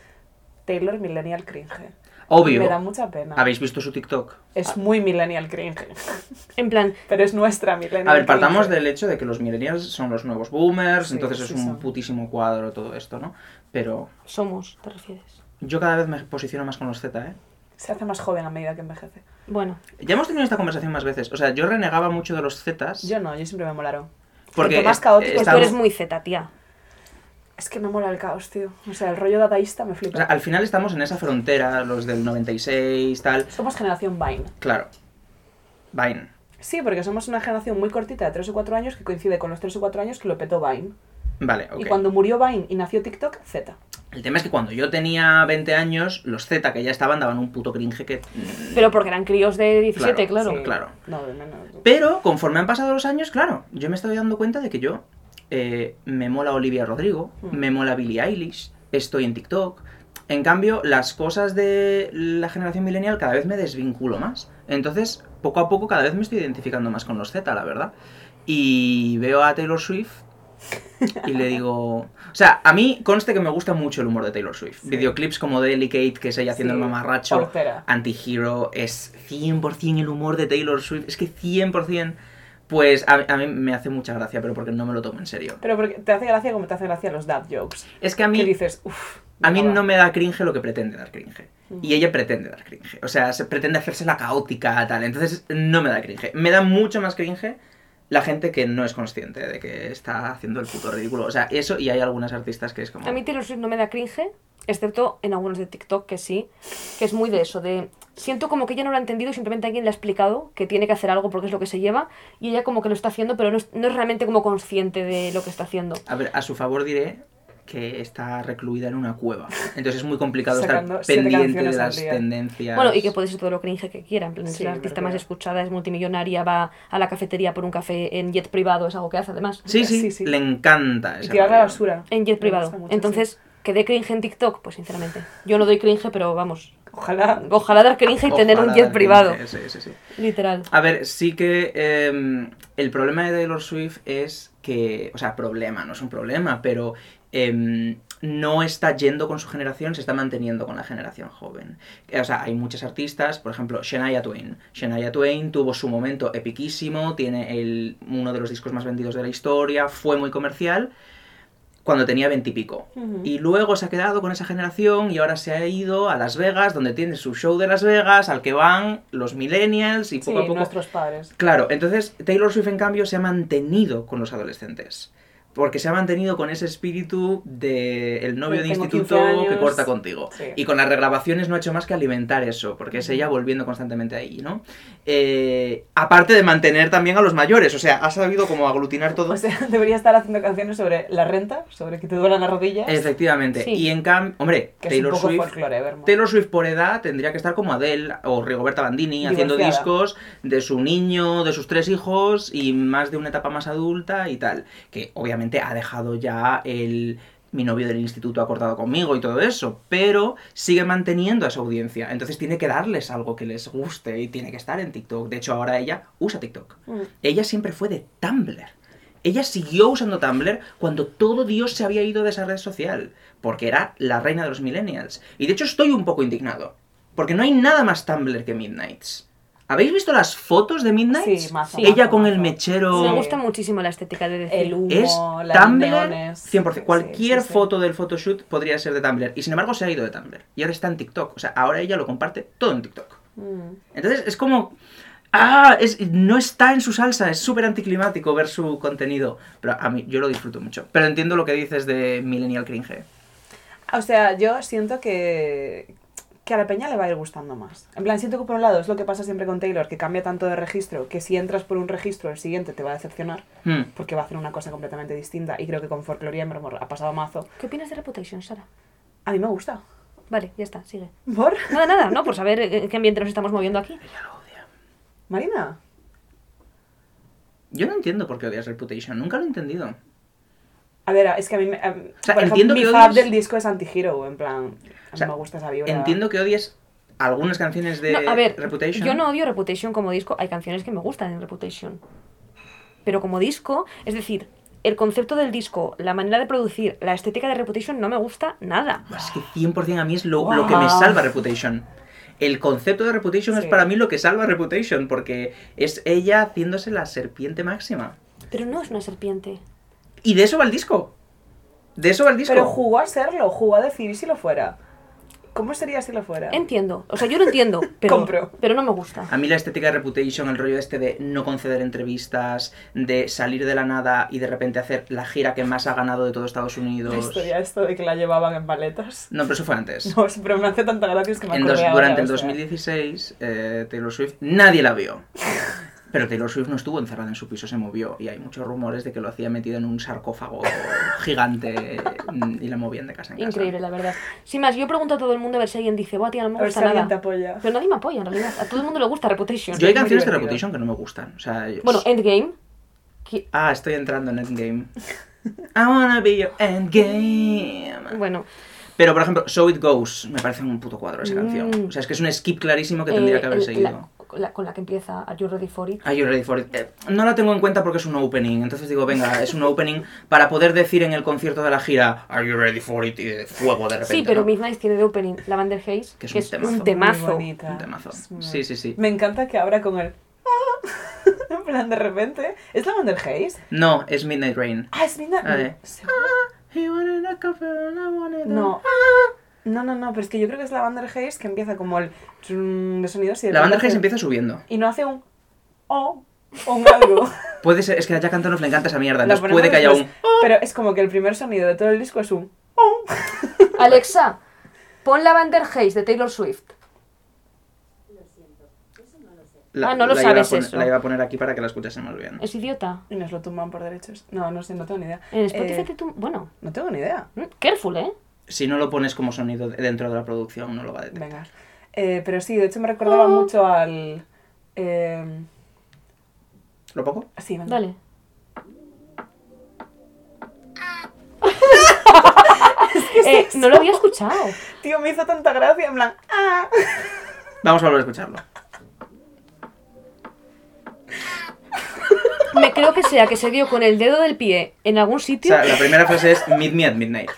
Speaker 2: Taylor Millennial Cringe. Me da
Speaker 4: Obvio.
Speaker 2: mucha pena.
Speaker 4: ¿Habéis visto su TikTok?
Speaker 2: Es muy Millennial Cringe,
Speaker 1: En plan,
Speaker 2: pero es nuestra Millennial
Speaker 4: A ver, partamos
Speaker 2: cringe.
Speaker 4: del hecho de que los millennials son los nuevos boomers,
Speaker 2: Sí,
Speaker 4: entonces es
Speaker 2: sí
Speaker 4: un
Speaker 2: son.
Speaker 4: putísimo cuadro todo esto, ¿no? Pero
Speaker 1: somos, te refieres.
Speaker 4: yo cada vez me posiciono más con los Z, ¿eh?
Speaker 2: Se hace más joven a medida que envejece.
Speaker 1: Bueno, pues
Speaker 4: Ya hemos tenido esta conversación más veces. O sea, yo renegaba mucho de los Zetas.
Speaker 2: Yo no, yo siempre me molaron.
Speaker 4: porque
Speaker 2: cuanto más
Speaker 4: es-
Speaker 2: caótico,
Speaker 1: pues
Speaker 4: estamos-
Speaker 1: tú eres muy zeta, tía.
Speaker 2: Es que me mola el caos, tío. O sea, el rollo dadaísta me
Speaker 4: o
Speaker 2: flipa.
Speaker 4: sea, al final estamos en esa frontera, los del 96, tal.
Speaker 2: Somos generación Vine.
Speaker 4: Claro. Vine.
Speaker 2: Sí, porque somos una generación muy cortita de 3 o 4 años que coincide con los 3 o 4 años que lo petó Vine.
Speaker 4: Vale, ok.
Speaker 2: Y cuando murió Vine y nació TikTok, Z.
Speaker 4: El tema es que cuando yo tenía 20 años, los Z que ya estaban daban un puto cringe que...
Speaker 1: Pero porque eran críos de 17,
Speaker 4: Claro,
Speaker 1: claro.
Speaker 4: sí. claro.
Speaker 2: No, no, no.
Speaker 4: Pero conforme han pasado los años, claro, yo me estoy dando cuenta de que yo eh, me mola Olivia Rodrigo,
Speaker 2: Mm.
Speaker 4: me mola Billie Eilish, estoy en TikTok. En cambio, las cosas de la generación millennial cada vez me desvinculo más. Entonces, poco a poco, cada vez me estoy identificando más con los Z, la verdad. Y veo a Taylor Swift y le digo... O sea, a mí conste que me gusta mucho el humor de Taylor Swift.
Speaker 2: Sí.
Speaker 4: Videoclips como Delicate, que es ella haciendo
Speaker 2: Sí,
Speaker 4: el mamarracho.
Speaker 2: portera.
Speaker 4: Anti-Hero es 100% el humor de Taylor Swift. Es que 100%, pues a, a mí me hace mucha gracia, pero porque no me lo tomo en serio.
Speaker 2: Pero porque te hace gracia como te hace gracia los dad jokes.
Speaker 4: Es que a
Speaker 2: Que
Speaker 4: mí,
Speaker 2: dices, uff.
Speaker 4: a mí no me da cringe lo que pretende dar cringe.
Speaker 1: Mm.
Speaker 4: Y ella pretende dar cringe. O sea, se pretende hacerse la caótica, tal. Entonces no me da cringe. Me da mucho más cringe la gente que no es consciente de que está haciendo el puto ridículo. O sea, eso y hay algunas artistas que es como...
Speaker 1: A mí Taylor Swift no me da cringe, excepto en algunos de TikTok que sí, que es muy de eso, de siento como que ella no lo ha entendido y simplemente alguien le ha explicado que tiene que hacer algo porque es lo que se lleva y ella como que lo está haciendo, pero no es, no es realmente como consciente de lo que está haciendo.
Speaker 4: A ver, a su favor diré que está recluida en una cueva. Entonces es muy complicado
Speaker 2: Sacando
Speaker 4: estar
Speaker 2: siete
Speaker 4: pendiente de
Speaker 2: canciones al
Speaker 4: las
Speaker 2: día.
Speaker 4: tendencias.
Speaker 1: Bueno, y que puede ser todo lo cringe que quiera, en plan, es
Speaker 2: Sí,
Speaker 1: la artista
Speaker 2: porque-
Speaker 1: más escuchada, es multimillonaria, va a la cafetería por un café en jet privado, es algo que hace además.
Speaker 4: Sí, sí,
Speaker 2: Sí, sí.
Speaker 4: le encanta
Speaker 2: Y
Speaker 4: esa
Speaker 2: tirar la
Speaker 4: rollo.
Speaker 2: basura.
Speaker 1: En jet
Speaker 2: Me
Speaker 1: privado.
Speaker 2: gusta mucho,
Speaker 1: Entonces,
Speaker 2: sí.
Speaker 1: que dé cringe en TikTok, pues sinceramente. Yo no doy cringe, pero vamos.
Speaker 2: Ojalá.
Speaker 1: Ojalá dar cringe y tener
Speaker 4: Ojalá
Speaker 1: un jet
Speaker 4: dar
Speaker 1: privado.
Speaker 4: cringe, Sí, sí, sí.
Speaker 1: Literal.
Speaker 4: A ver, sí que eh, el problema de Taylor Swift es que, o sea, problema, no es un problema, pero eh, no está yendo con su generación, se está manteniendo con la generación joven. Eh, O sea, hay muchas artistas, por ejemplo, Shania Twain. Shania Twain tuvo su momento epiquísimo, tiene el, uno de los discos más vendidos de la historia, fue muy comercial cuando tenía veintipico.
Speaker 2: Ujú.
Speaker 4: Y luego se ha quedado con esa generación y ahora se ha ido a Las Vegas, donde tiene su show de Las Vegas, al que van los millennials y
Speaker 2: Sí,
Speaker 4: poco a poco...
Speaker 2: nuestros padres.
Speaker 4: Claro, entonces Taylor Swift en cambio se ha mantenido con los adolescentes. Porque se ha mantenido con ese espíritu de el novio
Speaker 2: Yo
Speaker 4: de
Speaker 2: tengo 15
Speaker 4: instituto
Speaker 2: años.
Speaker 4: que corta contigo.
Speaker 2: Sí.
Speaker 4: Y con las regrabaciones no ha hecho más que alimentar eso, porque es ella volviendo constantemente ahí, ¿no? Eh, aparte de mantener también a los mayores, o sea, ha sabido como aglutinar todo.
Speaker 2: O sea, debería estar haciendo canciones sobre la renta, sobre que te duelen las rodillas.
Speaker 4: Efectivamente.
Speaker 1: Sí.
Speaker 4: Y en cambio, hombre,
Speaker 2: que es
Speaker 4: Taylor
Speaker 2: un poco
Speaker 4: Swift
Speaker 2: folclore, Evermore.
Speaker 4: Taylor Swift por edad tendría que estar como Adele o Rigoberta Bandini haciendo
Speaker 2: Divorciada.
Speaker 4: discos de su niño, de sus tres hijos y más de una etapa más adulta y tal. Que obviamente ha dejado ya el... Mi novio del instituto ha cortado conmigo y todo eso, pero sigue manteniendo a esa audiencia. Entonces tiene que darles algo que les guste y tiene que estar en TikTok. De hecho, ahora ella usa TikTok.
Speaker 2: Mm.
Speaker 4: Ella siempre fue de Tumblr. Ella siguió usando Tumblr cuando todo Dios se había ido de esa red social, porque era la reina de los millennials. Y de hecho estoy un poco indignado, porque no hay nada más Tumblr que Midnights. ¿Habéis visto las fotos de Midnights?
Speaker 2: Sí, mazo,
Speaker 4: Ella
Speaker 2: mazo,
Speaker 4: con
Speaker 2: mazo.
Speaker 4: el mechero...
Speaker 1: Me
Speaker 2: Sí.
Speaker 1: gusta muchísimo la estética de decir.
Speaker 2: El humo,
Speaker 4: Es
Speaker 2: las
Speaker 4: Tumblr
Speaker 2: neones.
Speaker 4: 100%. Cualquier
Speaker 2: Sí, sí, sí.
Speaker 4: foto del photoshoot podría ser de Tumblr. Y sin embargo se ha ido de Tumblr. Y ahora está en TikTok. O sea, ahora ella lo comparte todo en TikTok.
Speaker 2: Mm.
Speaker 4: Entonces es como. ¡Ah! Es, no está en su salsa, es súper anticlimático ver su contenido. Pero a mí, yo lo disfruto mucho. Pero entiendo lo que dices de Millennial Cringe.
Speaker 2: Ah, O sea, yo siento que, que a la peña le va a ir gustando más. En plan, siento que por un lado es lo que pasa siempre con Taylor, que cambia tanto de registro, que si entras por un registro, el siguiente te va a decepcionar,
Speaker 4: Hmm.
Speaker 2: porque va a hacer una cosa completamente distinta. Y creo que con Folklore y Evermore ha pasado mazo.
Speaker 1: ¿Qué opinas de Reputation, Sara?
Speaker 2: A mí me gusta.
Speaker 1: Vale, ya está, sigue.
Speaker 2: ¿Por?
Speaker 1: Nada, nada, no, por saber en qué ambiente nos estamos moviendo aquí.
Speaker 4: Ella lo odia.
Speaker 2: Marina.
Speaker 4: Yo no entiendo por qué odias Reputation, nunca lo he entendido.
Speaker 2: A ver, es que a mí me. a-
Speaker 4: sea,
Speaker 2: por ejemplo,
Speaker 4: entiendo
Speaker 2: mi
Speaker 4: que
Speaker 2: fab
Speaker 4: odies-
Speaker 2: del disco es anti-hero, en plan. A mí
Speaker 4: O sea,
Speaker 2: me gusta esa vibra.
Speaker 4: Entiendo que odies algunas canciones de
Speaker 1: No, a ver,
Speaker 4: Reputation.
Speaker 1: yo no odio Reputation como disco, hay canciones que me gustan en Reputation. Pero como disco, es decir, el concepto del disco, la manera de producir, la estética de Reputation no me gusta nada.
Speaker 4: Es que 100% a mí es lo, lo que me
Speaker 2: Wow.
Speaker 4: salva Reputation. El concepto de Reputation es
Speaker 2: Sí.
Speaker 4: para mí lo que salva Reputation, porque es ella haciéndose la serpiente máxima.
Speaker 1: Pero no es una serpiente.
Speaker 4: Y de eso va el disco. De eso va el disco.
Speaker 2: Pero jugó a serlo, jugó a decidir si lo fuera. ¿Cómo sería si lo fuera?
Speaker 1: Entiendo, o sea, yo lo entiendo, pero,
Speaker 2: Compro.
Speaker 1: pero no me gusta.
Speaker 4: A mí la estética de Reputation, el rollo este de no conceder entrevistas, de salir de la nada y de repente hacer la gira que más ha ganado de todo Estados
Speaker 2: La
Speaker 4: Unidos.
Speaker 2: historia esto de que la llevaban en maletas.
Speaker 4: No, pero eso fue antes.
Speaker 2: No, es- pero me hace tanta gracia es que me
Speaker 4: En
Speaker 2: acordé
Speaker 4: dos-
Speaker 2: ahora,
Speaker 4: durante el
Speaker 2: o sea.
Speaker 4: 2016, eh, Taylor Swift, nadie la vio. Pero Taylor Swift no estuvo encerrada en su piso, se movió. Y hay muchos rumores de que lo hacía metido en un sarcófago gigante mm, y la movían de casa en casa.
Speaker 1: Increíble, la verdad. Sin más, yo pregunto a todo el mundo a ver si alguien dice, buah, tía, no me
Speaker 2: A ver si
Speaker 1: gusta
Speaker 2: alguien te
Speaker 1: nada.
Speaker 2: apoya.
Speaker 1: Pero nadie me apoya, en realidad. A todo el mundo le gusta Reputation.
Speaker 4: Yo hay
Speaker 2: Es muy
Speaker 4: canciones de
Speaker 2: divertido.
Speaker 4: Reputation que no me gustan. O sea, yo-
Speaker 1: Bueno, Endgame. que-
Speaker 4: Ah, estoy entrando en Endgame. I wanna be your Endgame.
Speaker 1: Bueno,
Speaker 4: Pero, por ejemplo, So It Goes, me parece un puto cuadro esa canción.
Speaker 1: Mm.
Speaker 4: O sea, es que es un skip clarísimo que
Speaker 1: eh,
Speaker 4: tendría que haber
Speaker 1: el-
Speaker 4: seguido.
Speaker 1: la- la- con la que empieza Are You Ready For It?
Speaker 4: Are you ready for it? Eh, no la tengo en cuenta porque es un opening. Entonces digo, venga, es un opening para poder decir en el concierto de la gira, Are you ready for it? Y de fuego de repente.
Speaker 1: Sí, pero
Speaker 4: ¿no?
Speaker 1: Midnight tiene de opening Lavender Haze, que es un temazo.
Speaker 2: Muy bonita.
Speaker 4: Un temazo.
Speaker 2: Es muy-
Speaker 4: Sí, sí, sí.
Speaker 2: Me encanta que ahora con el. "Ah", en plan, de repente. ¿Es la Wander Haze?
Speaker 4: No, es Midnight Rain.
Speaker 2: Ah, es Midnight.
Speaker 4: Vale.
Speaker 2: ¿Seguro?
Speaker 4: He wanted a coffee and I wanted a-
Speaker 2: No. No, no, no, pero es que yo creo que es la Wander Haze que empieza como el. trum de sonidos y de
Speaker 4: La banda
Speaker 2: repente
Speaker 4: Haze
Speaker 2: hace-
Speaker 4: empieza subiendo.
Speaker 2: Y no hace un. O. O un algo.
Speaker 4: Puede ser, es que a Jack Antonoff le encanta esa mierda.
Speaker 2: La
Speaker 4: Entonces
Speaker 2: ponemos
Speaker 4: puede que haya un.
Speaker 2: después, Pero es como que el primer sonido de todo el disco es un.
Speaker 1: Alexa, pon Lavender Haze de Taylor Swift.
Speaker 4: La,
Speaker 1: Ah, no lo
Speaker 4: la iba a
Speaker 1: sabes
Speaker 4: poner-
Speaker 1: eso.
Speaker 4: La iba a poner aquí para que la escuchásemos bien.
Speaker 1: ¿Es idiota?
Speaker 2: Y nos lo tumban por derechos. No, no sé, no tengo ni idea.
Speaker 1: En Spotify
Speaker 2: Eh,
Speaker 1: te tú... Bueno,
Speaker 2: No tengo ni idea.
Speaker 1: mm, careful, ¿eh?
Speaker 4: Si no lo pones como sonido de- dentro de la producción, no lo va a detectar.
Speaker 2: Venga. Eh, pero sí, de hecho me recordaba mucho al. Eh,
Speaker 4: ¿Lo pongo?
Speaker 2: sí, venga.
Speaker 1: Dale. Eh, no lo había escuchado.
Speaker 2: Tío, me hizo tanta gracia, en plan. ¡Ah!
Speaker 4: Vamos a volver a escucharlo.
Speaker 1: Me creo que sea que se dio con el dedo del pie en algún
Speaker 4: O
Speaker 1: sitio.
Speaker 4: sea, la primera frase es Meet me at midnight.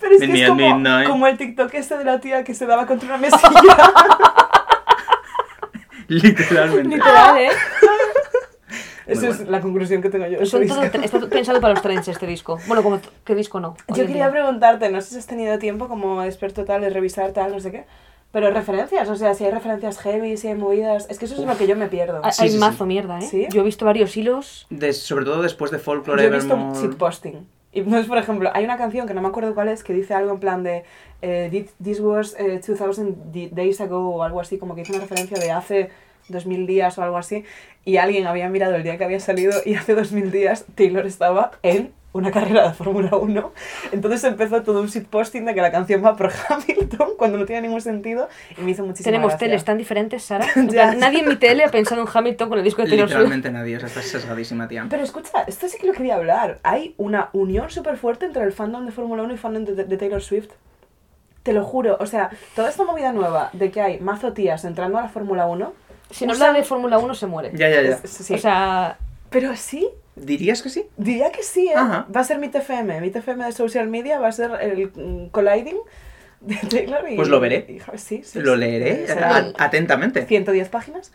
Speaker 2: Pero es que es
Speaker 4: Midnight,
Speaker 2: como,
Speaker 4: midnight.
Speaker 2: como el TikTok este de la tía que se daba contra una mesilla.
Speaker 4: Literalmente.
Speaker 1: Literal, ¿eh?
Speaker 2: Esa es
Speaker 4: bueno.
Speaker 2: la conclusión que tengo yo. de
Speaker 1: Son
Speaker 2: este
Speaker 1: todo-
Speaker 2: disco.
Speaker 1: está pensado para los trends este disco. Bueno, como t- qué disco no. hoy
Speaker 2: Yo
Speaker 1: en
Speaker 2: quería
Speaker 1: día.
Speaker 2: preguntarte, no sé si has tenido tiempo como experto tal de revisar tal, no sé qué, pero referencias, o sea, si hay referencias heavy, si hay movidas, es que eso es lo que yo me pierdo.
Speaker 1: Hay,
Speaker 4: Sí,
Speaker 1: hay
Speaker 4: sí, sí.
Speaker 1: mazo mierda, ¿eh?
Speaker 2: ¿Sí?
Speaker 1: Yo he visto varios hilos.
Speaker 4: De- sobre todo después de Folklore
Speaker 2: Yo he visto
Speaker 4: Evermore.
Speaker 2: shitposting. Y entonces, por ejemplo, hay una canción que no me acuerdo cuál es que dice algo en plan de eh, "Thi- This was eh, 2000 di- days ago o algo así, como que hizo una referencia de hace 2000 días o algo así. Y alguien había mirado el día que había salido y hace 2000 días Taylor estaba en una carrera de Fórmula 1. Entonces empezó todo un shitposting de que la canción va por Hamilton cuando no tiene ningún sentido y me hizo muchísimo
Speaker 1: Tenemos teles tan diferentes, Sara. En plan, Nadie en mi tele ha pensado en Hamilton con el disco de Taylor Swift.
Speaker 4: Literalmente nadie, o sea, estás sesgadísima, tía.
Speaker 2: Pero escucha, esto sí que lo quería hablar. Hay una unión súper fuerte entre el fandom de Fórmula 1 y el fandom de, de Taylor Swift. Te lo juro, o sea, toda esta movida nueva de que hay mazo tías entrando a la Fórmula 1.
Speaker 1: Si no
Speaker 2: usan-
Speaker 1: habla de Fórmula 1 se muere.
Speaker 4: Ya, ya, ya.
Speaker 2: es- sí.
Speaker 1: O sea,
Speaker 2: pero sí,
Speaker 4: ¿Dirías que sí?
Speaker 2: diría que sí, ¿eh?
Speaker 4: Ajá.
Speaker 2: Va a ser mi TFM, mi TFM de social media va a ser el mm, colliding de Taylor y.
Speaker 4: Pues lo veré.
Speaker 2: y- sí, sí,
Speaker 4: Lo
Speaker 2: sí.
Speaker 4: leeré
Speaker 2: Será
Speaker 4: a- atentamente.
Speaker 2: 110 páginas.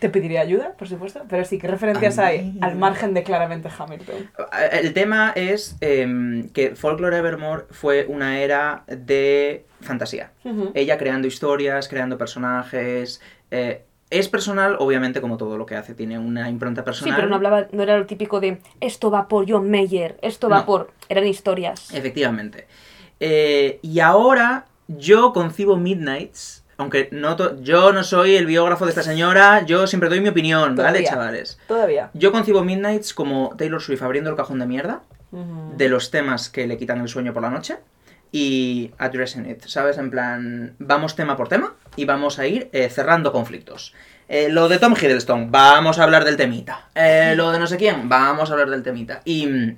Speaker 2: Te pediré ayuda, por supuesto, pero sí, ¿qué referencias hay
Speaker 4: Ay.
Speaker 2: al margen de claramente Hamilton?
Speaker 4: El tema es em, que Folklore Evermore fue una era de fantasía.
Speaker 2: Ujú.
Speaker 4: Ella creando historias, creando personajes. eh, es personal, obviamente, como todo lo que hace, tiene una impronta
Speaker 1: sí,
Speaker 4: personal.
Speaker 1: pero no hablaba, no era lo típico de esto va por John Mayer, esto va
Speaker 4: No.
Speaker 1: por. Eran historias.
Speaker 4: Efectivamente. Eh, y ahora yo concibo Midnights, aunque no to- yo no soy el biógrafo de esta señora, yo siempre doy mi opinión, ¿vale,
Speaker 2: Todavía.
Speaker 4: chavales?
Speaker 2: Todavía.
Speaker 4: Yo concibo Midnights como Taylor Swift abriendo el cajón de mierda de los temas que le quitan el sueño por la noche y addressing it, ¿sabes? En plan, vamos tema por tema y vamos a ir eh, cerrando conflictos. Eh, lo de Tom Hiddleston, vamos a hablar del temita. Eh, lo de no sé quién, vamos a hablar del temita. Y mm,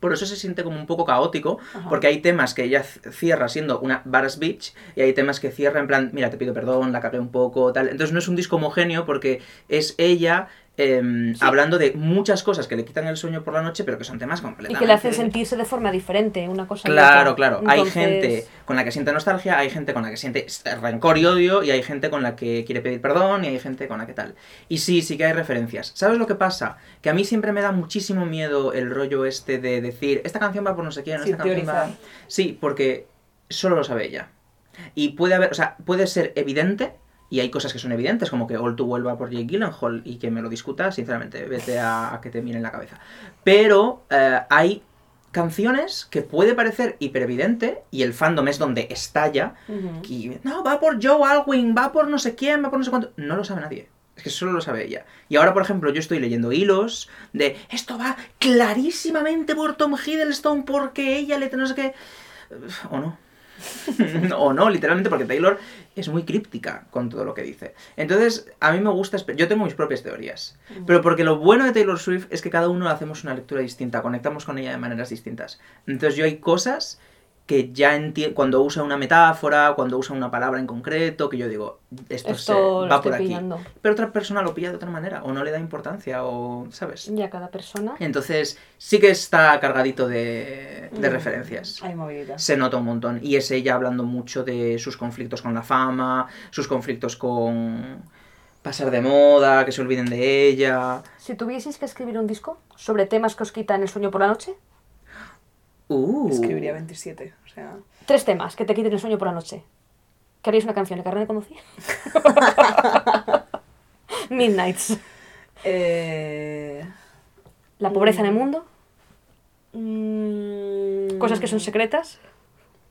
Speaker 4: por eso se siente como un poco caótico,
Speaker 2: Ajá.
Speaker 4: porque hay temas que ella c- cierra siendo una Baras Beach y hay temas que cierra en plan, mira, te pido perdón, la cagué un poco, tal. Entonces no es un disco homogéneo porque es ella em, hablando de muchas cosas que le quitan el sueño por la noche, pero que son temas
Speaker 1: Y
Speaker 4: completamente
Speaker 1: que le hacen sentirse de forma diferente, una cosa. y
Speaker 4: Claro,
Speaker 1: otra.
Speaker 4: claro. Hay
Speaker 1: Entonces,
Speaker 4: gente con la que siente nostalgia, hay gente con la que siente rencor y odio, y hay gente con la que quiere pedir perdón, y hay gente con la que tal. Y sí, sí que hay referencias. ¿Sabes lo que pasa? Que a mí siempre me da muchísimo miedo el rollo este de decir, esta canción va por no sé quién,
Speaker 2: Sí,
Speaker 4: esta canción va...
Speaker 2: teorizar.
Speaker 4: Sí, porque solo lo sabe ella. Y puede haber, o sea, puede ser evidente, y hay cosas que son evidentes, como que All Too Well va por Jake Gyllenhaal y que me lo discuta, sinceramente, vete a, a que te miren la cabeza. Pero eh, hay canciones que puede parecer hiperevidente, y el fandom es donde estalla,
Speaker 2: Ujú.
Speaker 4: y no, va por Joe Alwyn, va por no sé quién, va por no sé cuánto. No lo sabe nadie. Es que solo lo sabe ella. Y ahora, por ejemplo, yo estoy leyendo hilos de esto va clarísimamente por Tom Hiddleston porque ella le no sé qué. O no. o no, literalmente, porque Taylor es muy críptica con todo lo que dice. Entonces, a mí me gusta. espe- Yo tengo mis propias teorías.
Speaker 1: Mm.
Speaker 4: Pero porque lo bueno de Taylor Swift es que cada uno hacemos una lectura distinta, conectamos con ella de maneras distintas. Entonces, yo hay cosas que ya entiendo. Cuando usa una metáfora, cuando usa una palabra en concreto, que yo digo, esto, se-
Speaker 1: Esto lo
Speaker 4: va
Speaker 1: estoy
Speaker 4: por aquí.
Speaker 1: pillando.
Speaker 4: Pero otra persona lo pilla de otra manera, o no le da importancia, o. ¿Sabes?
Speaker 1: Ya cada persona.
Speaker 4: Entonces, sí que está cargadito de, de
Speaker 1: Mm.
Speaker 4: referencias
Speaker 2: Hay moviditas.
Speaker 4: se nota un montón. Y es ella hablando mucho de sus conflictos con la fama, sus conflictos con pasar de moda, que se olviden de ella.
Speaker 1: Si tuvieseis que escribir un disco sobre temas que os quitan el sueño por la noche,
Speaker 4: Uh.
Speaker 2: Escribiría 27, o sea...
Speaker 1: tres temas que te quiten el sueño por la noche. ¿Qué haríais una canción? ¿El carnet de conducir? Midnights.
Speaker 2: Eh...
Speaker 1: La pobreza en el mundo.
Speaker 2: mm,
Speaker 1: Cosas que son secretas.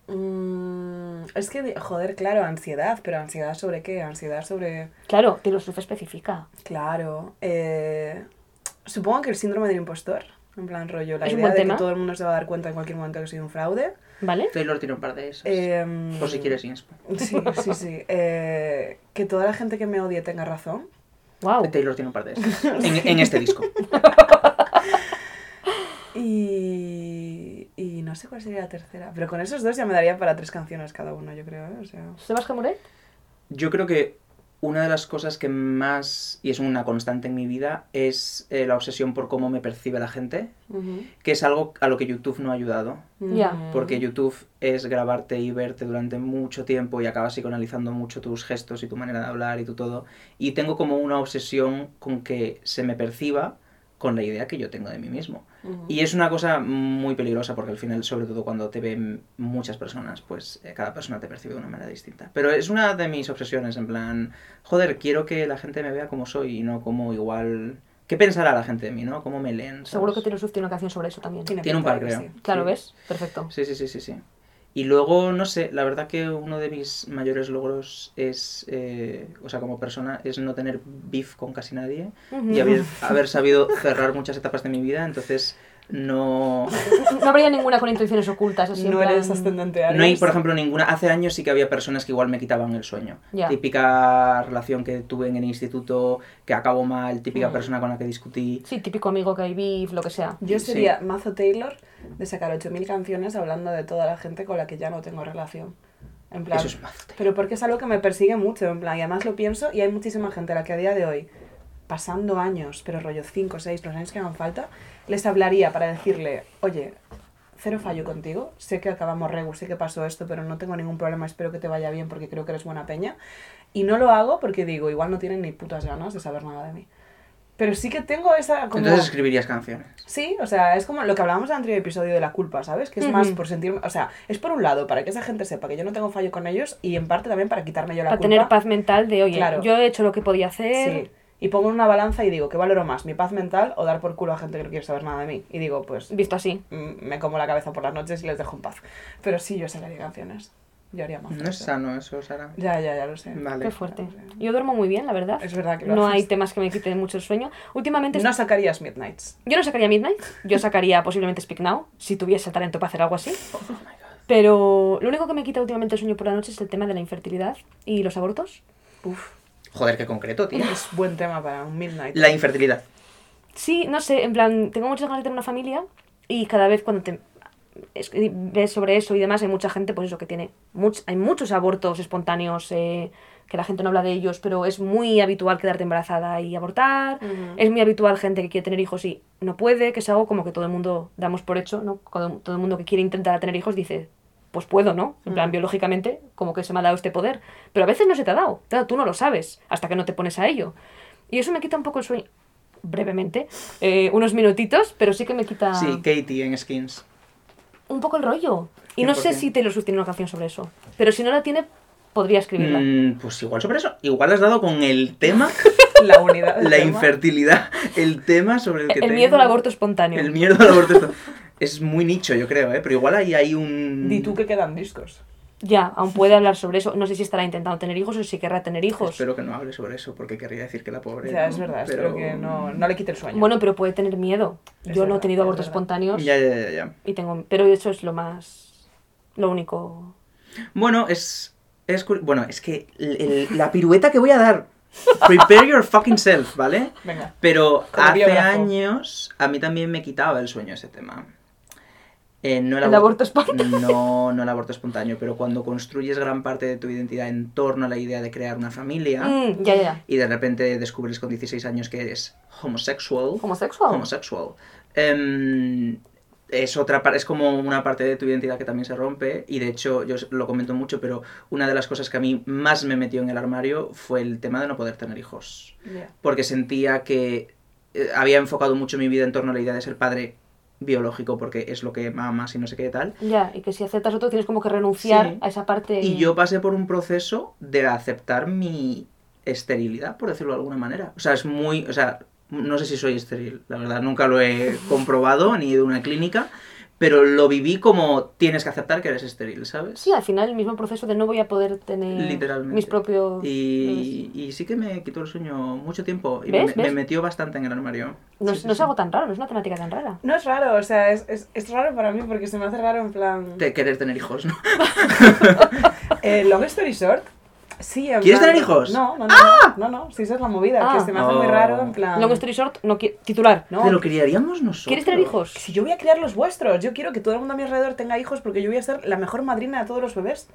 Speaker 2: mm, Es que, di- joder, claro, ansiedad, pero ansiedad sobre qué? Ansiedad sobre...
Speaker 1: Claro, Taylor Swift especifica.
Speaker 2: Claro. eh, Supongo que el síndrome del impostor, en plan rollo, la
Speaker 1: Es un
Speaker 2: idea
Speaker 1: buen
Speaker 2: de
Speaker 1: tema.
Speaker 2: que todo el mundo se va a dar cuenta en cualquier momento que soy un fraude.
Speaker 1: ¿Vale?
Speaker 4: Taylor tiene un par de esas.
Speaker 2: em,
Speaker 4: Por si quieres inspo.
Speaker 2: Sí, sí, sí. eh, que toda la gente que me odie tenga razón.
Speaker 1: Wow.
Speaker 4: Taylor tiene un par de esas. En, en este disco.
Speaker 2: Y, y no sé cuál sería la tercera. Pero con esos dos ya me daría para tres canciones cada uno, yo creo. ¿eh? O sea,
Speaker 1: Sebastián Muret.
Speaker 4: Yo creo que una de las cosas que más, y es una constante en mi vida, es eh, la obsesión por cómo me percibe la gente, que es algo a lo que YouTube no ha ayudado.
Speaker 2: Mm.
Speaker 1: Ya.
Speaker 4: Porque YouTube es grabarte y verte durante mucho tiempo y acabas psicoanalizando mucho tus gestos y tu manera de hablar y tu todo. Y tengo como una obsesión con que se me perciba con la idea que yo tengo de mí mismo. Y es una cosa muy peligrosa porque al final, sobre todo cuando te ven muchas personas, pues eh, cada persona te percibe de una manera distinta. Pero es una de mis obsesiones, en plan, joder, quiero que la gente me vea como soy y no como igual... ¿Qué pensará la gente de mí, no? ¿Cómo me leen?
Speaker 1: Seguro que
Speaker 4: sabes?
Speaker 1: Taylor Swift tiene una canción sobre eso también.
Speaker 4: Tiene un
Speaker 2: pinta
Speaker 4: par,
Speaker 2: de que
Speaker 4: creo.
Speaker 2: sí.
Speaker 1: Claro,
Speaker 4: Sí.
Speaker 1: ¿ves? Perfecto.
Speaker 4: Sí, sí, sí, sí, sí. Y luego, no sé, la verdad que uno de mis mayores logros es, eh, o sea, como persona, es no tener beef con casi nadie
Speaker 1: Ujú.
Speaker 4: y haber, haber sabido cerrar muchas etapas de mi vida, entonces no,
Speaker 1: No habría ninguna con intenciones ocultas. Así en
Speaker 2: No eres
Speaker 1: plan-
Speaker 2: ascendente Aries.
Speaker 4: no hay, por ejemplo, ninguna... Hace años sí que había personas que igual me quitaban el sueño.
Speaker 1: Ya.
Speaker 4: Típica relación que tuve en el instituto, que acabó mal, típica persona con la que discutí.
Speaker 1: Sí, típico amigo que hay beef, lo que sea.
Speaker 2: Yo
Speaker 4: Sí.
Speaker 2: sería Mazo Taylor de sacar 8.000 canciones hablando de toda la gente con la que ya no tengo relación. En plan,
Speaker 4: Eso es mazo.
Speaker 2: Pero porque es algo que me persigue mucho, en plan, y además lo pienso, y hay muchísima gente a la que a día de hoy, pasando años, pero rollo 5, 6, los años que hagan falta, les hablaría para decirle, oye, cero fallo contigo, sé que acabamos regu, sé que pasó esto, pero no tengo ningún problema, espero que te vaya bien porque creo que eres buena peña. Y no lo hago porque digo, igual no tienen ni putas ganas de saber nada de mí. Pero sí que tengo esa... Como...
Speaker 4: Entonces escribirías canciones.
Speaker 2: Sí, o sea, es como lo que hablábamos en el anterior episodio de la culpa, ¿sabes? Que es más
Speaker 1: Ujú.
Speaker 2: por sentirme, o sea, es por un lado para que esa gente sepa que yo no tengo fallo con ellos y en parte también para quitarme yo la
Speaker 1: Para
Speaker 2: culpa.
Speaker 1: tener paz mental de, oye,
Speaker 2: Claro.
Speaker 1: yo he hecho lo que podía hacer.
Speaker 2: Sí. Y pongo en una balanza y digo, ¿qué valoro más, mi paz mental o dar por culo a gente que no quiere saber nada de mí? Y digo, pues mm,
Speaker 1: Visto así.
Speaker 2: me como la cabeza por las noches y les dejo en paz. Pero sí, yo sacaría canciones. Yo haría más.
Speaker 4: No es sano eso, Sara.
Speaker 2: Ya, ya, ya lo sé.
Speaker 4: Vale.
Speaker 1: Qué fuerte. Yo duermo muy bien, la verdad.
Speaker 2: Es verdad que lo
Speaker 1: No
Speaker 2: haces.
Speaker 1: hay temas que me quiten mucho el sueño. Últimamente
Speaker 2: No sacarías Midnights.
Speaker 4: Oh
Speaker 1: Yo no sacaría Midnight, yo sacaría posiblemente Speak Now, si tuviese el talento para hacer algo así. Pero lo único que me quita últimamente el sueño por la noche es el tema de la infertilidad y los abortos.
Speaker 2: Uf,
Speaker 4: Joder, qué concreto, tío.
Speaker 2: es buen tema para un midnight.
Speaker 4: La infertilidad.
Speaker 1: Sí, no sé, en plan, tengo muchas ganas de tener una familia y cada vez cuando te es- ves sobre eso y demás, hay mucha gente, pues eso, que tiene. much- hay muchos abortos espontáneos eh, que la gente no habla de ellos, pero es muy habitual quedarte embarazada y abortar.
Speaker 2: Ujú.
Speaker 1: Es muy habitual gente que quiere tener hijos y no puede, que es algo como que todo el mundo damos por hecho, ¿no? Cuando todo el mundo que quiere intentar tener hijos dice. Pues puedo, ¿no? En plan,
Speaker 2: Ujú.
Speaker 1: biológicamente, como que se me ha dado este poder. Pero a veces no se te ha dado. Claro, tú no lo sabes hasta que no te pones a ello. Y eso me quita un poco el sueño brevemente, eh, unos minutitos, pero sí que me quita
Speaker 4: Sí, Katie en Skins.
Speaker 1: un poco el rollo. Y no sé
Speaker 4: 100%.
Speaker 1: si Taylor Swift tiene una canción sobre eso, pero si no la tiene, podría escribirla.
Speaker 4: Mm, pues igual sobre eso. Igual has dado con el tema,
Speaker 2: La unidad. del
Speaker 4: la
Speaker 2: tema.
Speaker 4: infertilidad, el tema sobre el que
Speaker 1: el
Speaker 4: tengo-
Speaker 1: miedo al aborto espontáneo.
Speaker 4: El miedo al aborto. esto- Es muy nicho, yo creo, ¿eh? Pero igual ahí hay un...
Speaker 2: Di tú que quedan discos.
Speaker 1: Ya, aún puede hablar sobre eso. No sé si estará intentando tener hijos o si querrá tener hijos.
Speaker 4: Espero que no hable sobre eso, porque querría decir que la pobre...
Speaker 2: ya,
Speaker 4: ¿no?
Speaker 2: es verdad,
Speaker 4: Pero-
Speaker 2: espero que no, no le quite el sueño.
Speaker 1: Bueno, pero puede tener miedo.
Speaker 2: Es
Speaker 1: Yo no he
Speaker 2: verdad,
Speaker 1: tenido
Speaker 2: es
Speaker 1: abortos
Speaker 2: verdad.
Speaker 1: espontáneos
Speaker 4: Ya, ya, ya, ya.
Speaker 1: y tengo, pero eso es lo más, lo único.
Speaker 4: Bueno, es... es cur- Bueno, es que el- el- la pirueta que voy a dar... Prepare your fucking self, ¿vale?
Speaker 2: Venga.
Speaker 4: Pero
Speaker 2: Como
Speaker 4: hace
Speaker 2: biógrafo.
Speaker 4: años a mí también me quitaba el sueño ese tema. Eh, no
Speaker 1: ¿El
Speaker 4: abor-
Speaker 1: aborto espontáneo?
Speaker 4: No, no el aborto espontáneo, pero cuando construyes gran parte de tu identidad en torno a la idea de crear una familia
Speaker 1: Mm, ya, ya, ya.
Speaker 4: y de repente descubres con 16 años que eres homosexual.
Speaker 1: ¿Homosexual?
Speaker 4: Homosexual. Em, es otra par- es como una parte de tu identidad que también se rompe y de hecho yo os- lo comento mucho, pero una de las cosas que a mí más me metió en el armario fue el tema de no poder tener hijos
Speaker 2: Ya.
Speaker 4: porque sentía que eh, había enfocado mucho mi vida en torno a la idea de ser padre biológico porque es lo que mamas y no sé qué tal.
Speaker 1: Ya, y que si aceptas otro tienes como que renunciar
Speaker 4: Sí.
Speaker 1: a esa parte.
Speaker 4: Y yo pasé por un proceso de aceptar mi esterilidad, por decirlo de alguna manera. O sea, es muy, o sea, no sé si soy estéril, la verdad, nunca lo he comprobado ni he ido a una clínica, pero lo viví como tienes que aceptar que eres estéril, ¿sabes?
Speaker 1: Sí, al final el mismo proceso de no voy a poder tener
Speaker 4: Literalmente.
Speaker 1: mis propios...
Speaker 4: Y, y sí que me quitó el sueño mucho tiempo y
Speaker 1: ¿Ves?
Speaker 4: me, me
Speaker 1: ¿Ves?
Speaker 4: metió bastante en el armario.
Speaker 1: No,
Speaker 4: Sí,
Speaker 1: es-
Speaker 4: sí,
Speaker 1: no es
Speaker 4: sí.
Speaker 1: algo tan raro, no es una temática tan rara.
Speaker 2: No es raro, o sea, es, es, es raro para mí porque se me hace raro en plan.
Speaker 4: de querer tener hijos, ¿no?
Speaker 2: Eh, long story short. Sí, en
Speaker 4: ¿Quieres
Speaker 2: plan-
Speaker 4: tener hijos?
Speaker 2: No, no, no. No, no, sí, esa es la movida,
Speaker 1: Ah.
Speaker 2: que se me hace muy
Speaker 4: Oh.
Speaker 2: raro en plan.
Speaker 1: Long story short, no qui- titular, ¿no?
Speaker 4: Pero criaríamos nosotros.
Speaker 1: ¿Quieres tener hijos?
Speaker 2: Si yo voy a criar los vuestros, yo quiero que todo el mundo a mi alrededor tenga hijos porque yo voy a ser la mejor madrina de todos los bebés.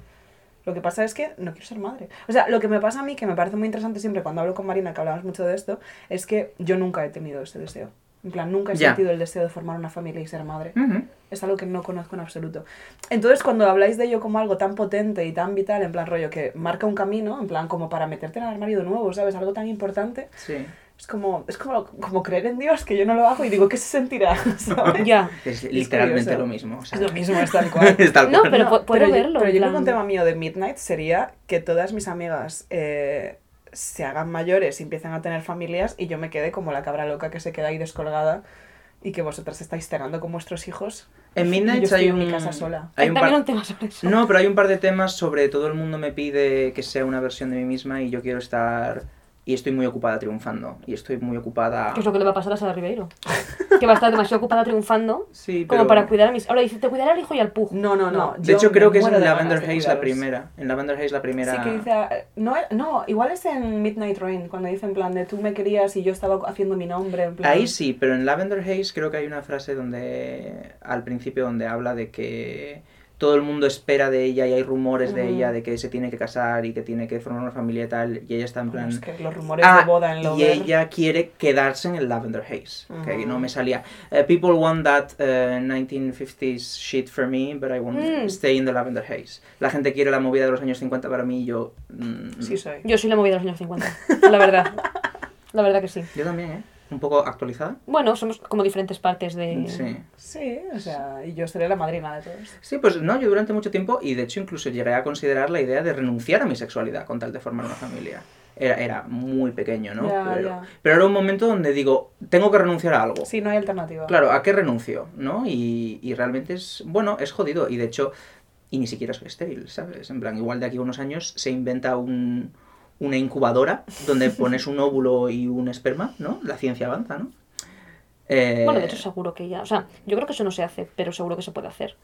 Speaker 2: Lo que pasa es que no quiero ser madre. O sea, lo que me pasa a mí, que me parece muy interesante siempre cuando hablo con Marina, que hablamos mucho de esto, es que yo nunca he tenido ese deseo. En plan, nunca he
Speaker 4: Ya.
Speaker 2: sentido el deseo de formar una familia y ser madre.
Speaker 4: Ujú.
Speaker 2: Es algo que no conozco en absoluto. Entonces, cuando habláis de ello como algo tan potente y tan vital, en plan rollo que marca un camino, en plan como para meterte en el armario de nuevo, ¿sabes? Algo tan importante.
Speaker 4: Sí.
Speaker 2: Es como, es como, como creer en Dios, que yo no lo hago y digo, ¿qué se sentirá? ¿Sabes?
Speaker 1: Ya.
Speaker 4: Es literalmente
Speaker 2: curioso.
Speaker 4: lo mismo. o sea,
Speaker 2: Es lo mismo, es tal cual.
Speaker 4: es tal
Speaker 1: No,
Speaker 4: cual.
Speaker 1: pero po- puedo
Speaker 2: yo-
Speaker 1: verlo,
Speaker 2: Pero
Speaker 1: en
Speaker 2: yo creo que
Speaker 1: plan-
Speaker 2: un tema mío de Midnight sería que todas mis amigas eh, se hagan mayores y empiezan a tener familias y yo me quede como la cabra loca que se queda ahí descolgada y que vosotras estáis cenando con vuestros hijos.
Speaker 4: En
Speaker 2: yo
Speaker 4: Midnight
Speaker 2: estoy
Speaker 4: hay
Speaker 2: en
Speaker 4: un...
Speaker 2: mi casa sola.
Speaker 4: Hay un
Speaker 1: También
Speaker 4: par-
Speaker 1: un tema sobre eso.
Speaker 4: No, pero hay un par de temas sobre todo el mundo me pide que sea una versión de mí misma y yo quiero estar... Y estoy muy ocupada triunfando. Y estoy muy ocupada...
Speaker 1: Que es lo que le va a pasar a Sara Ribeiro. que va a estar demasiado ocupada triunfando
Speaker 4: Sí, pero...
Speaker 1: como para cuidar a mis... Ahora dice, te cuidaré al hijo y al pujo.
Speaker 2: No, no, no.
Speaker 4: De hecho,
Speaker 2: yo
Speaker 4: creo
Speaker 2: me
Speaker 4: que es
Speaker 2: muero
Speaker 4: en
Speaker 2: de
Speaker 4: Lavender
Speaker 2: ganas de
Speaker 4: Haze la
Speaker 2: cuidaros.
Speaker 4: primera. En Lavender Haze la primera...
Speaker 2: Sí, que dice. ah, No, no, igual es en Midnight Rain, cuando dice en plan de tú me querías y yo estaba haciendo mi nombre. En plan,
Speaker 4: Ahí sí, pero en Lavender Haze creo que hay una frase donde al principio donde habla de que todo el mundo espera de ella y hay rumores de
Speaker 2: Ujú.
Speaker 4: ella de que se tiene que casar y que tiene que formar una familia y tal y ella está en
Speaker 2: Bueno,
Speaker 4: plan
Speaker 2: es que los rumores
Speaker 4: "Ah,
Speaker 2: de boda en
Speaker 4: y
Speaker 2: Lover.
Speaker 4: ella quiere quedarse en el Lavender Haze, que
Speaker 2: Ujú.
Speaker 4: no me salía. Eh, people want that eh, 1950s shit for me, but I want
Speaker 1: Mm.
Speaker 4: to stay in the Lavender Haze. La gente quiere la movida de los años 50 para mí y yo mm,
Speaker 2: Sí, soy.
Speaker 1: Yo soy la movida de los años 50, la verdad. La verdad que sí.
Speaker 4: yo también, ¿eh? Un poco actualizada.
Speaker 1: Bueno, somos como diferentes partes de...
Speaker 4: Sí.
Speaker 2: Sí, o sea, y yo seré la madrina de todos.
Speaker 4: Sí, pues no, yo durante mucho tiempo, y de hecho incluso llegué a considerar la idea de renunciar a mi sexualidad con tal de formar una familia. Era, era muy pequeño, ¿no?
Speaker 2: Ya,
Speaker 4: pero,
Speaker 2: ya.
Speaker 4: pero era un momento donde digo, tengo que renunciar a algo.
Speaker 2: Sí, no hay alternativa.
Speaker 4: Claro, ¿a qué renuncio? ¿No? Y, y realmente es, bueno, es jodido. Y de hecho, y ni siquiera soy estéril, ¿sabes? En plan, igual de aquí a unos años se inventa un- una incubadora donde pones un óvulo y un esperma, ¿no? La ciencia avanza, ¿no? Eh,
Speaker 1: Bueno, de hecho seguro que ya... O sea, yo creo que eso no se hace, pero seguro que se puede hacer.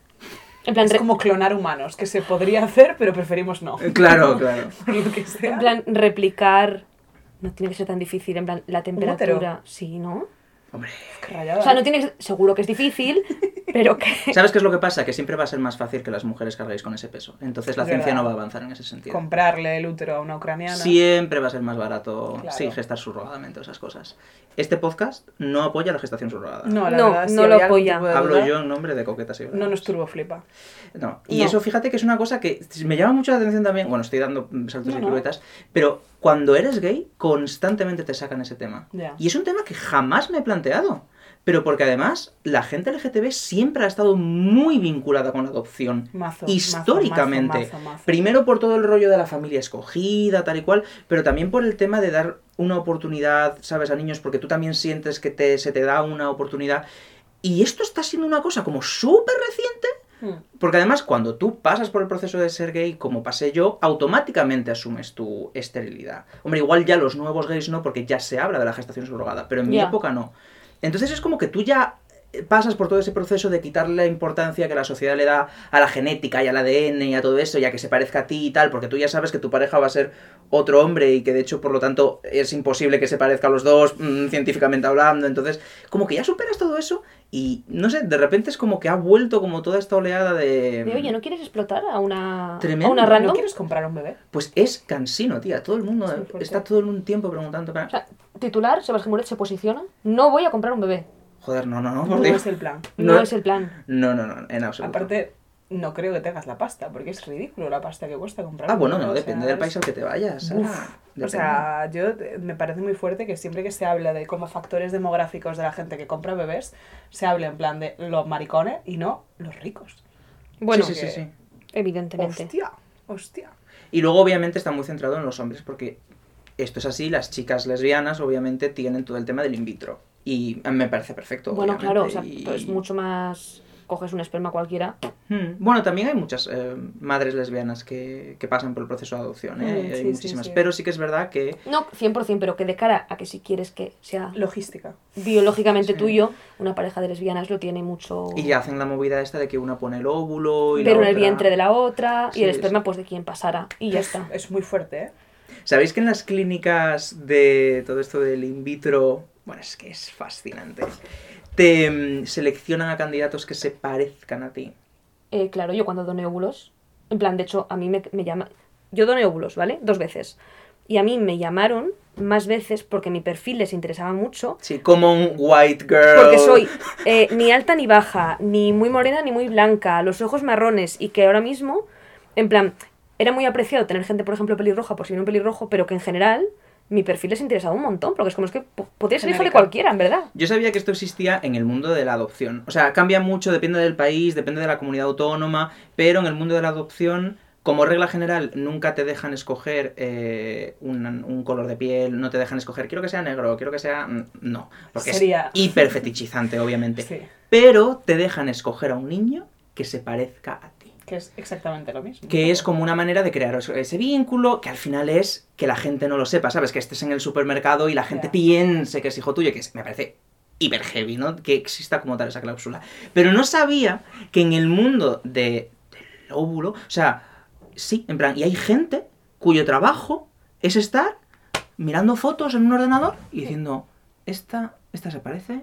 Speaker 1: En plan,
Speaker 2: Es
Speaker 1: re-
Speaker 2: como clonar humanos, que se podría hacer, pero preferimos no.
Speaker 4: eh, Claro, claro.
Speaker 2: Por lo que sea.
Speaker 1: en plan, replicar. No tiene que ser tan difícil, en plan, la temperatura. Sí, ¿no?
Speaker 4: Hombre.
Speaker 2: Qué rayada.
Speaker 1: O sea, no tiene que ser- Seguro que es difícil, pero que.
Speaker 4: ¿Sabes qué es lo que pasa? Que siempre va a ser más fácil que las mujeres carguéis con ese peso. Entonces la
Speaker 2: Es
Speaker 4: ciencia
Speaker 2: verdad.
Speaker 4: no va a avanzar en ese sentido.
Speaker 2: Comprarle el útero a una ucraniana.
Speaker 4: Siempre va a ser más barato
Speaker 2: Claro.
Speaker 4: sí, gestar subrogadamente o esas cosas. Este podcast no apoya la gestación subrogada.
Speaker 2: No, la
Speaker 1: No,
Speaker 2: verdad, si
Speaker 1: no lo
Speaker 2: había algún
Speaker 1: apoya.
Speaker 2: tipo de
Speaker 4: Hablo
Speaker 2: duda,
Speaker 4: yo en nombre de coquetas y verdades.
Speaker 2: No nos turboflipa.
Speaker 4: No. Y
Speaker 1: No.
Speaker 4: eso fíjate que es una cosa que me llama mucho la atención también. Bueno, estoy dando mm, saltos
Speaker 2: No,
Speaker 4: y
Speaker 2: no.
Speaker 4: piruetas, pero cuando eres gay, constantemente te sacan ese tema.
Speaker 2: Ya.
Speaker 4: Y es un tema que jamás me he planteado. Pero porque además la gente LGTB siempre ha estado muy vinculada con la adopción.
Speaker 2: Mazo,
Speaker 4: históricamente.
Speaker 2: mazo, mazo, mazo, mazo.
Speaker 4: Primero por todo el rollo de la familia escogida, tal y cual, pero también por el tema de dar una oportunidad, ¿sabes?, a niños, porque tú también sientes que te, se te da una oportunidad. Y esto está siendo una cosa como súper reciente,
Speaker 2: Hmm.
Speaker 4: porque además cuando tú pasas por el proceso de ser gay, como pasé yo, automáticamente asumes tu esterilidad. Hombre, igual ya los nuevos gays no, porque ya se habla de la gestación subrogada, pero en mi
Speaker 1: Ya.
Speaker 4: época no. Entonces es como que tú ya eh, pasas por todo ese proceso de quitarle la importancia que la sociedad le da a la genética y al ADN y a todo eso, y a que se parezca a ti y tal, porque tú ya sabes que tu pareja va a ser otro hombre y que de hecho, por lo tanto, es imposible que se parezca a los dos, mm, científicamente hablando. Entonces, como que ya superas todo eso y, no sé, de repente es como que ha vuelto como toda esta oleada de...
Speaker 1: de, oye, ¿no quieres explotar a una.
Speaker 4: Em. Tremendo,
Speaker 1: A una
Speaker 4: ¿no
Speaker 1: random?
Speaker 2: ¿No quieres comprar un bebé?
Speaker 4: Pues es cansino, tía. Todo el mundo
Speaker 2: Es muy fuerte.
Speaker 4: está todo el tiempo preguntando.
Speaker 1: O sea, titular, Sebastián Muret se posiciona. No voy a comprar un bebé.
Speaker 4: Joder, no, no, no,
Speaker 2: No
Speaker 4: Oh, por Dios.
Speaker 2: es el plan.
Speaker 1: No,
Speaker 4: No.
Speaker 1: es el plan.
Speaker 4: No, no, no, en absoluto.
Speaker 2: Aparte, no creo que tengas la pasta, porque es ridículo la pasta que cuesta comprar.
Speaker 4: Ah,
Speaker 2: un
Speaker 4: bueno,
Speaker 2: bebé,
Speaker 4: no,
Speaker 2: o
Speaker 4: depende
Speaker 2: sea,
Speaker 4: del
Speaker 2: es-
Speaker 4: país al que te vayas.
Speaker 2: Uf,
Speaker 4: Sara,
Speaker 2: o
Speaker 4: depende.
Speaker 2: sea, yo eh, me parece muy fuerte que siempre que se habla de como factores demográficos de la gente que compra bebés, se habla en plan de los maricones y no los ricos.
Speaker 1: Bueno,
Speaker 4: sí, sí,
Speaker 2: que-
Speaker 4: sí, sí.
Speaker 1: evidentemente.
Speaker 2: Hostia, hostia.
Speaker 4: Y luego, obviamente, está muy centrado en los hombres, porque esto es así. Las chicas lesbianas, obviamente, tienen todo el tema del in vitro. Y eh, me parece perfecto.
Speaker 1: Bueno, claro, o sea,
Speaker 4: obviamente, y-
Speaker 1: pues mucho más. Coges un esperma cualquiera.
Speaker 4: Hmm. Bueno, también hay muchas eh, madres lesbianas que, que pasan por el proceso de adopción, ¿eh?
Speaker 1: Hmm,
Speaker 2: Mm,
Speaker 4: hay
Speaker 2: sí, sí,
Speaker 4: muchísimas.
Speaker 2: sí.
Speaker 4: Pero sí que es verdad que
Speaker 1: No 100%, pero que de cara a que si quieres que
Speaker 4: Ah.
Speaker 1: sea
Speaker 2: Logística.
Speaker 1: biológicamente
Speaker 4: Sí.
Speaker 1: tuyo, una pareja de lesbianas lo tiene mucho.
Speaker 4: Y hacen la movida esta de que una pone el óvulo y la
Speaker 1: Pero en el
Speaker 4: otra-
Speaker 1: vientre de la otra y
Speaker 4: Sí,
Speaker 1: el
Speaker 4: sí.
Speaker 1: esperma, pues de quien pasara. Y ya
Speaker 2: es,
Speaker 1: está.
Speaker 2: Es muy fuerte, ¿eh?
Speaker 4: ¿Sabéis que en las clínicas de todo esto del in vitro... Bueno, es que es fascinante. Te mm, seleccionan a candidatos que se parezcan a ti.
Speaker 1: Eh, claro, yo cuando doné óvulos, en plan, de hecho, a mí me, me llama. Yo doné óvulos, ¿vale? Dos veces. Y a mí me llamaron más veces porque mi perfil les interesaba mucho.
Speaker 4: Sí, como un white girl.
Speaker 1: Porque soy eh, ni alta ni baja, ni muy morena ni muy blanca, los ojos marrones y que ahora mismo, en plan, era muy apreciado tener gente, por ejemplo, pelirroja por si viene un pelirrojo, pero que en general mi perfil les interesaba un montón, porque es como es que po- podría ser hijo de
Speaker 2: Genérica.
Speaker 1: cualquiera, en verdad.
Speaker 4: Yo sabía que esto existía en el mundo de la adopción. O sea, cambia mucho, depende del país, depende de la comunidad autónoma, pero en el mundo de la adopción, como regla general, nunca te dejan escoger eh, un, un color de piel, no te dejan escoger, quiero que sea negro, quiero que sea... mm, No, porque
Speaker 2: Sería-
Speaker 4: es hiper fetichizante, obviamente.
Speaker 2: Sí.
Speaker 4: Pero te dejan escoger a un niño que se parezca a ti.
Speaker 2: Que es exactamente lo mismo.
Speaker 4: Que es como una manera de crear eso- ese vínculo que al final es que la gente no lo sepa, ¿sabes? Que estés en el supermercado y la gente
Speaker 2: Ya.
Speaker 4: piense que es hijo tuyo, que es- me parece hiper heavy, ¿no? Que exista como tal esa cláusula. Pero no sabía que en el mundo de, del óvulo, o sea, sí, en plan, y hay gente cuyo trabajo es estar mirando fotos en un ordenador y diciendo, esta, esta se parece,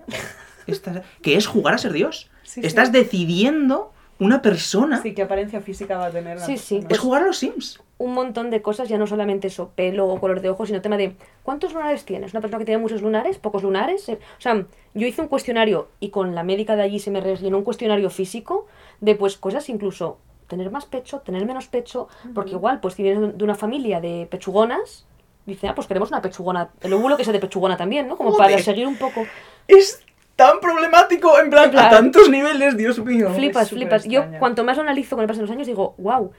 Speaker 4: esta... se-". Que es jugar a ser Dios.
Speaker 2: Sí, sí.
Speaker 4: Estás decidiendo una persona.
Speaker 2: Sí, pues ¿qué apariencia física va a tener una
Speaker 1: Sí, sí.
Speaker 4: Es
Speaker 2: persona?
Speaker 4: jugar a los Sims.
Speaker 1: un montón de cosas, ya no solamente eso, pelo o color de ojos, sino tema de cuántos lunares tienes. Una persona que tiene muchos lunares, pocos lunares. eh, O sea, yo hice un cuestionario y con la médica de allí se me rellenó un cuestionario físico de pues cosas incluso tener más pecho, tener menos pecho, porque igual pues si vienes de una familia de pechugonas, dice, ah, pues queremos una pechugona, el óvulo que sea de pechugona también, ¿no? Como para
Speaker 4: Joder.
Speaker 1: seguir un poco.
Speaker 4: Es tan problemático, en plan,
Speaker 1: En plan-
Speaker 4: a tantos niveles, Dios mío.
Speaker 1: flipas,
Speaker 2: súper
Speaker 1: flipas. Yo
Speaker 2: extraño.
Speaker 1: cuanto más lo analizo con el paso de los años digo, wow,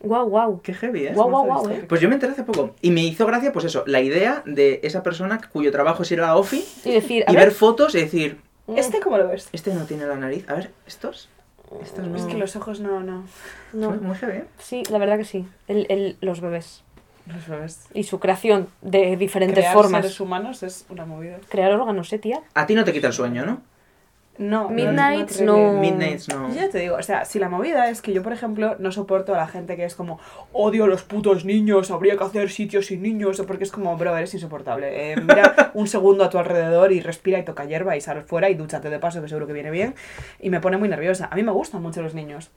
Speaker 1: wow, wow.
Speaker 4: Qué heavy, ¿eh?
Speaker 1: Guau, guau,
Speaker 2: bastante
Speaker 1: guau, eh.
Speaker 2: histórico.
Speaker 4: Pues yo me enteré hace poco y me hizo gracia, pues eso, la idea de esa persona cuyo trabajo es ir a la ofi
Speaker 1: Y decir, a
Speaker 4: y
Speaker 1: ver,
Speaker 4: ver fotos y decir,
Speaker 1: mm,
Speaker 2: ¿Este cómo lo ves?
Speaker 4: este no tiene la nariz, a ver, estos, estos no.
Speaker 2: Es que los ojos no, no.
Speaker 1: no.
Speaker 4: Muy- Muy heavy, ¿eh?
Speaker 1: Sí, la verdad que sí. El, el- los bebés
Speaker 2: Los bebés.
Speaker 1: y su creación de diferentes
Speaker 2: Crear
Speaker 1: formas.
Speaker 2: seres humanos es una movida.
Speaker 1: Crear órganos, ¿eh, tía?
Speaker 4: A ti no te quita el sueño, ¿no?
Speaker 2: No, no,
Speaker 1: Midnights, no.
Speaker 2: no. te creo.
Speaker 4: Midnights no.
Speaker 2: Yo ya te digo, o sea, si la movida es que yo, por ejemplo, no soporto a la gente que es como, odio a los putos niños, habría que hacer sitios sin niños, o porque es como, bro, eres insoportable. Eh, mira un segundo a tu alrededor y respira y toca hierba y sal fuera y dúchate de paso, que seguro que viene bien. Y me pone muy nerviosa. A mí me gustan mucho los niños.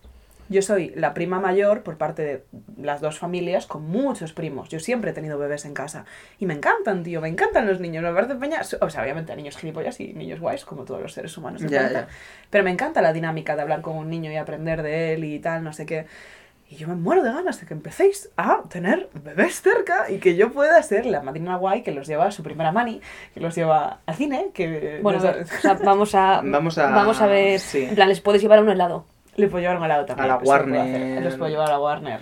Speaker 2: Yo soy la prima mayor por parte de las dos familias con muchos primos. Yo siempre he tenido bebés en casa. Y me encantan, tío, me encantan los niños. Me parece peña. O sea, obviamente hay niños gilipollas y niños guays, como todos los seres humanos. en
Speaker 4: Ya,
Speaker 2: planeta.
Speaker 4: ya.
Speaker 2: Pero me encanta la dinámica de hablar con un niño y aprender de él y tal, no sé qué. Y yo me muero de ganas de que empecéis a tener bebés cerca y que yo pueda ser la madrina guay que los lleva a su primera mani, que los lleva al cine, que
Speaker 1: Bueno,
Speaker 2: nos
Speaker 1: a
Speaker 2: da-
Speaker 1: ver, o sea, vamos a.
Speaker 4: Vamos a-
Speaker 1: Vamos a ver.
Speaker 4: sí.
Speaker 1: En plan, les puedes llevar a un helado.
Speaker 2: le puedo llevar a un lado también.
Speaker 4: la
Speaker 2: eso lo puedo
Speaker 4: Warner.
Speaker 2: hacer. Los puedo llevar a la Warner.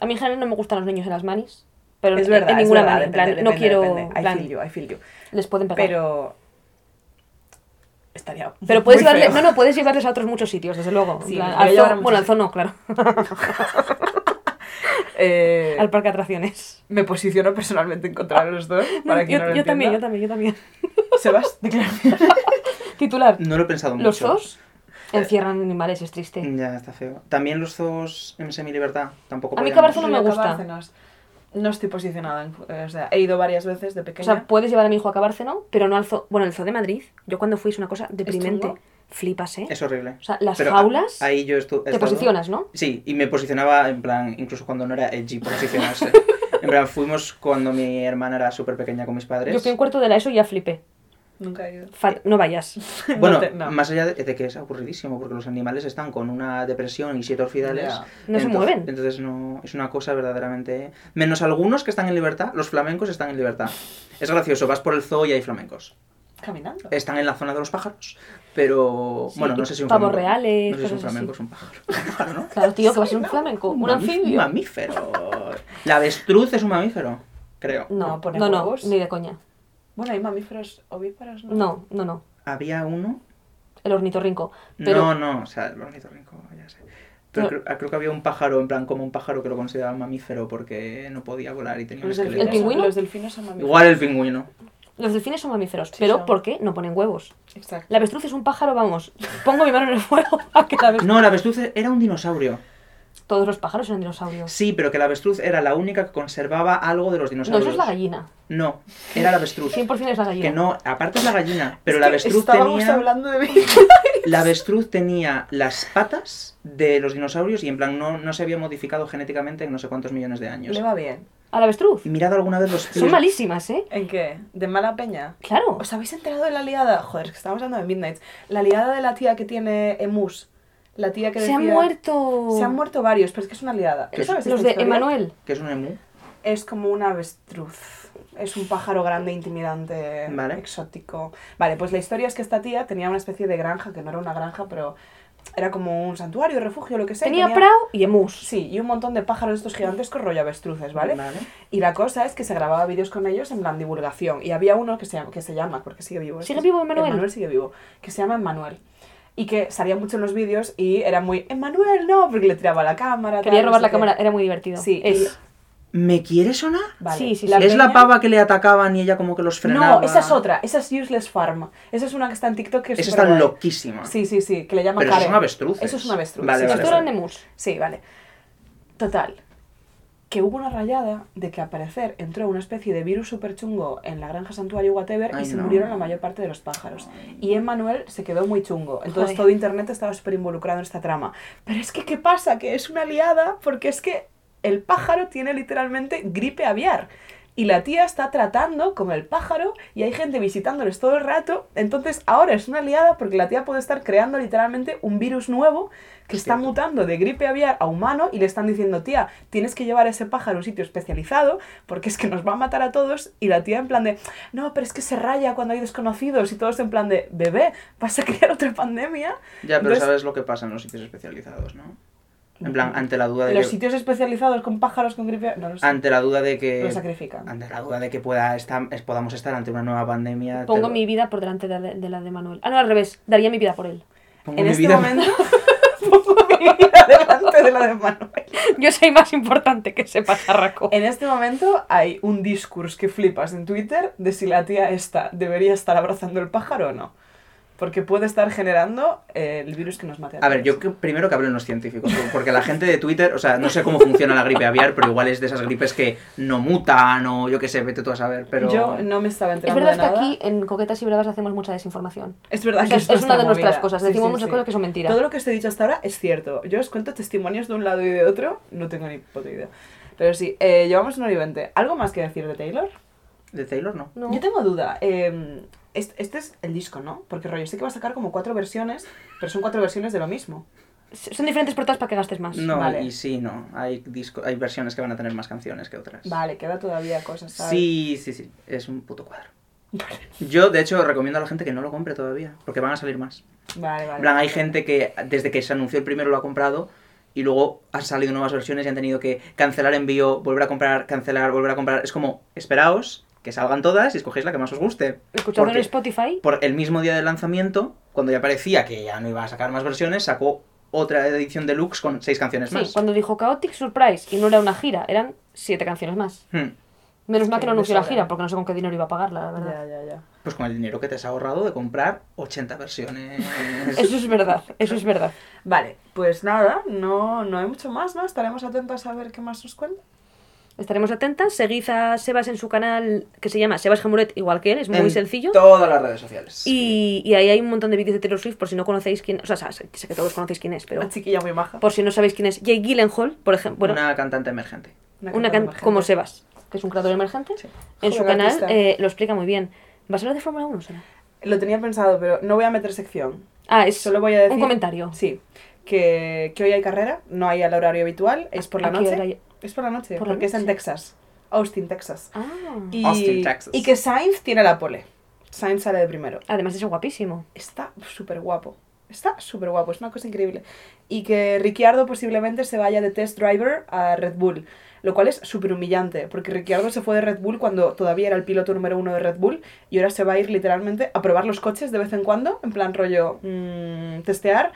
Speaker 1: A mí en general no me gustan los niños en las manis. Pero
Speaker 2: es
Speaker 1: en-
Speaker 2: verdad,
Speaker 1: en
Speaker 2: es
Speaker 1: ninguna
Speaker 2: verdad,
Speaker 1: mani. En plan,
Speaker 2: depende,
Speaker 1: no
Speaker 2: depende,
Speaker 1: quiero.
Speaker 2: depende. I
Speaker 1: plan,
Speaker 2: feel you, I feel you.
Speaker 1: Les pueden pegar. Pero,
Speaker 2: Pero. Estaría. muy
Speaker 1: puedes
Speaker 2: feo.
Speaker 1: llevarle, no, no, puedes llevarles a otros muchos sitios, desde luego. En
Speaker 2: Sí,
Speaker 1: plan, al
Speaker 2: les voy a llevar a
Speaker 1: zoo, bueno, al zoo
Speaker 2: muchos
Speaker 1: no, claro.
Speaker 2: Eh,
Speaker 1: al parque de atracciones.
Speaker 2: Me posiciono personalmente en contra de los dos. Para que
Speaker 1: yo,
Speaker 2: no lo
Speaker 1: yo también, yo
Speaker 2: entienda.
Speaker 1: también, yo también.
Speaker 2: Sebas, declaración.
Speaker 1: Titular.
Speaker 4: No lo he pensado mucho.
Speaker 1: Los zoos encierran animales, es triste.
Speaker 4: Ya, está feo. También los zoos en semi-libertad. Tampoco
Speaker 1: A mí
Speaker 4: podían-
Speaker 1: Cabarzo no me
Speaker 2: Río
Speaker 1: gusta.
Speaker 2: Cabárcenas. No estoy posicionada. en- eh, o sea, he ido varias veces de
Speaker 1: O
Speaker 2: pequeña.
Speaker 1: sea, puedes llevar a mi hijo a Cabárceno, pero no al zoo. Bueno, el zoo de Madrid, yo cuando fui es una cosa deprimente.
Speaker 2: chungo?
Speaker 1: Flipas, ¿eh?
Speaker 4: Es horrible.
Speaker 1: O sea, las
Speaker 4: Pero a-
Speaker 1: jaulas
Speaker 4: Ahí yo estu- he
Speaker 1: te
Speaker 4: estado-
Speaker 1: posicionas, ¿no?
Speaker 4: Sí, y me posicionaba en plan, incluso cuando no era edgy, posicionarse. en plan, fuimos cuando mi hermana era súper pequeña con mis padres.
Speaker 1: Yo fui en cuarto de la ESO y ya flipé.
Speaker 2: Nunca he ido.
Speaker 4: Eh,
Speaker 1: Fa- no vayas.
Speaker 4: Bueno,
Speaker 2: No te- no.
Speaker 4: más allá de, de que es aburridísimo, porque los animales están con una depresión y siete orfidales.
Speaker 2: Ya.
Speaker 1: No se
Speaker 4: entonces-
Speaker 1: mueven.
Speaker 4: Entonces no, es una cosa verdaderamente... Menos algunos que están en libertad, los flamencos están en libertad. Es gracioso, vas por el zoo y hay flamencos.
Speaker 2: Caminando.
Speaker 4: Están en la zona de los pájaros, pero...
Speaker 1: Sí,
Speaker 4: bueno, no
Speaker 1: y
Speaker 4: sé si un
Speaker 1: pavos
Speaker 4: flamenco-
Speaker 1: reales,
Speaker 4: No sé si un
Speaker 1: cosas así.
Speaker 4: flamenco es un pájaro. Un pájaro, ¿no?
Speaker 1: Claro, tío, que va a ser un flamenco, un
Speaker 4: mamí-
Speaker 1: anfibio.
Speaker 4: mamífero. La avestruz es un mamífero, creo.
Speaker 1: No,
Speaker 2: No pone
Speaker 1: no, no,
Speaker 2: huevos.
Speaker 1: ni de coña.
Speaker 2: Bueno, hay mamíferos ovíparos, ¿no?
Speaker 1: No, no, no.
Speaker 4: Había uno...
Speaker 1: El ornitorrinco. Pero
Speaker 4: No, no, o sea, el ornitorrinco, ya sé. Pero
Speaker 1: Pero-
Speaker 4: creo, creo que había un pájaro, en plan, como un pájaro que lo consideraban mamífero porque no podía volar y tenía un
Speaker 2: Los
Speaker 4: esqueleto.
Speaker 2: delfines,
Speaker 1: Pues ¿El pingüino?
Speaker 2: Los delfines son mamíferos.
Speaker 4: Igual el pingüino.
Speaker 1: los delfines son mamíferos.
Speaker 2: Sí,
Speaker 1: pero
Speaker 2: son.
Speaker 1: ¿por qué no ponen huevos?
Speaker 2: Exacto.
Speaker 1: La avestruz es un pájaro, vamos. Pongo mi mano en el fuego a que la avestruz-
Speaker 4: No, la avestruz e-, era un dinosaurio.
Speaker 1: Todos los pájaros eran dinosaurios.
Speaker 4: Sí, pero que la avestruz era la única que conservaba algo de los
Speaker 1: No,
Speaker 4: dinosaurios.
Speaker 1: eso es la gallina.
Speaker 4: No, era la avestruz.
Speaker 1: 100% es la gallina.
Speaker 4: Que no, aparte es la gallina, pero la avestruz
Speaker 2: Estábamos
Speaker 4: tenía...
Speaker 2: hablando de mí.
Speaker 4: La avestruz tenía las patas de los dinosaurios y en plan no, no se había modificado genéticamente en no sé cuántos millones de años.
Speaker 2: Le va bien.
Speaker 1: A la avestruz.
Speaker 4: Mirado alguna vez los
Speaker 1: Son
Speaker 4: pies
Speaker 1: malísimas, ¿eh?
Speaker 2: ¿En qué? ¿De mala peña?
Speaker 1: Claro.
Speaker 2: ¿Os habéis enterado de la liada? Joder, es que estamos hablando de Midnight. La liada de la tía que tiene Emus. La tía que
Speaker 1: Se han
Speaker 2: decía-
Speaker 1: muerto.
Speaker 2: Se han muerto varios, pero es que es una liada.
Speaker 4: Que es-
Speaker 2: ¿Sabes
Speaker 1: Los
Speaker 2: esta
Speaker 1: de
Speaker 2: historia?
Speaker 1: Emanuel.
Speaker 4: que es un emú.
Speaker 2: Es como una avestruz. Es un pájaro grande, intimidante,
Speaker 4: Vale.
Speaker 2: exótico. Vale, pues la historia es que esta tía tenía una especie de granja, que no era una granja, pero era como un santuario, refugio, lo que sea. y
Speaker 1: Tenía Prau y Emus.
Speaker 2: Sí, y un montón de pájaros estos gigantescos rollo avestruces, ¿vale? Y la cosa es que se grababa vídeos con ellos en plan divulgación. Y había uno que se, llama- que se llama, porque sigue vivo.
Speaker 1: ¿Sigue vivo Emmanuel?
Speaker 2: Manuel sigue vivo, que se llama Emanuel. Y que salía mucho en los vídeos y era muy, Emanuel, no, porque le tiraba la cámara.
Speaker 1: Quería
Speaker 2: tal, no
Speaker 1: robar
Speaker 2: sé
Speaker 1: la
Speaker 2: qué.
Speaker 1: cámara, era muy divertido.
Speaker 2: Sí,
Speaker 1: Es.
Speaker 4: ¿Me quiere sonar?
Speaker 2: Vale.
Speaker 1: Sí, sí,
Speaker 2: La
Speaker 1: sí.
Speaker 4: ¿Es la
Speaker 2: peña-
Speaker 4: pava que le atacaban y ella como que los frenaba?
Speaker 2: No, esa es otra, esa es Useless Farm. Esa es una que está en TikTok que es
Speaker 4: Esa está
Speaker 2: superguay.
Speaker 4: loquísima.
Speaker 2: Sí, sí, sí, que le llaman
Speaker 4: Pero
Speaker 2: Karen.
Speaker 4: esos son avestruces.
Speaker 2: Eso es una avestruz.
Speaker 4: Vale,
Speaker 2: sí,
Speaker 4: vale,
Speaker 2: sí,
Speaker 1: Estos
Speaker 2: sí.
Speaker 1: eran Emus.
Speaker 2: Sí, vale. Total. Que hubo una rayada de que al parecer entró una especie de virus super chungo en la granja santuario whatever
Speaker 4: Ay,
Speaker 2: y se
Speaker 4: no.
Speaker 2: murieron la mayor parte de los pájaros.
Speaker 4: Ay.
Speaker 2: Y Emmanuel se quedó muy chungo. Entonces
Speaker 1: Joder.
Speaker 2: todo internet estaba súper involucrado en esta trama. Pero es que, ¿qué pasa? Que es una liada porque es que el pájaro tiene literalmente gripe aviar. Y la tía está tratando con el pájaro y hay gente visitándoles todo el rato. Entonces ahora es una liada porque la tía puede estar creando literalmente un virus nuevo que está
Speaker 4: Cierto.
Speaker 2: mutando de gripe aviar a humano y le están diciendo, tía, tienes que llevar a ese pájaro a un sitio especializado porque es que nos va a matar a todos. Y la tía en plan de, no, pero es que se raya cuando hay desconocidos y todos en plan de, bebé, vas a crear otra pandemia.
Speaker 4: Ya, pero
Speaker 2: Entonces- Mm.
Speaker 4: sabes lo que pasa en los sitios especializados, ¿no? En plan, ante la duda de
Speaker 2: Los
Speaker 4: que...
Speaker 2: sitios especializados con pájaros con gripe aviar, no lo sé,
Speaker 4: Ante la duda de
Speaker 2: lo
Speaker 4: que...
Speaker 2: sacrifican.
Speaker 4: Ante la duda de que pueda estar, es- podamos estar ante una nueva pandemia... te
Speaker 1: Pongo
Speaker 4: lo-
Speaker 1: mi vida por delante de la de, la de Manuel. Ah, no, al revés. Daría mi vida por él.
Speaker 4: Pongo
Speaker 2: En
Speaker 4: mi
Speaker 2: este
Speaker 4: vida-
Speaker 2: momento pongo mi vida delante de la de Manuel.
Speaker 1: Yo soy más importante que ese pajarraco.
Speaker 2: En este momento hay un discurso que flipas en Twitter de si la tía esta debería estar abrazando el pájaro o no. Porque puede estar generando eh, el virus que nos mate.
Speaker 4: A ver,
Speaker 2: todos.
Speaker 4: yo que- primero que hablen los científicos, porque la gente de Twitter, o sea, no sé cómo funciona la gripe aviar, pero igual es de esas gripes que no mutan o yo qué sé, vete tú a saber, pero...
Speaker 2: Yo no me estaba
Speaker 1: Es
Speaker 2: enterando
Speaker 1: verdad
Speaker 2: de
Speaker 1: que
Speaker 2: nada.
Speaker 1: aquí en Coquetas y Bravas hacemos mucha desinformación.
Speaker 2: Es verdad
Speaker 1: O sea,
Speaker 2: que
Speaker 1: es una de
Speaker 2: nuestra
Speaker 1: nuestras
Speaker 2: movida.
Speaker 1: cosas.
Speaker 2: Sí,
Speaker 1: Decimos
Speaker 2: sí,
Speaker 1: muchas
Speaker 2: sí.
Speaker 1: cosas que son mentiras.
Speaker 2: Todo lo que os he dicho hasta ahora es cierto. Yo os cuento testimonios de un lado y de otro, no tengo ni puta idea. Pero sí, eh, llevamos un hora y veinte. ¿Algo más que decir de Taylor?
Speaker 4: De Taylor no.
Speaker 1: No.
Speaker 2: Yo tengo duda. eh, es- este es el disco, ¿no? Porque rollo, sé que va a sacar como cuatro versiones, pero son cuatro versiones de lo mismo.
Speaker 1: Son diferentes portadas para que gastes más.
Speaker 4: No,
Speaker 2: Vale.
Speaker 4: y sí, no. Hay, disco, hay versiones que van a tener más canciones que otras.
Speaker 2: Vale, queda todavía cosas. ¿sabes?
Speaker 4: Sí, sí, sí. Es un puto cuadro. Yo, de hecho, recomiendo a la gente que no lo compre todavía, porque van a salir más.
Speaker 2: Vale, vale.
Speaker 4: En plan, hay gente que desde que se anunció el primero lo ha comprado y luego han salido nuevas versiones y han tenido que cancelar envío, volver a comprar, cancelar, volver a comprar. Es como, esperaos que salgan todas y escogéis la que más os guste.
Speaker 1: Escuchadlo en
Speaker 4: Porque
Speaker 1: Spotify.
Speaker 4: Por el mismo día del lanzamiento, cuando ya parecía que ya no iba a sacar más versiones, sacó otra edición deluxe con seis canciones
Speaker 1: Sí,
Speaker 4: más.
Speaker 1: cuando dijo Chaotic Surprise y no era una gira, eran siete canciones más.
Speaker 4: Hmm.
Speaker 1: Menos
Speaker 2: Es
Speaker 1: mal
Speaker 2: que
Speaker 1: que no anunció la
Speaker 2: sobra.
Speaker 1: gira, porque no sé con qué dinero iba a pagarla, la verdad.
Speaker 2: Ya, ya, ya.
Speaker 4: Pues con el dinero que te has ahorrado de comprar 80 versiones.
Speaker 1: Eso es verdad, eso es verdad.
Speaker 2: Vale, pues nada, no, no hay mucho más, ¿no? Estaremos atentos a ver qué más nos cuenta.
Speaker 1: Estaremos atentas. Seguid a Sebas en su canal que se llama Sebas Jamuret, igual que él, es muy
Speaker 4: En
Speaker 1: sencillo.
Speaker 4: Todas las redes sociales.
Speaker 1: Y, y ahí hay un montón de vídeos de Taylor Swift, por si no conocéis quién. O sea, sé sé que todos conocéis quién es, pero
Speaker 2: Una chiquilla muy maja.
Speaker 1: por si no sabéis quién es. Jake Gyllenhaal, por ejemplo. Bueno,
Speaker 4: Una cantante emergente.
Speaker 1: una
Speaker 2: cantante
Speaker 1: can-
Speaker 2: emergente.
Speaker 1: como Sebas, que es un creador emergente,
Speaker 4: Sí.
Speaker 1: en su
Speaker 2: Joder,
Speaker 1: canal
Speaker 2: artista.
Speaker 1: eh, lo explica muy bien. ¿Vas a hablar de Fórmula 1, Sara?
Speaker 2: Lo tenía pensado, pero no voy a meter sección.
Speaker 1: Ah, es
Speaker 2: Solo voy a decir...
Speaker 1: un comentario.
Speaker 2: Sí, que, que hoy hay carrera, no hay al horario habitual, es por la
Speaker 1: ¿A qué
Speaker 2: noche.
Speaker 1: hora hay?
Speaker 2: Es por la noche,
Speaker 1: Por la
Speaker 2: porque es en
Speaker 1: noche.
Speaker 2: Texas, Austin, Texas.
Speaker 1: Ah.
Speaker 2: Y,
Speaker 4: Austin, Texas.
Speaker 2: y que Sainz tiene la pole. Sainz sale de primero.
Speaker 1: Además de ser guapísimo.
Speaker 2: Está súper guapo. Está súper guapo, es una cosa increíble. Y que Ricciardo posiblemente se vaya de test driver a Red Bull, lo cual es súper humillante, porque Ricciardo se fue de Red Bull cuando todavía era el piloto número uno de Red Bull y ahora se va a ir literalmente a probar los coches de vez en cuando, en plan rollo mm, testear.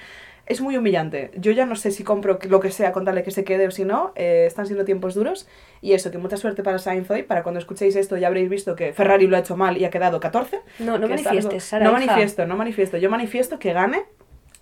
Speaker 2: Es muy humillante. Yo ya no sé si compro lo que sea con tal de que se quede o si no. eh, están siendo tiempos duros. Y eso, que mucha suerte para Sainz hoy. Para cuando escuchéis esto ya habréis visto que Ferrari lo ha hecho mal y ha quedado 14.
Speaker 1: No, no
Speaker 2: Que es
Speaker 1: manifiestes, Sara,
Speaker 2: algo- No
Speaker 1: hija.
Speaker 2: manifiesto, no manifiesto. Yo manifiesto que gane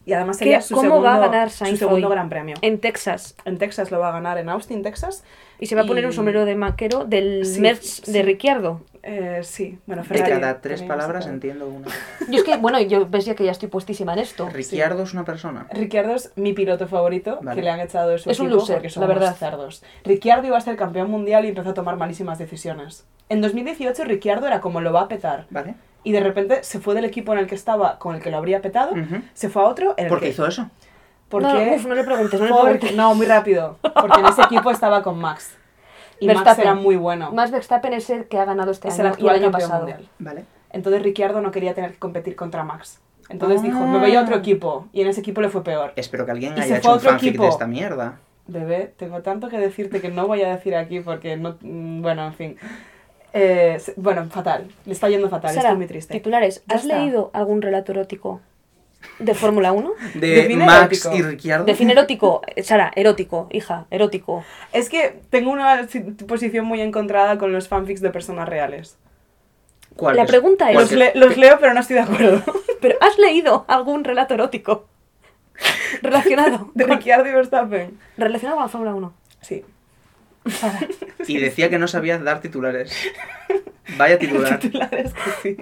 Speaker 2: y además
Speaker 1: ¿Qué-
Speaker 2: sería su
Speaker 1: cómo
Speaker 2: segundo,
Speaker 1: va a ganar
Speaker 2: su
Speaker 1: Sainz
Speaker 2: segundo
Speaker 1: hoy?
Speaker 2: gran premio.
Speaker 1: En Texas.
Speaker 2: En Texas lo va a ganar, en Austin, Texas.
Speaker 1: Y se va a
Speaker 2: Y-
Speaker 1: poner un sombrero de maquero del
Speaker 2: Sí,
Speaker 1: merch
Speaker 2: sí.
Speaker 1: de Ricciardo.
Speaker 2: Eh, sí, bueno,
Speaker 4: De
Speaker 2: Ferrari.
Speaker 4: cada tres
Speaker 2: también
Speaker 4: palabras
Speaker 2: está.
Speaker 4: entiendo una.
Speaker 1: Yo es que, bueno, yo pensé que ya estoy puestísima en esto.
Speaker 4: Ricciardo es una persona.
Speaker 2: Ricciardo es mi piloto favorito
Speaker 4: Vale.
Speaker 2: que le han echado de su
Speaker 1: Es un
Speaker 2: equipo
Speaker 1: loser,
Speaker 2: porque son
Speaker 1: la verdad.
Speaker 2: unos cerdos. Ricciardo iba a ser campeón mundial y empezó a tomar malísimas decisiones. En 2018 Ricciardo era como lo va a petar
Speaker 4: ¿Vale?
Speaker 2: y de repente se fue del equipo en el que estaba con el que lo habría petado,
Speaker 4: Ujú.
Speaker 2: se fue a otro en el
Speaker 4: ¿Por qué
Speaker 2: que
Speaker 4: hizo eso?
Speaker 1: no,
Speaker 2: Porque-
Speaker 1: uf, no le preguntes, no le
Speaker 2: Porque-
Speaker 1: preguntes.
Speaker 2: no, muy rápido. Porque en ese equipo estaba con Max. Y Max
Speaker 1: Verstappen.
Speaker 2: era muy bueno.
Speaker 1: Más Verstappen es el que ha ganado este
Speaker 2: es el
Speaker 1: año y el
Speaker 2: actual
Speaker 1: año
Speaker 2: campeón
Speaker 1: pasado.
Speaker 2: mundial.
Speaker 4: ¿Vale?
Speaker 2: Entonces Ricciardo no quería tener que competir contra Max. Entonces dijo, me
Speaker 4: Ah.
Speaker 2: voy a otro equipo. Y en ese equipo le fue peor.
Speaker 4: Espero que alguien
Speaker 2: Y
Speaker 4: haya
Speaker 2: se
Speaker 4: hecho
Speaker 2: fue a
Speaker 4: un
Speaker 2: otro
Speaker 4: fanfic
Speaker 2: equipo.
Speaker 4: de esta mierda.
Speaker 2: Bebé, tengo tanto que decirte que no voy a decir aquí porque no... mm, Bueno, en fin. Eh, se- bueno, fatal. Le está yendo fatal.
Speaker 1: Sara,
Speaker 2: Estoy muy triste.
Speaker 1: titulares,
Speaker 2: Ya
Speaker 1: ¿has
Speaker 2: está.
Speaker 1: leído algún relato erótico de Fórmula 1?
Speaker 4: De
Speaker 2: Define
Speaker 4: Max
Speaker 2: erótico.
Speaker 4: y Ricciardo.
Speaker 1: De fin erótico, eh, Sara, erótico, hija, erótico.
Speaker 2: Es que tengo una si- posición muy encontrada con los fanfics de personas reales.
Speaker 4: ¿Cuál
Speaker 1: La
Speaker 4: es?
Speaker 1: pregunta es-
Speaker 4: ¿Cuál
Speaker 2: Los, le- los leo pero no estoy de acuerdo.
Speaker 1: Pero ¿has leído algún relato erótico relacionado,
Speaker 2: De
Speaker 1: con,
Speaker 2: Ricciardo y Verstappen.
Speaker 1: relacionado con la Fórmula 1?
Speaker 2: Sí.
Speaker 4: Y decía que no sabía dar titulares. Vaya titular.
Speaker 2: titulares que sí.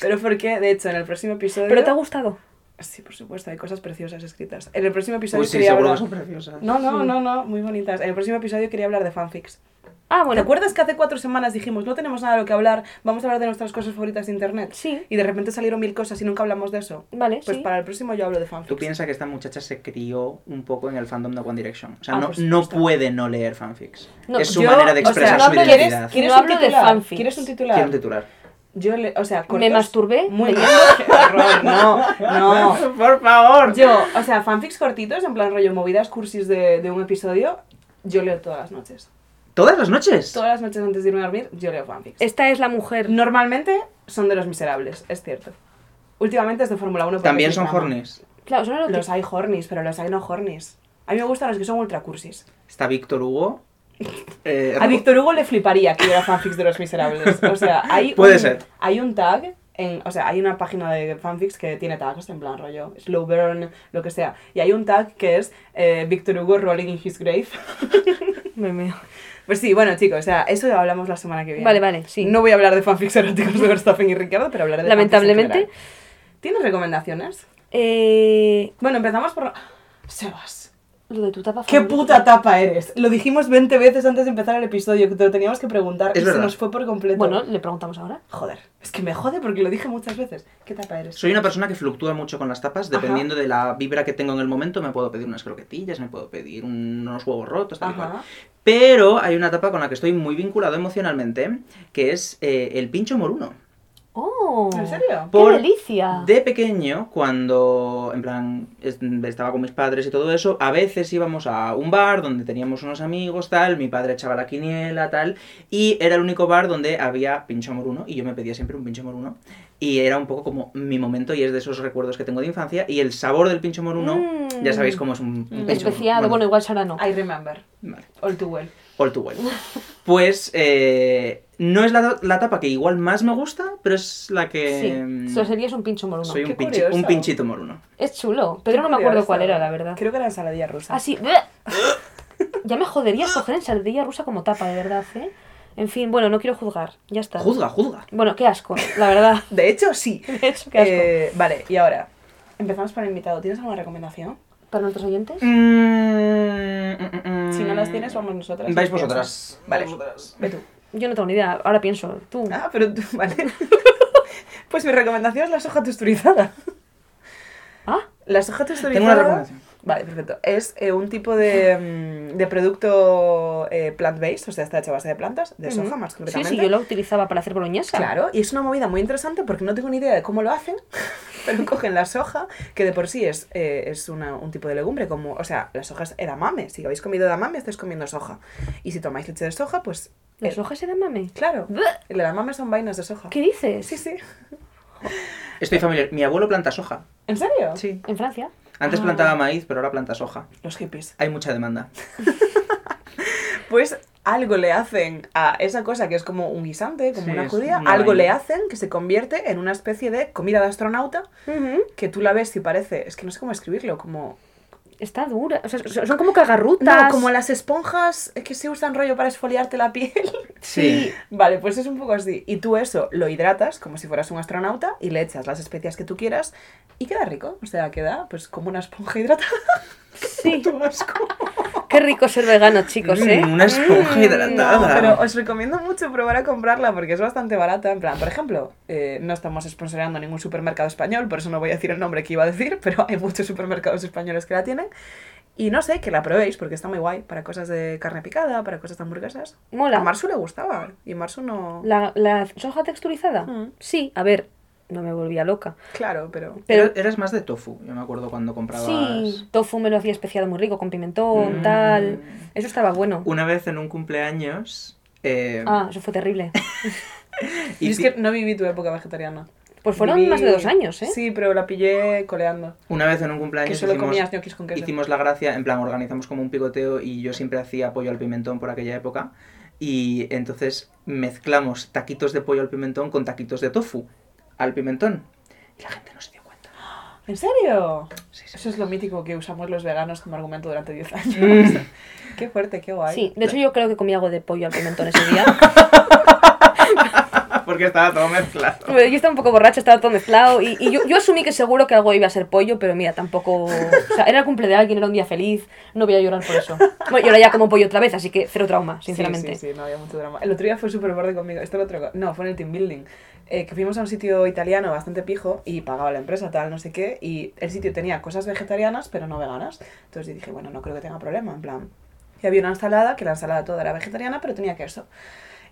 Speaker 2: Pero porque, de hecho, en el próximo episodio.
Speaker 1: ¿Pero te ha gustado?
Speaker 2: Sí, por supuesto, hay cosas preciosas escritas. En el próximo episodio
Speaker 4: Uy, sí,
Speaker 2: quería
Speaker 4: seguro
Speaker 2: hablar.
Speaker 4: que son preciosas.
Speaker 2: No, no, no, no, muy bonitas. En el próximo episodio quería hablar de fanfics.
Speaker 1: Ah, bueno.
Speaker 2: ¿Te acuerdas que hace cuatro semanas dijimos, no tenemos nada de lo que hablar, vamos a hablar de nuestras cosas favoritas de internet?
Speaker 1: Sí.
Speaker 2: Y de repente salieron mil cosas y nunca hablamos de eso.
Speaker 1: Vale,
Speaker 2: Pues
Speaker 1: sí.
Speaker 2: para el próximo yo hablo de fanfics.
Speaker 4: Tú piensas que esta muchacha se crió un poco en el fandom de One Direction. O sea,
Speaker 2: Ah,
Speaker 4: no,
Speaker 2: por
Speaker 4: no
Speaker 2: supuesto.
Speaker 4: puede no leer fanfics.
Speaker 1: No,
Speaker 4: es su
Speaker 2: Yo-
Speaker 4: manera
Speaker 2: o
Speaker 4: de
Speaker 2: sea,
Speaker 4: expresar
Speaker 1: no
Speaker 4: su
Speaker 1: me-
Speaker 4: identidad.
Speaker 1: ¿quieres-
Speaker 2: ¿Quieres
Speaker 1: No
Speaker 2: un
Speaker 1: hablo de
Speaker 2: titular?
Speaker 1: fanfics.
Speaker 2: ¿Quieres un titular?
Speaker 4: Quiero un titular.
Speaker 2: Yo le, o sea,
Speaker 1: Me
Speaker 2: cortos-
Speaker 1: masturbé
Speaker 2: Muy bien.
Speaker 1: leyendo-
Speaker 2: Qué horror, no, no.
Speaker 4: Por favor.
Speaker 2: Yo, o sea, fanfics cortitos, en plan rollo movidas cursis de, de un episodio, yo leo todas las noches.
Speaker 4: ¿Todas las noches?
Speaker 2: Todas las noches antes de irme a dormir, yo leo fanfics.
Speaker 1: Esta es la mujer.
Speaker 2: Normalmente son de los miserables, es cierto. Últimamente es de Fórmula 1. porque
Speaker 4: También
Speaker 2: es
Speaker 4: son
Speaker 2: mi drama.
Speaker 4: hornies.
Speaker 1: Claro, son eróticos.
Speaker 2: Los hay hornies, pero los hay no hornies. A mí me gustan los que son ultra cursis.
Speaker 4: Está Víctor Hugo. eh,
Speaker 2: A Víctor Hugo le fliparía que hubiera fanfics de los miserables. O sea, hay,
Speaker 4: Puede
Speaker 2: un,
Speaker 4: ser.
Speaker 2: hay un tag en, o sea, hay una página de fanfics que tiene tags, en plan rollo, slow burn, lo que sea. Y hay un tag que es eh, Victor Hugo rolling in his grave.
Speaker 1: Me meo.
Speaker 2: pues sí, bueno chicos, o sea, eso lo hablamos la semana que viene.
Speaker 1: Vale, vale, sí.
Speaker 2: No voy a hablar de fanfics eróticos de Verstappen y Ricardo, pero hablaré de
Speaker 1: Lamentablemente.
Speaker 2: fanfics en general. ¿Tienes recomendaciones?
Speaker 1: Eh,
Speaker 2: Bueno, empezamos por... Sebas.
Speaker 1: lo de tu tapa
Speaker 2: ¡Qué
Speaker 1: favorita.
Speaker 2: puta tapa eres! Lo dijimos 20 veces antes de empezar el episodio, que te lo teníamos que preguntar
Speaker 4: Es
Speaker 2: y
Speaker 4: verdad.
Speaker 2: se nos fue por completo.
Speaker 1: Bueno, le preguntamos ahora.
Speaker 2: Joder, es que me jode porque lo dije muchas veces. ¿Qué tapa eres?
Speaker 4: Soy una persona que fluctúa mucho con las tapas, dependiendo de la vibra que tengo en el momento, me puedo pedir unas croquetillas, me puedo pedir un- unos huevos rotos, tal y cual.
Speaker 2: Ajá.
Speaker 4: Pero hay una etapa con la que estoy muy vinculado emocionalmente, que es eh, el pincho moruno.
Speaker 1: ¡Oh!
Speaker 2: ¿En serio?
Speaker 1: ¡Qué
Speaker 4: Por-
Speaker 1: delicia!
Speaker 4: De pequeño, cuando en plan es- estaba con mis padres y todo eso, a veces íbamos a un bar donde teníamos unos amigos, tal, mi padre echaba la quiniela, tal, y era el único bar donde había pincho moruno, y yo me pedía siempre un pincho moruno, y era un poco como mi momento, y es de esos recuerdos que tengo de infancia, y el sabor del pincho moruno,
Speaker 1: Mm.
Speaker 4: ya sabéis cómo es un, un
Speaker 2: Mm.
Speaker 4: pincho
Speaker 1: Especiado, bueno, igual Sara no.
Speaker 2: I remember.
Speaker 4: vale.
Speaker 2: All too well.
Speaker 4: All too well. Pues eh, no es la, la tapa que igual más me gusta, pero es la que mm,
Speaker 2: em,
Speaker 1: Sí, so- serías un pincho moruno.
Speaker 4: soy un,
Speaker 2: Qué
Speaker 4: pinchi- un
Speaker 2: curioso.
Speaker 4: pinchito moruno.
Speaker 1: Es chulo, pero no me acuerdo cuál
Speaker 2: ¿eh?
Speaker 1: era, la verdad. Ah,
Speaker 2: Creo que era ensaladilla rusa.
Speaker 1: Así. ya me jodería coger ensaladilla rusa como tapa, de verdad, ¿eh? En fin, bueno, no quiero juzgar. Ya está.
Speaker 4: Juzga, juzga.
Speaker 1: Bueno, qué asco, la verdad.
Speaker 2: De hecho, sí.
Speaker 1: De hecho, qué asco.
Speaker 2: Eh, vale, y ahora. Empezamos por el invitado. ¿Tienes alguna recomendación?
Speaker 1: Para nuestros oyentes.
Speaker 4: Mm,
Speaker 2: Si no las tienes, vamos nosotras.
Speaker 4: Vais vosotras.
Speaker 2: Vale.
Speaker 4: Vosotras.
Speaker 2: Ve tú.
Speaker 1: Yo no tengo ni idea, ahora pienso. Tú.
Speaker 2: Ah, pero tú, vale. pues mi recomendación es la soja texturizada.
Speaker 1: Ah,
Speaker 2: La soja texturizada.
Speaker 4: Tengo una recomendación.
Speaker 2: Vale, perfecto. Es eh, un tipo de, mm, de producto eh, plant-based, o sea, está hecho a base de plantas, de soja más
Speaker 1: sí,
Speaker 2: concretamente.
Speaker 1: sí, yo lo utilizaba para hacer boloñesa.
Speaker 2: Claro, y es una movida muy interesante porque no tengo ni idea de cómo lo hacen, pero cogen la soja, que de por sí es, eh, es una- un tipo de legumbre, como, o sea, la soja es edamame, si habéis comido edamame estáis comiendo soja, y si tomáis leche de soja, pues...
Speaker 1: ¿Las
Speaker 2: eh,
Speaker 1: hojas eran mame?
Speaker 2: Claro,
Speaker 1: Buh.
Speaker 2: el edamame son vainas de soja.
Speaker 1: ¿Qué dices?
Speaker 2: Sí, sí.
Speaker 4: Estoy familiar. Mi abuelo planta soja.
Speaker 2: ¿En serio?
Speaker 4: Sí.
Speaker 1: ¿En Francia?
Speaker 4: Antes
Speaker 1: Ah.
Speaker 4: plantaba maíz, pero ahora planta soja.
Speaker 2: Los hippies.
Speaker 4: Hay mucha demanda.
Speaker 2: Pues algo le hacen a esa cosa que es como un guisante, como
Speaker 4: Sí,
Speaker 2: una
Speaker 4: es
Speaker 2: judía,
Speaker 4: una
Speaker 2: algo
Speaker 4: vaina.
Speaker 2: le hacen que se convierte en una especie de comida de astronauta
Speaker 1: Ujú.
Speaker 2: que tú la ves y parece, es que no sé cómo escribirlo, como
Speaker 1: Está dura. O sea, son son como cagarrutas.
Speaker 2: No, como las esponjas que se usan rollo para esfoliarte la piel.
Speaker 1: Sí.
Speaker 2: vale, pues es un poco así. Y tú eso lo hidratas como si fueras un astronauta y le echas las especias que tú quieras y queda rico. O sea, queda pues como una esponja hidratada.
Speaker 1: Sí.
Speaker 2: ¡Qué asco!
Speaker 1: Qué rico ser vegano, chicos, ¿eh?
Speaker 4: Mm, una esponja
Speaker 1: Mm,
Speaker 4: hidratada.
Speaker 2: No, pero os recomiendo mucho probar a comprarla porque es bastante barata. En plan, por ejemplo, eh, no estamos sponsoreando ningún supermercado español, por eso no voy a decir el nombre que iba a decir, pero hay muchos supermercados españoles que la tienen. Y no sé, que la probéis porque está muy guay para cosas de carne picada, para cosas de hamburguesas. A
Speaker 1: Mola.
Speaker 2: Marsu le gustaba y Marsu no.
Speaker 1: La, la soja texturizada.
Speaker 2: Mm.
Speaker 1: Sí, a ver, no me volvía loca.
Speaker 2: Claro, pero.
Speaker 1: Pero-
Speaker 4: Era- eras más de tofu. Yo me acuerdo cuando comprabas.
Speaker 1: Sí, tofu me lo hacía especiado muy rico, con pimentón,
Speaker 4: Mm.
Speaker 1: tal. Eso estaba bueno.
Speaker 4: Una vez en un cumpleaños. eh,
Speaker 1: Ah, eso fue terrible.
Speaker 4: y
Speaker 2: Y es
Speaker 4: ti-
Speaker 2: que no viví tu época vegetariana.
Speaker 1: Pues fueron
Speaker 2: Viví-
Speaker 1: más de dos años, ¿eh?
Speaker 2: Sí, pero la pillé coleando.
Speaker 4: Una vez en un
Speaker 2: Que
Speaker 4: cumpleaños
Speaker 2: solo
Speaker 4: hicimos,
Speaker 2: comías ñoquis con queso.
Speaker 4: hicimos la gracia, en plan, organizamos como un picoteo y yo siempre hacía pollo al pimentón por aquella época. Y entonces mezclamos taquitos de pollo al pimentón con taquitos de tofu al pimentón. Y la gente no se dio cuenta.
Speaker 2: ¿En serio?
Speaker 4: Sí, sí.
Speaker 2: Eso es lo mítico que usamos los veganos como argumento durante 10 años.
Speaker 4: Mm.
Speaker 2: qué fuerte, qué guay.
Speaker 1: Sí, de hecho yo creo que comí algo de pollo al pimentón ese día.
Speaker 4: Porque estaba todo mezclado.
Speaker 1: Yo estaba un poco borracha, estaba todo mezclado y, y yo, yo asumí que seguro que algo iba a ser pollo, pero mira, tampoco... O sea, era el cumple de alguien, era un día feliz, no voy a llorar por eso. Bueno, yo ahora ya como pollo otra vez, así que cero trauma, sinceramente.
Speaker 2: Sí, sí, sí, no había mucho drama. El otro día fue súper borde conmigo. Esto el otro. No, fue en el team building. Eh, que fuimos a un sitio italiano bastante pijo y pagaba la empresa, tal, no sé qué. Y el sitio tenía cosas vegetarianas, pero no veganas. Entonces yo dije, bueno, no creo que tenga problema. En plan. Y había una ensalada, que la ensalada toda era vegetariana, pero tenía queso.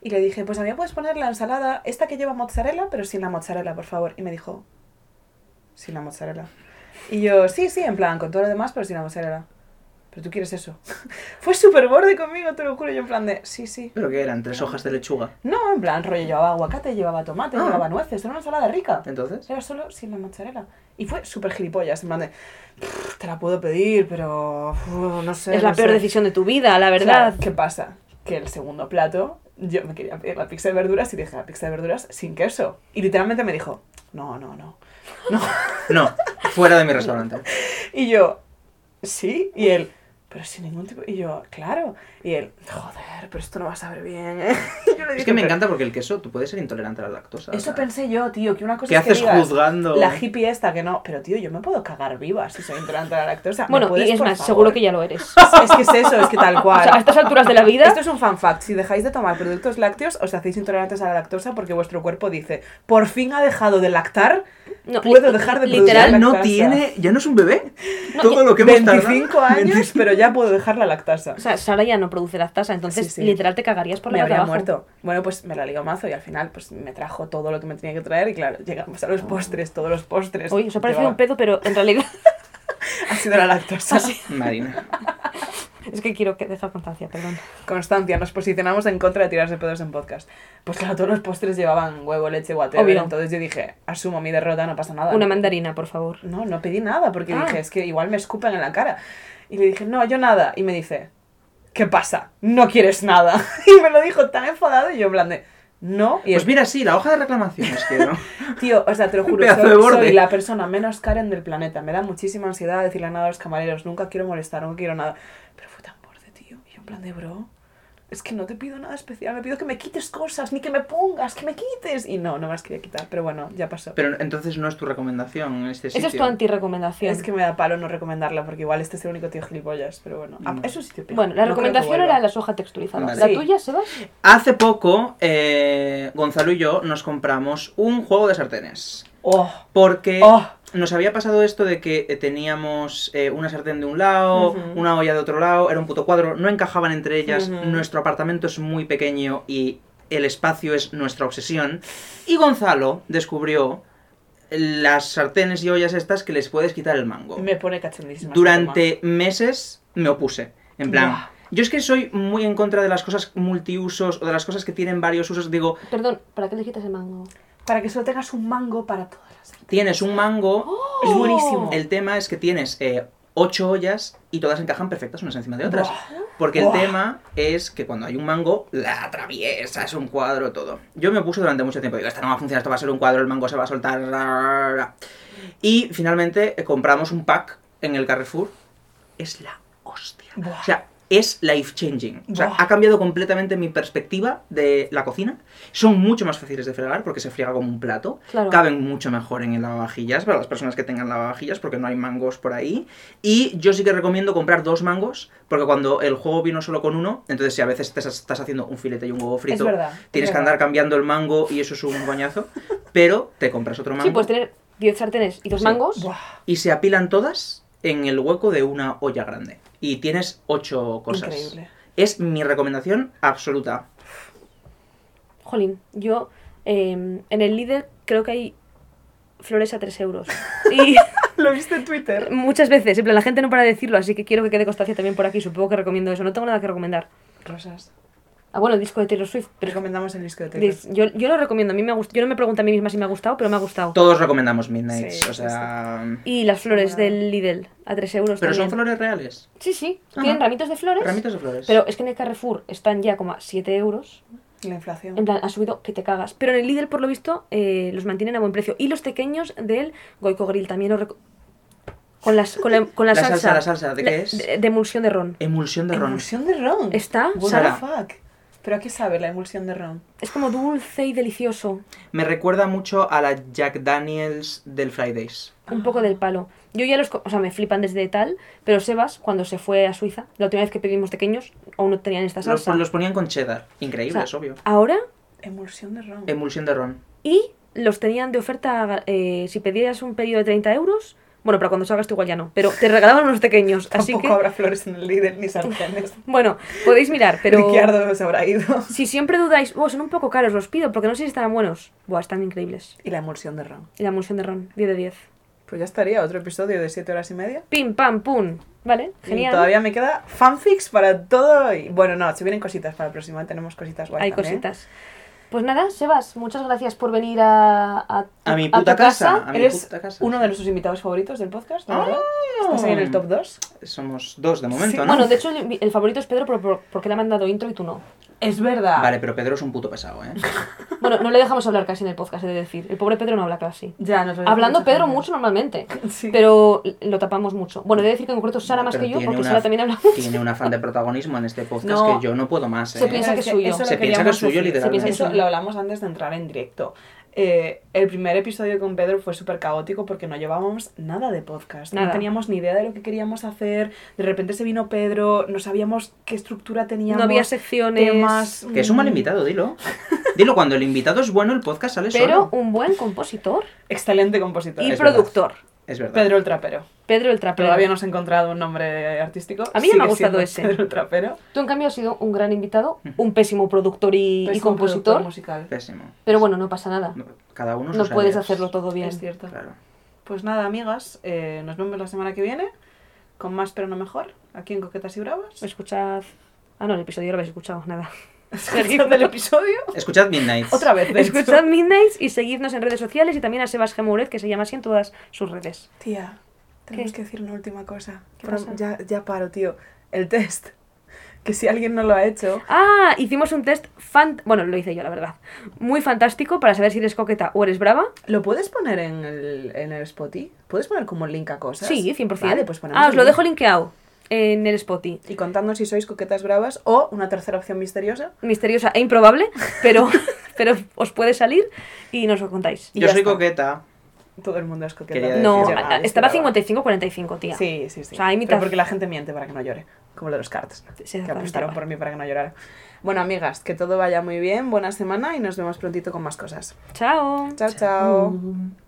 Speaker 2: Y le dije, pues a mí me puedes poner la ensalada, esta que lleva mozzarella, pero sin la mozzarella, por favor. Y me dijo, sin la mozzarella. Y yo, sí, sí, en plan, con todo lo demás, pero sin la mozzarella. Pero tú quieres eso. Fue súper borde conmigo, te lo juro. Yo en plan de, sí, sí.
Speaker 4: ¿Pero que eran? ¿Tres hojas de lechuga?
Speaker 2: No, en plan, rollo, llevaba aguacate, llevaba tomate,
Speaker 4: Ah.
Speaker 2: llevaba nueces, era una ensalada rica.
Speaker 4: Entonces.
Speaker 2: Era solo sin la mozzarella. Y fue súper gilipollas, en plan de, "Pff, te la puedo pedir, pero uf, no sé.
Speaker 1: Es la
Speaker 2: no
Speaker 1: peor
Speaker 2: sé".
Speaker 1: decisión de tu vida, la
Speaker 2: Claro,
Speaker 1: verdad.
Speaker 2: ¿Qué pasa? Que el segundo plato yo me quería pedir la pizza de verduras y dije, la pizza de verduras sin queso. Y literalmente me dijo, no, no, no. no.
Speaker 4: No, fuera de mi restaurante.
Speaker 2: Y yo, sí. Y él, pero sin ningún tipo. Y yo, claro. Y él, joder, pero esto no va a saber bien. ¿eh?". Y yo le
Speaker 4: Es
Speaker 2: dije,
Speaker 4: que me
Speaker 2: "Pero
Speaker 4: encanta porque el queso, tú puedes ser intolerante a la lactosa. o
Speaker 2: Eso
Speaker 4: sea,
Speaker 2: pensé yo, tío, que una cosa
Speaker 4: ¿Qué
Speaker 2: es que
Speaker 4: haces
Speaker 2: digas,
Speaker 4: juzgando?
Speaker 2: La hippie esta que no. Pero tío, yo me puedo cagar viva si soy intolerante a la lactosa. ¿Me
Speaker 1: Bueno,
Speaker 2: puedes,
Speaker 1: y es
Speaker 2: por
Speaker 1: más,
Speaker 2: favor?
Speaker 1: seguro que ya lo eres.
Speaker 2: Es que es eso, es que tal
Speaker 1: O
Speaker 2: cual.
Speaker 1: sea, a estas alturas de la vida,
Speaker 2: Esto es un fan fact. Si dejáis de tomar productos lácteos, os hacéis intolerantes a la lactosa porque vuestro cuerpo dice, por fin ha dejado de lactar,
Speaker 1: No,
Speaker 2: puedo
Speaker 1: li-
Speaker 2: dejar de producir
Speaker 1: literal,
Speaker 2: lactasa".
Speaker 4: no tiene, ya no es un bebé.
Speaker 1: No,
Speaker 4: Todo
Speaker 1: ya-
Speaker 4: lo que hemos tardado-
Speaker 2: 25 años, pero ya puedo dejar la lactasa.
Speaker 1: o sea, Sara ya no produce lactasa, entonces
Speaker 2: Sí, sí.
Speaker 1: literal te cagarías por
Speaker 2: me
Speaker 1: la
Speaker 2: habría
Speaker 1: cara
Speaker 2: muerto. Bueno, pues me la ligo mazo y al final pues me trajo todo lo que me tenía que traer y claro, llegamos a los postres, todos los postres.
Speaker 1: Oh. Uy, os ha parecido
Speaker 2: Llevaba-
Speaker 1: un Ah, pedo, pero en realidad
Speaker 2: Ha sido la lactosa.
Speaker 4: Marina.
Speaker 1: es que quiero que dejar constancia, perdón.
Speaker 2: Constancia, nos posicionamos en contra de tirarse pedos en podcast. Pues claro, todos los postres llevaban huevo, leche, whatever.
Speaker 1: Obvio.
Speaker 2: Entonces yo dije, asumo mi derrota, no pasa nada.
Speaker 1: Una mandarina, por favor.
Speaker 2: No, no pedí nada porque
Speaker 1: Ah.
Speaker 2: dije, es que igual me escupen en la cara. Y le dije, no, yo nada. Y me dice, ¿qué pasa? No quieres nada. Y me lo dijo tan enfadado y yo en plan de, no. Y
Speaker 4: Pues
Speaker 2: es-
Speaker 4: mira, sí, la hoja de reclamaciones que no.
Speaker 2: Tío, o sea, te lo juro,
Speaker 4: Pedazo
Speaker 2: soy,
Speaker 4: de borde.
Speaker 2: soy la persona menos Karen del planeta. Me da muchísima ansiedad decirle nada a los camareros. Nunca quiero molestar, no quiero nada. Pero fue tan borde, tío. Y yo en plan de, bro, es que no te pido nada especial. Me pido que me quites cosas, ni que me pongas, que me quites. Y no, no me las quería quitar. Pero bueno, ya pasó.
Speaker 4: Pero entonces no es tu recomendación en este sitio.
Speaker 1: Esa es tu antirrecomendación.
Speaker 2: Es que me da palo no recomendarla porque igual este es el único tío gilipollas. Pero bueno, Ah, es un sitio pijo.
Speaker 1: Bueno, la
Speaker 2: No creo que
Speaker 1: recomendación
Speaker 2: vuelva.
Speaker 1: era la soja texturizada.
Speaker 4: Vale.
Speaker 1: ¿La
Speaker 2: Sí.
Speaker 1: tuya, Sebas?
Speaker 4: Hace poco, eh, Gonzalo y yo nos compramos un juego de sartenes.
Speaker 2: Oh,
Speaker 4: Porque
Speaker 2: Oh.
Speaker 4: nos había pasado esto de que eh, teníamos eh, una sartén de un lado,
Speaker 2: Ujú.
Speaker 4: una olla de otro lado, era un puto cuadro, no encajaban entre ellas,
Speaker 2: Ujú.
Speaker 4: nuestro apartamento es muy pequeño y el espacio es nuestra obsesión. Y Gonzalo descubrió las sartenes y ollas estas que les puedes quitar el mango.
Speaker 2: me pone cachondísima. esta toma.
Speaker 4: oh. Durante meses me opuse. En plan,
Speaker 2: Buah.
Speaker 4: yo es que soy muy en contra de las cosas multiusos o de las cosas que tienen varios usos. Digo,
Speaker 1: Perdón, ¿para qué le quitas el mango?
Speaker 2: Para que solo tengas un mango para todas las.
Speaker 4: tienes un mango.
Speaker 2: Es buenísimo.
Speaker 4: El tema es que tienes eh, ocho ollas y todas encajan perfectas unas encima de otras.
Speaker 2: Buah.
Speaker 4: Porque el
Speaker 2: Buah.
Speaker 4: tema es que cuando hay un mango, la atraviesa, es un cuadro, todo. Yo me puse durante mucho tiempo, digo, esta no va a funcionar, esto va a ser un cuadro, el mango se va a soltar. ra, ra, ra". Y finalmente eh, compramos un pack en el Carrefour. Es la hostia.
Speaker 2: Buah.
Speaker 4: O sea, es life changing. O sea,
Speaker 2: Buah.
Speaker 4: ha cambiado completamente mi perspectiva de la cocina. Son mucho más fáciles de fregar porque se friega como un plato.
Speaker 1: Claro.
Speaker 4: Caben mucho mejor en el lavavajillas para las personas que tengan lavavajillas porque no hay mangos por ahí. Y yo sí que recomiendo comprar dos mangos porque cuando el juego vino solo con uno, entonces si a veces te estás haciendo un filete y un huevo
Speaker 2: Es
Speaker 4: frito,
Speaker 2: verdad, es
Speaker 4: tienes que
Speaker 2: verdad.
Speaker 4: andar cambiando el mango y eso es un coñazo. Pero te compras otro mango
Speaker 2: pues
Speaker 1: Sí, puedes tener 10 sartenes y dos
Speaker 4: Sí.
Speaker 1: mangos.
Speaker 2: Buah.
Speaker 4: y se apilan todas en el hueco de una olla grande. Y tienes ocho cosas.
Speaker 2: Increíble.
Speaker 4: Es mi recomendación absoluta.
Speaker 1: Jolín, yo eh, en el líder creo que hay flores a 3 euros. Y
Speaker 2: Lo viste en Twitter.
Speaker 1: muchas veces, en plan, la gente no para de decirlo, así que quiero que quede constancia también por aquí. Supongo que recomiendo eso. No tengo nada que recomendar.
Speaker 2: Rosas.
Speaker 1: Ah, bueno, el disco de Taylor Swift. Pero es que-
Speaker 2: Recomendamos el disco de Taylor.
Speaker 1: dis- yo, yo lo recomiendo, a mí me ha gust- Yo no me pregunto a mí misma si me ha gustado, pero me ha gustado.
Speaker 4: Todos recomendamos Midnights,
Speaker 2: Sí,
Speaker 4: o sea...
Speaker 1: Y las flores
Speaker 2: Ah.
Speaker 1: del Lidl a 3 euros.
Speaker 4: Pero son
Speaker 1: también.
Speaker 4: flores reales.
Speaker 1: Sí, sí.
Speaker 4: Ajá.
Speaker 1: Tienen ramitos de flores.
Speaker 4: Ramitos de flores.
Speaker 1: Pero es que en el Carrefour están ya como a 7 euros.
Speaker 2: La inflación.
Speaker 1: En plan, ha subido que te cagas. Pero en el Lidl, por lo visto, eh, los mantienen a buen precio. Y los pequeños del Goico Grill también los reco- con, las, con, la, con la,
Speaker 4: La
Speaker 1: salsa.
Speaker 4: salsa, la salsa, ¿de qué
Speaker 1: La-
Speaker 4: es?
Speaker 1: De, de emulsión de ron.
Speaker 4: Emulsión de ron.
Speaker 2: Emulsión de ron.
Speaker 1: Está,
Speaker 2: What
Speaker 4: Sara.
Speaker 2: the fuck. ¿Pero a qué sabe la emulsión de ron?
Speaker 1: Es como dulce y delicioso.
Speaker 4: Me recuerda mucho a la Jack Daniels del Fridays.
Speaker 1: Un poco del palo. Yo ya los... co- O sea, me flipan desde tal. Pero Sebas, cuando se fue a Suiza, la última vez que pedimos pequeños, aún no tenían esta
Speaker 4: Los,
Speaker 1: salsa.
Speaker 4: los ponían con cheddar.
Speaker 1: O
Speaker 4: Increíble,
Speaker 1: sea,
Speaker 4: es obvio.
Speaker 1: Ahora
Speaker 2: Emulsión de ron.
Speaker 4: Emulsión de ron.
Speaker 1: Y los tenían de oferta, eh, si pedías un pedido de 30 euros, bueno, para cuando salgas tú igual ya no, pero te regalaban unos pequeños, así
Speaker 2: Tampoco
Speaker 1: que...
Speaker 2: habrá flores en el líder ni sartenes.
Speaker 1: Bueno, podéis mirar, pero...
Speaker 2: Ricciardo nos habrá ido.
Speaker 1: Si siempre dudáis, oh, son un poco caros, los pido, porque no sé si estarán buenos. Buah, están increíbles.
Speaker 2: Y la emulsión de ron.
Speaker 1: Y la emulsión de ron, 10 de 10.
Speaker 2: Pues ya estaría otro episodio de 7 horas y media.
Speaker 1: Pim, pam, pum. Vale,
Speaker 2: Y
Speaker 1: genial.
Speaker 2: todavía me queda
Speaker 4: ¿eh?
Speaker 2: fanfics para todo. Y... Bueno, no, se vienen cositas para el próximo. Tenemos cositas guay
Speaker 1: Hay
Speaker 2: también.
Speaker 1: cositas. Pues nada, Sebas, muchas gracias por venir a, a,
Speaker 4: A mi
Speaker 1: tu
Speaker 4: puta casa. A mi
Speaker 2: Eres
Speaker 4: puta casa.
Speaker 2: uno de nuestros invitados favoritos del podcast, la
Speaker 4: Ah.
Speaker 2: verdad. Estás ahí en el top 2.
Speaker 4: Somos dos de momento,
Speaker 2: Sí.
Speaker 4: ¿no?
Speaker 1: Bueno, de hecho, el, el favorito es Pedro por- por- porque le ha mandado intro y tú no.
Speaker 2: Es verdad.
Speaker 4: Vale, pero Pedro es un puto pesado, ¿eh?
Speaker 1: Bueno, no le dejamos hablar casi en el podcast, he de decir. El pobre Pedro no habla casi.
Speaker 2: Ya, nos lo dice
Speaker 1: Hablando
Speaker 2: mucha
Speaker 1: Pedro
Speaker 2: gente.
Speaker 1: mucho normalmente,
Speaker 2: Sí.
Speaker 1: pero lo tapamos mucho. Bueno, he de decir que en concreto Sara más
Speaker 4: Pero
Speaker 1: que yo,
Speaker 4: tiene
Speaker 1: porque
Speaker 4: una-
Speaker 1: Sara también habla
Speaker 4: Tiene un afán de protagonismo en este podcast
Speaker 2: No.
Speaker 4: que yo no puedo más, ¿eh?
Speaker 1: Se piensa que es suyo.
Speaker 2: eso lo
Speaker 4: Se piensa que
Speaker 2: queríamos
Speaker 4: es suyo,
Speaker 2: decir.
Speaker 4: literalmente.
Speaker 1: Se piensa que es
Speaker 2: Eso
Speaker 1: suyo.
Speaker 2: lo hablamos antes de entrar en directo. Eh, el primer episodio con Pedro fue súper caótico porque no llevábamos nada de podcast. No
Speaker 1: Nada.
Speaker 2: teníamos ni idea de lo que queríamos hacer. De repente se vino Pedro, no sabíamos qué estructura teníamos.
Speaker 1: No había secciones.
Speaker 2: temas.
Speaker 4: Que es un mal
Speaker 2: mm,
Speaker 4: invitado, dilo. Dilo, cuando el invitado es bueno, el podcast sale
Speaker 1: Pero
Speaker 4: solo.
Speaker 1: un buen compositor
Speaker 2: Excelente compositor.
Speaker 1: y
Speaker 4: ¿eh, es verdad.
Speaker 1: productor.
Speaker 4: Es verdad.
Speaker 2: Pedro el Trapero.
Speaker 1: Pedro el trapero.
Speaker 2: Todavía no has encontrado un nombre artístico.
Speaker 1: A mí ya me ha
Speaker 2: Sigue
Speaker 1: gustado
Speaker 2: siendo
Speaker 1: ese.
Speaker 2: Pedro el Trapero.
Speaker 1: Tú, en cambio, has sido un gran invitado, un pésimo pues. productor y, y
Speaker 2: Pésimo productor
Speaker 1: compositor.
Speaker 2: musical.
Speaker 4: Pésimo.
Speaker 1: Pero bueno, no pasa nada.
Speaker 4: Cada uno
Speaker 1: No
Speaker 4: sus
Speaker 1: puedes
Speaker 4: áreas.
Speaker 1: hacerlo todo bien.
Speaker 2: Es cierto.
Speaker 4: Claro.
Speaker 2: Pues nada, amigas, eh, nos vemos la semana que viene con más pero no mejor, aquí en Coquetas y Bravas.
Speaker 1: Escuchad. Ah, no, el episodio lo habéis escuchado, nada.
Speaker 2: Escuchad el episodio.
Speaker 4: Escuchad Midnight.
Speaker 2: Otra vez, de hecho.
Speaker 1: Escuchad Midnight y seguidnos en redes sociales y también a Sebas Gemouret, que se llama así en todas sus redes.
Speaker 2: Tía, tenemos
Speaker 1: ¿Qué?
Speaker 2: que decir una última cosa.
Speaker 1: ¿Qué
Speaker 2: Pero
Speaker 1: pasa?
Speaker 2: ya, ya paro, tío. El test. Que si alguien no lo ha hecho,
Speaker 1: Ah, hicimos un test fan... Bueno, lo hice yo, la verdad. Muy fantástico para saber si eres coqueta o eres brava.
Speaker 2: ¿lo puedes poner en el, en el Spotify? ¿Puedes poner como link a cosas?
Speaker 1: Sí, 100%.
Speaker 2: Vale, pues ponemos
Speaker 1: ah, os
Speaker 2: el
Speaker 1: lo
Speaker 2: link.
Speaker 1: dejo linkeado en el Spotify.
Speaker 2: Y contadnos si sois coquetas bravas o una tercera opción misteriosa.
Speaker 1: Misteriosa e improbable, pero, pero os puede salir y nos lo contáis.
Speaker 2: Y
Speaker 4: Yo
Speaker 2: ya
Speaker 4: soy
Speaker 2: está.
Speaker 4: coqueta.
Speaker 2: Todo el mundo es
Speaker 4: Quería
Speaker 2: coqueta.
Speaker 4: decir
Speaker 1: No,
Speaker 4: ya,
Speaker 1: a-
Speaker 4: ah,
Speaker 1: a- estaba 55-45, tía.
Speaker 2: Sí, sí, sí.
Speaker 1: O sea, hay
Speaker 2: Pero
Speaker 1: mitad.
Speaker 2: porque la gente miente para que no llore, como lo de los cartas.
Speaker 1: Sí,
Speaker 2: que apostaron
Speaker 1: exactamente.
Speaker 2: por mí para que no llorara. Bueno, amigas, que todo vaya muy bien, buena semana y nos vemos prontito con más cosas.
Speaker 1: Chao.
Speaker 2: chao. chao.